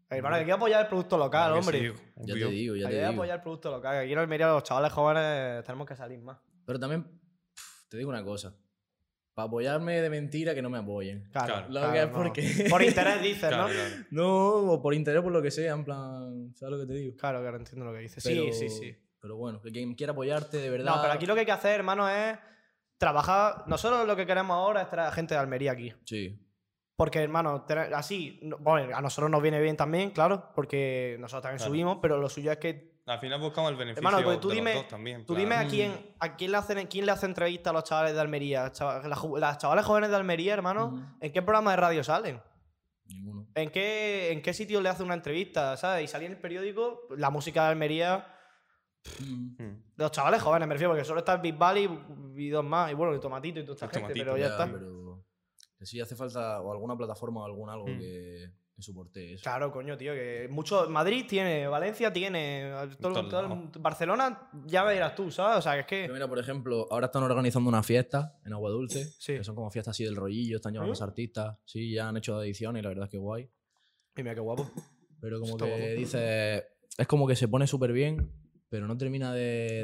Speaker 1: Ay, Hermano, que hay que apoyar el producto local,
Speaker 3: Claro que
Speaker 1: hombre.
Speaker 3: sí,
Speaker 2: Ya
Speaker 3: obvio.
Speaker 2: te digo, ya
Speaker 1: Hay que
Speaker 2: te digo.
Speaker 1: apoyar el producto local. que Aquí en Almería los chavales jóvenes tenemos que salir más.
Speaker 2: Pero también, pf, te digo una cosa. Para apoyarme de mentira, que no me apoyen.
Speaker 1: Claro.
Speaker 3: Claro,
Speaker 2: Lo
Speaker 1: claro,
Speaker 2: que es
Speaker 1: no.
Speaker 2: porque...
Speaker 1: Por interés dices,
Speaker 3: Claro,
Speaker 1: ¿no?
Speaker 3: claro.
Speaker 2: No, o por interés, por lo que sea, en plan... ¿Sabes lo que te digo?
Speaker 1: Claro, claro, entiendo lo que dices.
Speaker 2: Pero-
Speaker 1: Sí, sí, sí.
Speaker 2: Pero bueno, que quien quiera apoyarte, de verdad...
Speaker 1: No, pero aquí lo que hay que hacer, hermano, es trabajar. Nosotros lo que queremos ahora es traer gente de Almería aquí.
Speaker 2: Sí.
Speaker 1: Porque, hermano, tener- así, no- bueno, a nosotros nos viene bien también, claro, porque nosotros también
Speaker 3: Claro.
Speaker 1: subimos, pero lo suyo es que
Speaker 3: Al final buscamos el beneficio
Speaker 1: Hermano, pues tú
Speaker 3: de
Speaker 1: dime-
Speaker 3: los dos también.
Speaker 1: tú
Speaker 3: en
Speaker 1: dime
Speaker 3: plan,
Speaker 1: a quién, a quién le hacen, quién le hace entrevista a los chavales de Almería, chav- las, ju- las chavales jóvenes de Almería, hermano,
Speaker 2: Mm.
Speaker 1: ¿en qué programa de radio salen?
Speaker 2: Ninguno.
Speaker 1: ¿En qué, ¿En qué sitio le hace una entrevista? ¿Sabes? Y salía en el periódico la música de Almería.
Speaker 2: Mm.
Speaker 3: mm,
Speaker 1: de Los chavales jóvenes, me refiero, porque solo está el Big Valley y dos más. Y bueno, y Tomatito y toda esta
Speaker 3: El
Speaker 1: gente,
Speaker 3: Tomatito,
Speaker 1: pero ya, está.
Speaker 2: Pero que sí hace falta o alguna plataforma o algún algo
Speaker 3: Mm.
Speaker 2: que, que soporte eso.
Speaker 1: Claro, coño, tío, que mucho. Madrid tiene, Valencia tiene, todo-
Speaker 3: todos
Speaker 1: todo el-
Speaker 3: lados.
Speaker 1: Barcelona ya verás tú, ¿sabes? O sea, que es que.
Speaker 2: Pero mira, por ejemplo, ahora están organizando una fiesta en Agua Dulce,
Speaker 1: Sí.
Speaker 2: que son como fiestas así del rollillo, están llevando
Speaker 1: ¿Ah?
Speaker 2: los artistas, sí, ya han hecho ediciones y la verdad es que guay.
Speaker 1: Y mira qué guapo.
Speaker 2: Pero como
Speaker 1: Está
Speaker 2: que
Speaker 1: guapo.
Speaker 2: dices, es como que se pone súper bien, pero no termina de,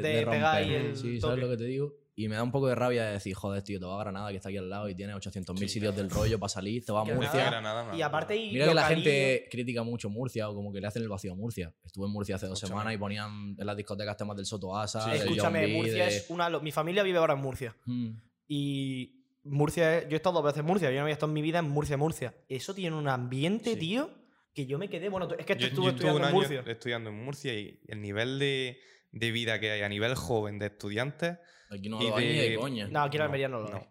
Speaker 1: De
Speaker 2: de romper.
Speaker 1: pegar ahí el
Speaker 2: sí,
Speaker 1: toque.
Speaker 2: ¿sabes lo que te digo? Y me da un poco de rabia de decir, joder, tío, te va a Granada, que está aquí al lado y tiene 800.000
Speaker 3: Sí.
Speaker 2: sitios del rollo para salir, te va a
Speaker 1: Que
Speaker 3: Murcia,
Speaker 1: nada.
Speaker 2: Murcia.
Speaker 3: Granada, me
Speaker 1: Y aparte,
Speaker 3: acuerdo.
Speaker 1: y
Speaker 2: Mira que la
Speaker 1: localillo.
Speaker 2: gente critica mucho Murcia o como que le hacen el vacío a Murcia. Estuve en Murcia hace dos
Speaker 3: Escúchame.
Speaker 2: semanas y ponían en las discotecas temas del Soto Asa,
Speaker 3: Sí,
Speaker 2: del John
Speaker 1: Escúchame,
Speaker 2: B,
Speaker 1: Murcia
Speaker 2: de-
Speaker 1: es una. lo- Mi familia vive ahora en Murcia.
Speaker 2: Mm.
Speaker 1: Y Murcia, es- yo he estado dos veces en Murcia, yo no había estado en mi vida en Murcia, Murcia. Eso tiene un ambiente,
Speaker 2: Sí.
Speaker 1: tío, que yo me quedé. Bueno, tú- es que
Speaker 3: Yo-
Speaker 1: estuve
Speaker 3: yo estuve
Speaker 1: estudiando
Speaker 3: un
Speaker 1: en
Speaker 3: año
Speaker 1: Murcia.
Speaker 3: estudiando en Murcia y el nivel de, de vida que hay a nivel joven de estudiantes.
Speaker 2: Aquí no
Speaker 3: y
Speaker 2: lo hay ni
Speaker 3: de-
Speaker 2: de coña.
Speaker 1: No, aquí en Almería no lo hay.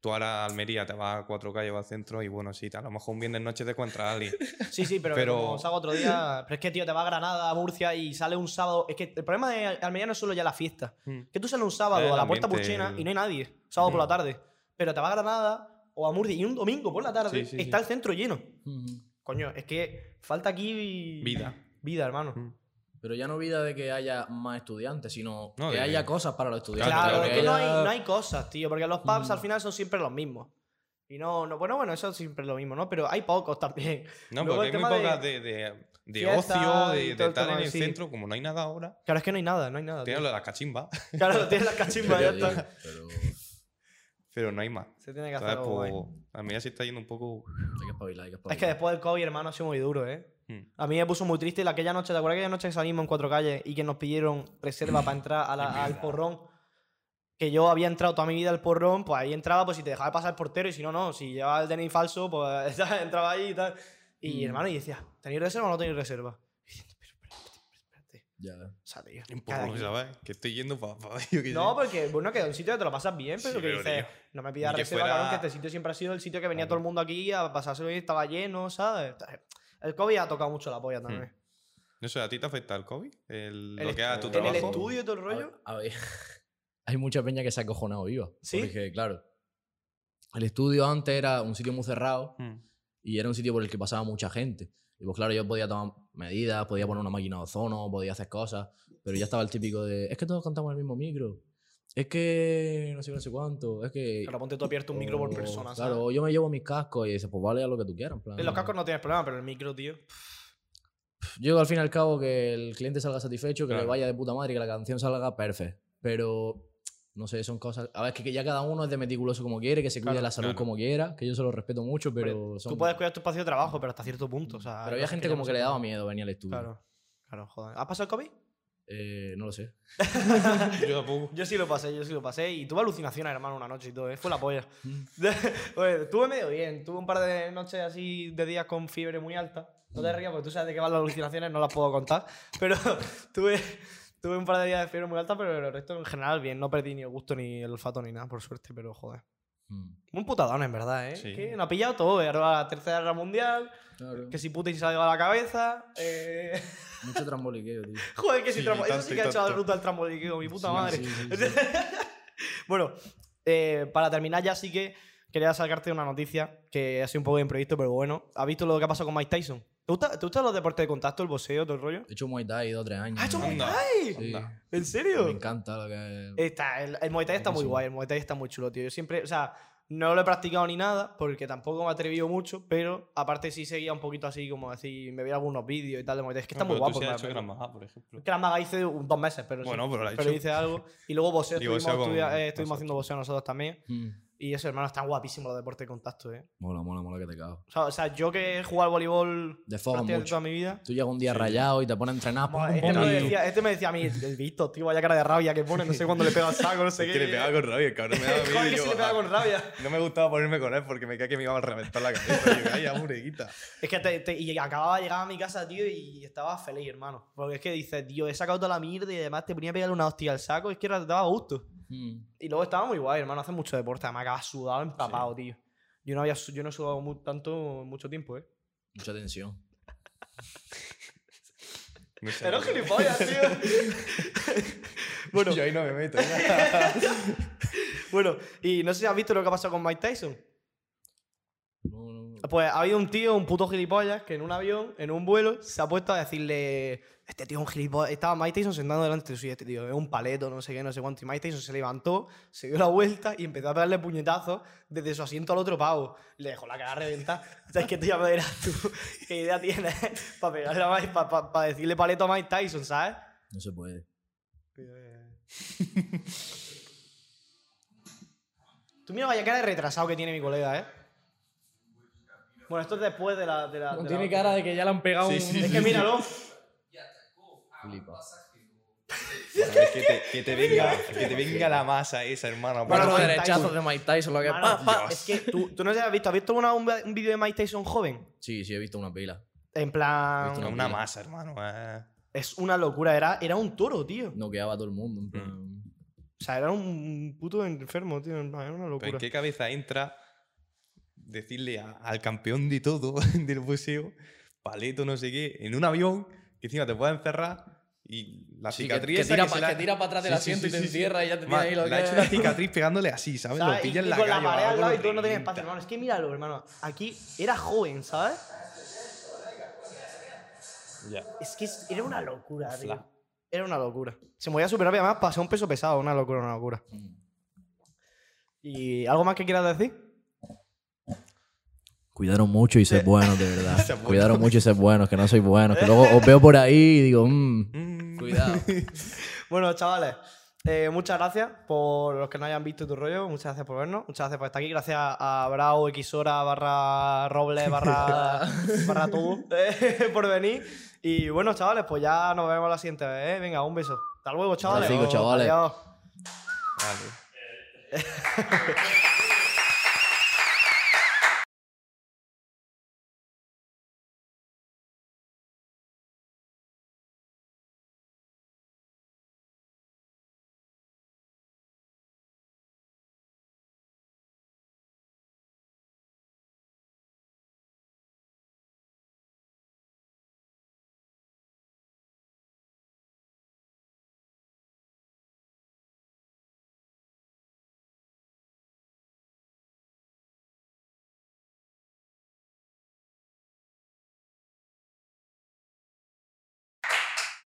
Speaker 3: Tú ahora a Almería te vas a cuatro calles o al centro y bueno, sí, a lo mejor un viernes noche te encuentras a alguien.
Speaker 1: Sí, sí, pero,
Speaker 3: Pero-
Speaker 1: como salgo otro día. Pero es que, tío, te vas a Granada, a Murcia y sale un sábado. Es que el problema de Almería no es solo ya la fiesta.
Speaker 3: Mm.
Speaker 1: Que tú sales un sábado
Speaker 3: El
Speaker 1: a la puerta
Speaker 3: ambiente,
Speaker 1: puchena
Speaker 3: el-
Speaker 1: y no hay nadie. Sábado por la
Speaker 3: Mm.
Speaker 1: tarde. Pero te vas a Granada o a Murcia y un domingo por la tarde
Speaker 3: Sí, sí,
Speaker 1: está
Speaker 3: sí.
Speaker 1: el centro lleno.
Speaker 2: Mm.
Speaker 1: Coño, es que falta aquí.
Speaker 3: Vida.
Speaker 1: Vida, hermano.
Speaker 3: Mm.
Speaker 2: Pero ya no vida de que haya más estudiantes, sino
Speaker 3: No,
Speaker 2: que
Speaker 3: de-
Speaker 2: haya cosas para los
Speaker 1: Claro,
Speaker 2: estudiantes.
Speaker 3: Claro,
Speaker 1: es
Speaker 3: que
Speaker 1: que no hay,
Speaker 2: haya-
Speaker 1: no hay cosas, tío, porque los pubs
Speaker 2: Mm.
Speaker 1: al final son siempre los mismos. Y no, no, bueno, bueno, eso es siempre lo mismo, ¿no? Pero hay pocos también.
Speaker 3: No,
Speaker 1: Luego
Speaker 3: porque
Speaker 1: el
Speaker 3: hay
Speaker 1: tema
Speaker 3: muy
Speaker 1: de-
Speaker 3: pocas de, de, de
Speaker 1: fiesta y
Speaker 3: ocio, de,
Speaker 1: todo
Speaker 3: de
Speaker 1: el
Speaker 3: estar
Speaker 1: tema,
Speaker 3: en el
Speaker 1: sí.
Speaker 3: centro, como no hay nada ahora.
Speaker 1: Claro, es que no hay nada, no hay nada. tío.
Speaker 3: Tienes lo de las cachimbas,
Speaker 1: Claro, tienes las
Speaker 2: Ya
Speaker 1: cachimbas,
Speaker 2: te
Speaker 1: ya
Speaker 2: digo,
Speaker 1: está.
Speaker 2: Pero
Speaker 3: pero no hay más.
Speaker 1: Se tiene que hacer
Speaker 3: Entonces,
Speaker 1: algo guay.
Speaker 3: pues, a mí ya se está yendo un poco.
Speaker 2: hay que espabilar, hay que espabilar.
Speaker 1: Es que después del COVID, hermano, ha sido muy duro, ¿eh?
Speaker 3: Mm.
Speaker 1: A mí me puso muy triste la aquella noche, ¿te acuerdas aquella noche que salimos en cuatro calles y que nos pidieron reserva para entrar a la- al porrón? Que yo había entrado toda mi vida al porrón, pues ahí entraba, pues si te dejaba pasar el portero y si no, no, si llevaba el DNI falso, pues ¿sabes? entraba ahí y tal. Y
Speaker 2: Mm.
Speaker 1: hermano, y decía, ¿tenéis reserva o no tenéis reserva? Y diciendo, pero espérate, espérate, espérate.
Speaker 2: Ya.
Speaker 1: O sea, tío,
Speaker 3: Un
Speaker 1: cada
Speaker 3: poco,
Speaker 1: quien-
Speaker 3: ¿sabes? Que estoy yendo para. yo qué
Speaker 1: No,
Speaker 3: sé.
Speaker 1: porque bueno, que un sitio que te lo pasas bien, pero
Speaker 3: Sí,
Speaker 1: que
Speaker 3: pero,
Speaker 1: dices,
Speaker 3: tío,
Speaker 1: no me pidas
Speaker 3: ni que
Speaker 1: reserva,
Speaker 3: fuera-
Speaker 1: cabrón, que este sitio siempre ha sido el sitio que venía
Speaker 3: Claro.
Speaker 1: todo el mundo aquí a pasárselo y estaba lleno, ¿sabes? El COVID ha tocado mucho la polla también.
Speaker 3: No sé, ¿a ti te afecta el COVID? El,
Speaker 1: El
Speaker 3: Hmm. lo que haga tu
Speaker 1: estu- en el
Speaker 3: trabajo.
Speaker 1: estudio y todo el rollo.
Speaker 2: A ver, hay mucha peña que se ha cojonado viva.
Speaker 1: ¿Sí?
Speaker 2: Porque, claro, el estudio antes era un sitio muy cerrado
Speaker 3: Mm.
Speaker 2: y era un sitio por el que pasaba mucha gente. Y pues claro, yo podía tomar medidas, podía poner una máquina de ozono, podía hacer cosas, pero ya estaba el típico de, es que todos cantamos en el mismo micro, es que no sé, qué, no sé cuánto, es que...
Speaker 1: Claro, ponte tú abierto un micro por
Speaker 2: o-
Speaker 1: persona, ¿sabes?
Speaker 2: Oh, Claro, o yo me llevo mis cascos y dices, pues vale, haz lo que tú quieras. en plan,
Speaker 1: En los cascos no tienes problema, pero el micro, tío.
Speaker 2: Yo al fin y al cabo que el cliente salga satisfecho, que le
Speaker 3: Claro.
Speaker 2: vaya de puta madre y que la canción salga perfecto. Pero, no sé, son cosas... A ver, que, que ya cada uno es de meticuloso como quiere, que se cuide
Speaker 1: Claro,
Speaker 2: la salud
Speaker 3: claro.
Speaker 2: como quiera, que yo se lo respeto mucho, pero...
Speaker 1: Hombre,
Speaker 2: son-
Speaker 1: Tú puedes cuidar tu espacio de trabajo, pero hasta cierto punto. O sea,
Speaker 2: pero había gente como que le daba miedo venir al estudio.
Speaker 1: Claro, claro, joder. ¿Has pasado el COVID?
Speaker 2: Eh, no lo sé.
Speaker 3: Yo tampoco.
Speaker 1: Yo sí lo pasé, yo sí lo pasé. Y tuve alucinaciones, hermano, una noche y todo, ¿eh? Fue la polla. Oye, estuve medio bien. Tuve un par de noches así, de días con fiebre muy alta. No te rías porque tú sabes de qué van las alucinaciones, no las puedo contar. Pero tuve, tuve un par de días de fiebre muy alta, pero el resto en general bien. No perdí ni el gusto, ni el olfato, ni nada, por suerte, pero joder.
Speaker 2: Mm,
Speaker 1: Un putadón, en verdad, ¿eh?
Speaker 3: Sí.
Speaker 1: Que nos ha pillado todo, ¿eh? Ahora la tercera guerra mundial,
Speaker 2: Claro.
Speaker 1: que si Putin se ha llevado la cabeza. Eh...
Speaker 2: Mucho tramboliqueo, tío.
Speaker 1: Joder, que si
Speaker 3: Sí,
Speaker 1: tramo- Eso
Speaker 3: tanto
Speaker 1: sí
Speaker 3: y
Speaker 1: que ha echado la
Speaker 3: tanto.
Speaker 1: ruta al tramboliqueo, mi puta
Speaker 2: Sí,
Speaker 1: madre.
Speaker 2: sí, sí, sí.
Speaker 1: bueno, eh, para terminar ya sí que quería sacarte una noticia que ha sido un poco imprevisto, pero bueno. ¿Has visto lo que ha pasado con Mike Tyson? ¿Te, gusta, te gustan los deportes de contacto, el boxeo, todo el rollo?
Speaker 2: He hecho Muay Thai dos o tres años.
Speaker 1: ¡Ah, hecho Muay
Speaker 3: Anda.
Speaker 1: Thai! Eh.
Speaker 2: Sí.
Speaker 3: Anda.
Speaker 1: ¿En
Speaker 2: Me
Speaker 1: serio?
Speaker 2: encanta lo que es.
Speaker 1: Está, el, el Muay Thai está muy
Speaker 2: Buenísimo.
Speaker 1: guay, el Muay Thai está muy chulo, tío. Yo siempre, o sea, no lo he practicado ni nada, porque tampoco me he atrevido mucho, pero aparte sí seguía un poquito así, como así, me veía algunos vídeos y tal de Muay Thai. Es que está
Speaker 3: No,
Speaker 1: muy
Speaker 3: Ah, pero
Speaker 1: guapo.
Speaker 3: Tú sí
Speaker 1: en
Speaker 3: has
Speaker 1: verdad,
Speaker 3: hecho
Speaker 1: pero-
Speaker 3: Gran Maja, por ejemplo.
Speaker 1: que la maga hice un- dos meses, pero sí.
Speaker 3: Bueno, pero la ha
Speaker 1: pero
Speaker 3: hecho.
Speaker 1: hice algo. Y luego boxeo,
Speaker 3: Digo,
Speaker 1: estuvimos,
Speaker 3: boxeo con
Speaker 1: estudia- eh, estuvimos
Speaker 3: nosotros.
Speaker 1: haciendo boxeo nosotros también.
Speaker 2: Mm.
Speaker 1: Y eso, hermano, están guapísimos los deportes de contacto, ¿eh?
Speaker 2: Mola, mola, mola que te cago.
Speaker 1: O sea, o sea, yo que he jugado al voleibol
Speaker 2: De fuego
Speaker 1: prácticamente
Speaker 2: mucho.
Speaker 1: toda mi vida.
Speaker 2: Tú llegas un día
Speaker 3: Sí.
Speaker 2: rayado y te pones a entrenar. pum,
Speaker 1: Madre, Este
Speaker 2: pum,
Speaker 1: me, lo
Speaker 2: pum,
Speaker 1: decía, este me decía a mí, el visto, tío, vaya cara de rabia que pone, no sé cuándo le pega al saco, no sé
Speaker 3: Es
Speaker 1: qué.
Speaker 3: que le pegaba con rabia, el cabrón. Me daba
Speaker 1: Joder,
Speaker 3: miedo y
Speaker 1: que
Speaker 3: yo,
Speaker 1: si le pega
Speaker 3: ah,
Speaker 1: con rabia.
Speaker 3: No me gustaba ponerme con él porque me caía que me iban a reventar la cabeza. Y yo, ay, amureguita.
Speaker 1: Es que te, te- y acababa, llegaba a mi casa, tío, y estaba feliz, hermano. Porque es que dices, tío, he sacado toda la mierda y además te ponía a pegarle una hostia al saco, es que era- te daba gusto.
Speaker 2: pum.
Speaker 1: Y luego estaba muy guay, hermano. Hace mucho deporte. Además, acaba sudado, empapado, tío. Yo no, había, su- yo no he sudado mu- tanto en mucho tiempo, ¿eh?
Speaker 2: Mucha tensión.
Speaker 3: No sé.
Speaker 1: Era un gilipollas, tío. bueno,
Speaker 3: Yo ahí no me meto. ya.
Speaker 1: bueno, y no sé si has visto lo que ha pasado con Mike Tyson.
Speaker 2: No, no,
Speaker 1: Pues ha habido un tío, un puto gilipollas, que en un avión, en un vuelo, se ha puesto a decirle: Este tío es un gilipollas. Estaba Mike Tyson sentado delante de suyo, este tío es un paleto, no sé qué, no sé cuánto. Y Mike Tyson se levantó, se dio la vuelta y empezó a pegarle puñetazos desde su asiento al otro pavo. Y le dejó la cara reventada. O sea, es que tú ya me dirás tú, ¿qué idea tienes para pegarle a Mike, para decirle paleto a Mike Tyson, ¿sabes?
Speaker 2: no se puede.
Speaker 1: Tú mira vaya cara de retrasado que tiene mi colega, ¿eh? Bueno, esto es después de la. De la- de la otra.
Speaker 2: de que ya le han pegado
Speaker 3: Sí, un- sí,
Speaker 1: Es que míralo.
Speaker 2: Flipa.
Speaker 3: Bueno, es que te, que te venga, que te venga la masa esa, hermano.
Speaker 1: Bueno,
Speaker 3: pero-
Speaker 1: Mike Tyson.
Speaker 2: de Mike Tyson, lo
Speaker 1: Mano, es que tú, tú no sé, has visto. ¿Has visto alguna- un, vi- un vídeo de Mike Tyson joven?
Speaker 2: Sí, sí, he visto una pila.
Speaker 1: En plan.
Speaker 2: Visto
Speaker 3: No, una masa, hermano. eh.
Speaker 1: Es una locura. Era, era un toro, tío.
Speaker 2: Noqueaba a todo el mundo. en plan,
Speaker 1: O sea, era un puto enfermo, tío. en plan, Era una
Speaker 3: Pero
Speaker 1: locura.
Speaker 3: ¿En qué cabeza entra decirle a- al campeón de todo del museo, paleto, no sé qué, en un avión, que encima te puede encerrar y la
Speaker 2: Sí, que-
Speaker 3: cicatriz.
Speaker 2: que
Speaker 3: esa
Speaker 2: tira
Speaker 3: se
Speaker 2: pa- que tira pa' atrás del asiento y te encierra y ya te tiene
Speaker 3: Ma-
Speaker 2: ahí lo
Speaker 3: Le ha
Speaker 2: que-
Speaker 3: hecho una cicatriz pegándole así, ¿sabes?
Speaker 1: ¿Sabes?
Speaker 3: Lo
Speaker 1: Y-
Speaker 3: pilla en
Speaker 1: y
Speaker 3: la
Speaker 1: con
Speaker 3: calle,
Speaker 1: la pared
Speaker 3: va,
Speaker 1: al lado y
Speaker 3: lo
Speaker 1: todo no tenía
Speaker 3: revienta.
Speaker 1: espacio, hermano. Es que míralo, hermano. Aquí era joven, ¿sabes?
Speaker 3: Ya.
Speaker 1: Es que es- era una locura,
Speaker 3: Fla.
Speaker 1: tío. Era una locura. Se movía súper rápido, además pasó un peso pesado. Una locura, una locura.
Speaker 3: Mm.
Speaker 1: ¿Y algo más que quieras decir?
Speaker 2: Cuidaron mucho y ser buenos, de verdad.
Speaker 3: Ser bueno.
Speaker 2: Cuidaron mucho y ser buenos, que no soy buenos. Que luego os veo por ahí y digo, mmm,
Speaker 3: Mm.
Speaker 2: cuidado.
Speaker 1: Bueno, chavales, eh, muchas gracias por los que no hayan visto tu rollo. Muchas gracias por vernos. Muchas gracias por estar aquí. Gracias a Bravo, Xora, barra Roble, barra, barra tú, eh, por venir. Y bueno, chavales, pues ya nos vemos la siguiente vez. ¿eh? Venga, un beso. Hasta luego, chavales.
Speaker 2: Hasta luego, chavales.
Speaker 1: Adiós.
Speaker 3: Vale.